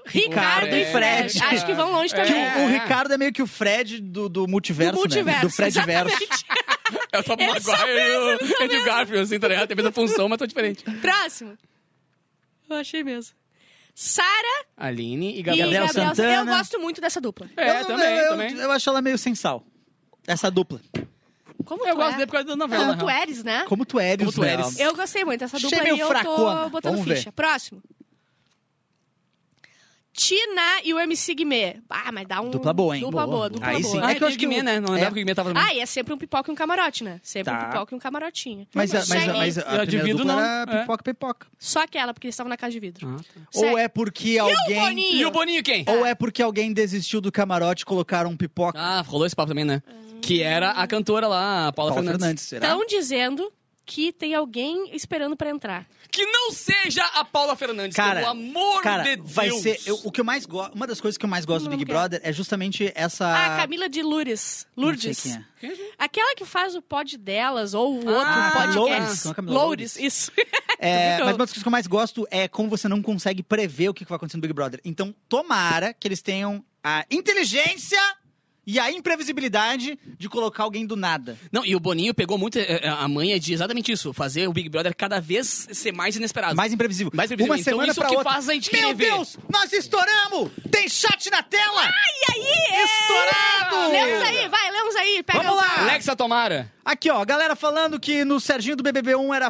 [SPEAKER 1] Ricardo
[SPEAKER 2] Ricardo
[SPEAKER 1] e
[SPEAKER 2] e
[SPEAKER 1] Fred.
[SPEAKER 2] Fred.
[SPEAKER 1] Acho que vão longe
[SPEAKER 4] É.
[SPEAKER 2] Que
[SPEAKER 1] também.
[SPEAKER 2] o, o Ricardo é meio que o Fred do, do multiverso,
[SPEAKER 1] Do
[SPEAKER 2] né?
[SPEAKER 1] multiverso,
[SPEAKER 2] Do Fred Verso.
[SPEAKER 4] É o Top
[SPEAKER 1] Eles são
[SPEAKER 4] Maguire e o Andrew Garfield, assim, tá ligado? Tem a mesma função, mas tão diferente.
[SPEAKER 1] Próximo. Eu achei mesmo. Sara
[SPEAKER 4] Aline e
[SPEAKER 1] e
[SPEAKER 4] Gabriel.
[SPEAKER 1] Gabriel,
[SPEAKER 2] Santana.
[SPEAKER 1] Eu gosto muito dessa dupla.
[SPEAKER 4] É,
[SPEAKER 2] eu, não-
[SPEAKER 4] também,
[SPEAKER 2] eu,
[SPEAKER 4] também.
[SPEAKER 2] Eu acho ela meio sem sal. Essa dupla.
[SPEAKER 1] Como
[SPEAKER 4] Eu
[SPEAKER 1] tu
[SPEAKER 4] gosto
[SPEAKER 1] é?
[SPEAKER 4] dele por causa da novela,
[SPEAKER 1] Como
[SPEAKER 4] na
[SPEAKER 1] tu
[SPEAKER 4] real.
[SPEAKER 1] eres, né?
[SPEAKER 2] Como tu eres,
[SPEAKER 4] Como tu
[SPEAKER 2] né?
[SPEAKER 4] eres.
[SPEAKER 1] Eu gostei muito dessa
[SPEAKER 2] Achei
[SPEAKER 1] dupla
[SPEAKER 2] meio
[SPEAKER 1] e eu
[SPEAKER 2] fracona.
[SPEAKER 1] tô botando
[SPEAKER 2] Vamos ver.
[SPEAKER 1] ficha. Próximo. Tina e o MC Guimê. Ah, mas dá um...
[SPEAKER 2] Dupla boa, hein?
[SPEAKER 1] Dupla boa,
[SPEAKER 2] Boa, boa.
[SPEAKER 1] dupla
[SPEAKER 2] Aí
[SPEAKER 1] boa.
[SPEAKER 2] sim.
[SPEAKER 4] Ah,
[SPEAKER 2] É que eu acho que
[SPEAKER 4] o Guimê,
[SPEAKER 2] o-
[SPEAKER 4] né? Não
[SPEAKER 2] é.
[SPEAKER 4] lembrava que o Guimê tava no
[SPEAKER 1] Ah, e é sempre um pipoca e um camarote, né? Sempre
[SPEAKER 2] Tá.
[SPEAKER 1] um pipoca e um camarotinho.
[SPEAKER 2] Mas, a- mas, a-
[SPEAKER 1] Segue.
[SPEAKER 2] mas a
[SPEAKER 4] Eu
[SPEAKER 2] primeira
[SPEAKER 4] divido,
[SPEAKER 2] dupla
[SPEAKER 4] não.
[SPEAKER 2] era
[SPEAKER 4] É.
[SPEAKER 2] pipoca, pipoca.
[SPEAKER 1] Só aquela, porque eles estavam na casa de vidro.
[SPEAKER 2] Ou
[SPEAKER 1] Segue.
[SPEAKER 2] é porque alguém...
[SPEAKER 1] Boninho?
[SPEAKER 4] E o Boninho quem?
[SPEAKER 2] Ou é porque alguém desistiu do camarote e colocaram um pipoca.
[SPEAKER 4] Ah, rolou esse papo também, né?
[SPEAKER 1] Hum.
[SPEAKER 4] Que era a cantora lá, a Paula,
[SPEAKER 2] Paula
[SPEAKER 4] Fernandes. Então
[SPEAKER 2] Fernandes, será?
[SPEAKER 1] Estão dizendo que tem alguém esperando pra entrar.
[SPEAKER 4] Que não seja a Paula Fernandes,
[SPEAKER 2] Cara,
[SPEAKER 4] pelo amor
[SPEAKER 2] Cara,
[SPEAKER 4] de Deus.
[SPEAKER 2] vai ser. eu- o que eu mais gosto. Uma das coisas que eu mais gosto do
[SPEAKER 1] Não, não
[SPEAKER 2] Big
[SPEAKER 1] quero.
[SPEAKER 2] Brother é justamente essa.
[SPEAKER 1] Ah, Camila de Lourdes.
[SPEAKER 2] Não sei
[SPEAKER 1] Lourdes.
[SPEAKER 2] quem é.
[SPEAKER 1] Aquela que faz o pod delas, ou o
[SPEAKER 4] Ah,
[SPEAKER 1] outro podcast.
[SPEAKER 2] Lourdes, não é Camila
[SPEAKER 1] Lourdes, isso.
[SPEAKER 2] É,
[SPEAKER 1] Então-
[SPEAKER 2] mas uma das coisas que eu mais gosto é como você não consegue prever o que que vai acontecer no Big Brother. Então, tomara que eles tenham a inteligência e a imprevisibilidade de colocar alguém do nada.
[SPEAKER 4] Não, e o Boninho pegou muito eh, eh, a manha de exatamente isso, fazer o Big Brother cada vez ser mais inesperado.
[SPEAKER 2] Mais imprevisível.
[SPEAKER 4] Mais imprevisível.
[SPEAKER 2] Uma
[SPEAKER 4] Então,
[SPEAKER 2] semana
[SPEAKER 4] isso
[SPEAKER 2] pra
[SPEAKER 4] que
[SPEAKER 2] outra.
[SPEAKER 4] faz a gente
[SPEAKER 2] Meu
[SPEAKER 4] querer ver.
[SPEAKER 2] Deus! Nós estouramos! Tem chat na tela! Ai, aí! Estourado!
[SPEAKER 1] Lemos aí, vai, lemos aí. Pega
[SPEAKER 2] Vamos lá.
[SPEAKER 4] Alexa Tomara.
[SPEAKER 2] Aqui, ó, a galera falando que no Serginho do BBB1 era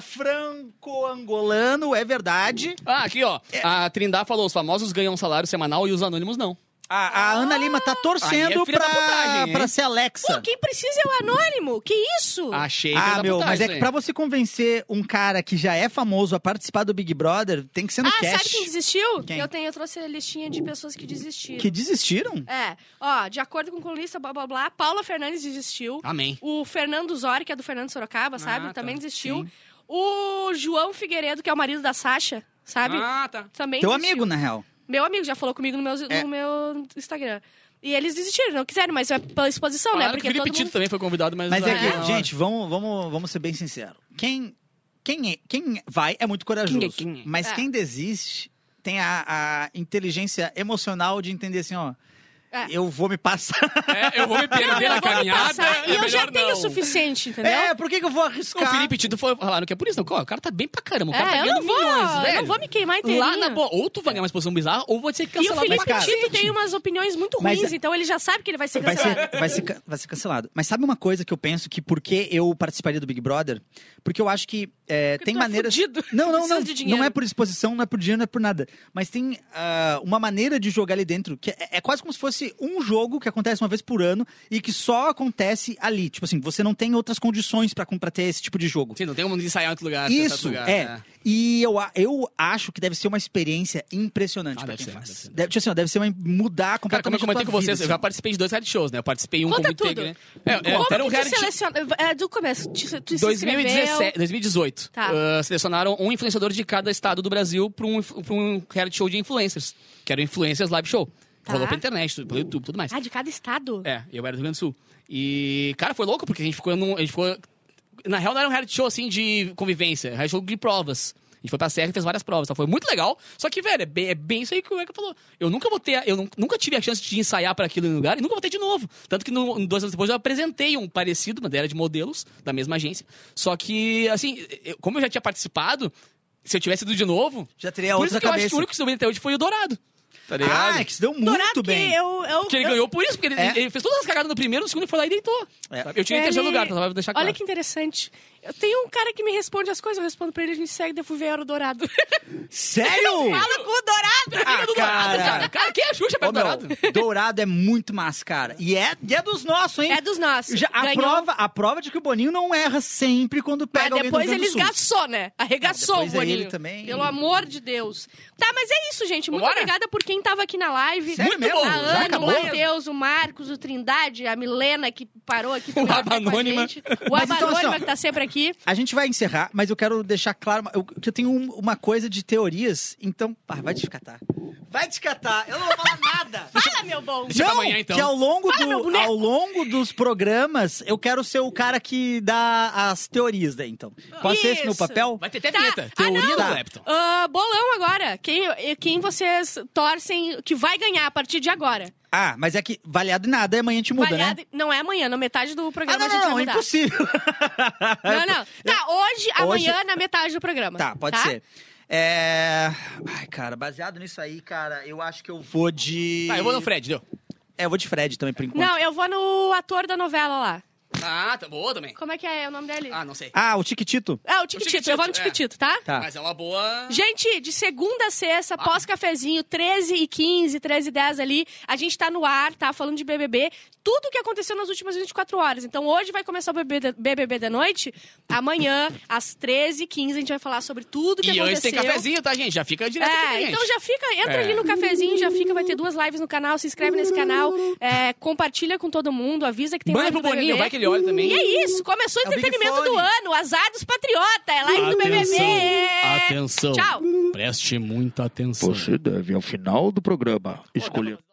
[SPEAKER 2] franco-angolano, é verdade.
[SPEAKER 4] Ah, aqui ó, a Trindá falou, os famosos ganham salário semanal e os anônimos não.
[SPEAKER 2] A, a Ana Lima tá torcendo
[SPEAKER 4] Ah! Aí é filha da
[SPEAKER 2] pra,
[SPEAKER 4] putagem, hein?
[SPEAKER 2] pra ser Alexa.
[SPEAKER 1] Pô, quem precisa é o anônimo. Que isso?
[SPEAKER 4] Achei filha
[SPEAKER 2] Ah,
[SPEAKER 4] da
[SPEAKER 2] meu,
[SPEAKER 4] putagem,
[SPEAKER 2] mas é
[SPEAKER 4] isso
[SPEAKER 2] que
[SPEAKER 4] aí.
[SPEAKER 2] pra você convencer um cara que já é famoso a participar do Big Brother, tem que ser no
[SPEAKER 1] Ah,
[SPEAKER 2] cash.
[SPEAKER 1] sabe quem desistiu?
[SPEAKER 2] Quem?
[SPEAKER 1] Eu tenho, eu trouxe a listinha de pessoas que desistiram.
[SPEAKER 2] Que desistiram?
[SPEAKER 1] É, ó, de acordo com o colunista, blá blá blá, Paula Fernandes desistiu.
[SPEAKER 4] Amém.
[SPEAKER 1] O Fernando Zori, que é do Fernando
[SPEAKER 2] Ah,
[SPEAKER 1] Sorocaba, sabe?
[SPEAKER 4] tá.
[SPEAKER 1] Também desistiu.
[SPEAKER 4] Sim.
[SPEAKER 1] O João Figueiredo, que é o marido da Sasha, sabe?
[SPEAKER 4] Ah, tá.
[SPEAKER 1] Também
[SPEAKER 2] Teu
[SPEAKER 1] desistiu.
[SPEAKER 2] amigo, na real.
[SPEAKER 1] Meu amigo já falou comigo no meu,
[SPEAKER 2] É.
[SPEAKER 1] no meu Instagram. E eles desistiram, não quiseram, mas é pela exposição, né?
[SPEAKER 4] Falaram que
[SPEAKER 1] Porque
[SPEAKER 4] o Felipe
[SPEAKER 1] todo
[SPEAKER 4] Tito
[SPEAKER 1] mundo...
[SPEAKER 4] também foi convidado, mas...
[SPEAKER 2] Mas é
[SPEAKER 4] ah,
[SPEAKER 2] que,
[SPEAKER 4] não.
[SPEAKER 2] gente, vamos, vamos, vamos ser bem sinceros. Quem, quem, é- quem vai é muito corajoso.
[SPEAKER 4] Quem é- quem é?
[SPEAKER 2] Mas
[SPEAKER 1] É.
[SPEAKER 2] quem desiste tem a, a inteligência emocional de entender assim, ó.
[SPEAKER 1] É.
[SPEAKER 2] Eu vou me passar.
[SPEAKER 4] É, eu vou me
[SPEAKER 1] Não,
[SPEAKER 4] perder
[SPEAKER 1] Ah, eu
[SPEAKER 4] na
[SPEAKER 1] vou
[SPEAKER 4] caminhada,
[SPEAKER 1] passar, e
[SPEAKER 4] é
[SPEAKER 1] eu já
[SPEAKER 4] melhor
[SPEAKER 1] tenho
[SPEAKER 4] não.
[SPEAKER 1] o suficiente, entendeu?
[SPEAKER 2] É, por que, que eu vou
[SPEAKER 4] O
[SPEAKER 2] arriscar?
[SPEAKER 4] Felipe Tito foi falaram que é por isso, não. O cara tá bem pra caramba. O cara
[SPEAKER 1] É,
[SPEAKER 4] tá
[SPEAKER 1] eu não
[SPEAKER 4] ganhando
[SPEAKER 1] vou,
[SPEAKER 4] milhões,
[SPEAKER 1] eu
[SPEAKER 4] velho.
[SPEAKER 1] não vou me queimar inteirinho.
[SPEAKER 4] Lá na boa, ou tu vai ganhar uma exposição bizarra, ou vou ter que
[SPEAKER 1] E o
[SPEAKER 4] cancelar
[SPEAKER 1] Felipe
[SPEAKER 2] pra
[SPEAKER 1] Tito
[SPEAKER 4] cacete.
[SPEAKER 1] tem umas opiniões muito
[SPEAKER 2] Mas- é-
[SPEAKER 1] ruins, então ele já sabe que ele vai ser
[SPEAKER 2] Vai
[SPEAKER 1] cancelado.
[SPEAKER 2] ser, vai, ser, ca- vai ser cancelado. Mas sabe uma coisa que eu penso que por que eu participaria do Big Brother? Porque eu acho que é,
[SPEAKER 1] Porque
[SPEAKER 2] tem
[SPEAKER 1] tu é
[SPEAKER 2] maneiras.
[SPEAKER 1] fudido.
[SPEAKER 2] Não,
[SPEAKER 1] Tu
[SPEAKER 2] não,
[SPEAKER 1] precisa
[SPEAKER 2] não.
[SPEAKER 1] de dinheiro.
[SPEAKER 2] não é por exposição, não é por dinheiro, não é por nada. Mas tem ah, uma maneira de jogar ali dentro que é, é quase como se fosse um jogo que acontece uma vez por ano e que só acontece ali. Tipo assim, você não tem outras condições pra, com- pra ter esse tipo de jogo.
[SPEAKER 4] Sim, não tem como ensaiar em outro lugar. pensar em outro
[SPEAKER 2] Isso,
[SPEAKER 4] tá lugar,
[SPEAKER 2] é.
[SPEAKER 4] né?
[SPEAKER 2] E eu, a- eu acho que deve ser uma experiência impressionante
[SPEAKER 4] Ah,
[SPEAKER 2] pra
[SPEAKER 4] deve
[SPEAKER 2] quem
[SPEAKER 4] ser,
[SPEAKER 2] faz.
[SPEAKER 4] deve ser.
[SPEAKER 2] Deve, tipo assim, ó, deve ser uma,
[SPEAKER 4] Cara,
[SPEAKER 2] mudar
[SPEAKER 4] como é
[SPEAKER 2] completamente
[SPEAKER 4] eu comentei com
[SPEAKER 2] a tua vida,
[SPEAKER 4] vocês, eu já
[SPEAKER 2] assim.
[SPEAKER 4] participei de dois reality shows, né? Eu participei em um
[SPEAKER 1] Conta
[SPEAKER 4] como
[SPEAKER 1] tudo.
[SPEAKER 4] integrante. É, é,
[SPEAKER 1] Como
[SPEAKER 4] era um
[SPEAKER 1] que tu
[SPEAKER 4] reality
[SPEAKER 1] seleciona... É, do começo, tu, tu se
[SPEAKER 4] 2017,
[SPEAKER 1] inscreveu...
[SPEAKER 4] 2018.
[SPEAKER 1] Tá.
[SPEAKER 4] Ah, selecionaram um influenciador de cada estado do Brasil para um, pra um reality show de influencers, que era o Influencers Live Show.
[SPEAKER 1] Tá.
[SPEAKER 4] Rolou pela internet, tudo, pelo YouTube, tudo mais.
[SPEAKER 1] Ah, de cada estado?
[SPEAKER 4] É, eu era do Rio Grande do Sul. E, cara, foi louco, porque a gente ficou num. A gente ficou... Na real, não era um reality show assim de convivência, era um reality show de provas. A gente foi pra serra e fez várias provas, tá? foi muito legal. Só que, velho, é bem, é bem isso aí que o Eka falou. Eu nunca vou ter, eu nun- nunca tive a chance de ensaiar pra aquilo em lugar e nunca vou ter de novo. Tanto que no, dois anos depois eu apresentei um parecido, mas era de modelos, da mesma agência. Só que, assim, eu- como eu já tinha participado, se eu tivesse ido de novo.
[SPEAKER 2] Já teria
[SPEAKER 4] por
[SPEAKER 2] É outra
[SPEAKER 4] isso que eu acho que
[SPEAKER 2] cabeça.
[SPEAKER 4] o único que sobreviveu até hoje foi o Dourado. Tá ligado?
[SPEAKER 2] Ah, é que se deu muito
[SPEAKER 1] Dourado, porque
[SPEAKER 2] bem.
[SPEAKER 1] eu... eu
[SPEAKER 4] Porque ele
[SPEAKER 1] eu-
[SPEAKER 4] ganhou por isso, porque ele,
[SPEAKER 2] É.
[SPEAKER 4] ele fez todas as cagadas no primeiro, no segundo ele foi lá e deitou.
[SPEAKER 2] É.
[SPEAKER 4] sabe? Eu tinha em terceiro lugar, tá? Só pra deixar claro.
[SPEAKER 1] Olha que interessante. Eu tenho um cara que me responde as coisas, eu respondo pra ele, a gente segue, daí eu fui ver a Hora Dourado.
[SPEAKER 2] Sério?
[SPEAKER 1] Fala com o Dourado!
[SPEAKER 2] Ah,
[SPEAKER 4] Filha do Dourado,
[SPEAKER 2] cara.
[SPEAKER 4] cara. Cara, quem é a Xuxa?
[SPEAKER 2] Ô, Ô, meu,
[SPEAKER 4] dourado.
[SPEAKER 2] dourado é muito massa, cara. E é, e é dos nossos, hein?
[SPEAKER 1] É dos nossos.
[SPEAKER 2] Já- a,
[SPEAKER 1] Ganhou.
[SPEAKER 2] prova, a prova de que o Boninho não erra sempre quando
[SPEAKER 1] Mas
[SPEAKER 2] pega alguém do
[SPEAKER 1] depois
[SPEAKER 2] Rio Grande
[SPEAKER 1] ele
[SPEAKER 2] do Sul.
[SPEAKER 1] esgaçou, né? Arregaçou
[SPEAKER 2] Não, depois
[SPEAKER 1] o Boninho.
[SPEAKER 2] é ele também.
[SPEAKER 1] Pelo amor de Deus. Tá, mas é isso, gente. Muito
[SPEAKER 4] Vambora?
[SPEAKER 1] obrigada por quem tava aqui na live.
[SPEAKER 2] Sério
[SPEAKER 1] Muito
[SPEAKER 2] mesmo?
[SPEAKER 1] A
[SPEAKER 2] Já
[SPEAKER 1] Ana, o
[SPEAKER 2] acabou?
[SPEAKER 1] Matheus, o Marcos, o Trindade, a Milena, que parou aqui. também
[SPEAKER 4] Aba
[SPEAKER 1] pra ver com a
[SPEAKER 4] Anônima.
[SPEAKER 1] gente. O
[SPEAKER 2] Mas
[SPEAKER 1] Aba
[SPEAKER 2] então, assim,
[SPEAKER 1] Anônima,
[SPEAKER 2] ó.
[SPEAKER 1] que tá sempre aqui.
[SPEAKER 2] A gente vai encerrar, mas eu quero deixar claro uma- eu- que eu tenho um- uma coisa de teorias, então. Ah, vai descatar. Vai descatar, eu não vou falar nada.
[SPEAKER 1] Fala, meu bom.
[SPEAKER 4] Deixa pra
[SPEAKER 2] Não,
[SPEAKER 4] amanhã, então.
[SPEAKER 2] que ao longo,
[SPEAKER 1] Fala, meu
[SPEAKER 2] do,
[SPEAKER 1] boneco.
[SPEAKER 2] ao longo dos programas, eu quero ser o cara que dá as teorias daí, então. Pode ser esse meu
[SPEAKER 1] Isso.
[SPEAKER 2] papel?
[SPEAKER 4] Vai ter até
[SPEAKER 1] Tá.
[SPEAKER 4] vinheta.
[SPEAKER 1] Ah, não.
[SPEAKER 4] Teoria
[SPEAKER 2] Tá.
[SPEAKER 4] do Clapton.
[SPEAKER 1] Ah, bolão agora. Quem, quem vocês torcem que vai ganhar a partir de agora?
[SPEAKER 2] Ah, mas é que valhado em nada, e amanhã a gente muda,
[SPEAKER 1] Variado-
[SPEAKER 2] né?
[SPEAKER 1] Não é amanhã, na metade do
[SPEAKER 2] Ah,
[SPEAKER 1] programa
[SPEAKER 2] não,
[SPEAKER 1] a gente
[SPEAKER 2] não, não,
[SPEAKER 1] vai
[SPEAKER 2] é
[SPEAKER 1] mudar.
[SPEAKER 2] impossível. É,
[SPEAKER 1] Não, não. Tá, hoje, amanhã,
[SPEAKER 2] Hoje-
[SPEAKER 1] na metade do programa.
[SPEAKER 2] Tá, pode ser. É... Ai, cara, baseado nisso aí, cara, eu acho que eu vou de.
[SPEAKER 4] Tá, eu vou no Fred, deu.
[SPEAKER 2] É, eu vou de Fred também, por enquanto.
[SPEAKER 1] Não, eu vou no ator da novela lá.
[SPEAKER 4] Ah, tá boa também.
[SPEAKER 1] Como é que é o nome dele?
[SPEAKER 4] Ah, não sei.
[SPEAKER 2] Ah, o Tiquitito?
[SPEAKER 1] Ah, o Tiquitito. Eu vou no
[SPEAKER 4] Tiquitito, é.
[SPEAKER 1] Tiquitito, tá?
[SPEAKER 2] Tá.
[SPEAKER 4] Mas é uma boa...
[SPEAKER 1] Gente, de segunda a sexta, pós-cafezinho, 13 e 15, 13 e 10 ali, a gente tá no ar, tá? Falando de BBB, tudo o que aconteceu nas últimas 24 horas. Então hoje vai começar o BBB da, BBB da noite, amanhã, às 13 e 15, a gente vai falar sobre tudo que
[SPEAKER 4] E antes
[SPEAKER 1] aconteceu.
[SPEAKER 4] tem cafezinho, tá, gente? Já fica direto aqui pra
[SPEAKER 1] É,
[SPEAKER 4] gente.
[SPEAKER 1] então já fica, entra
[SPEAKER 4] É.
[SPEAKER 1] ali no cafezinho, já fica, vai ter duas lives no canal, se inscreve nesse canal, é, compartilha com todo mundo, avisa que tem
[SPEAKER 4] Manda
[SPEAKER 1] live
[SPEAKER 4] pro
[SPEAKER 1] do
[SPEAKER 4] Boninho,
[SPEAKER 1] BBB.
[SPEAKER 4] vai que ele olha também.
[SPEAKER 1] E é isso, começou o
[SPEAKER 2] É o Big
[SPEAKER 1] entretenimento
[SPEAKER 2] Fone.
[SPEAKER 1] do ano, azar dos patriota, é live do BBB.
[SPEAKER 4] atenção.
[SPEAKER 1] Tchau.
[SPEAKER 4] Preste muita atenção.
[SPEAKER 6] Você deve, ao final do programa, escolher.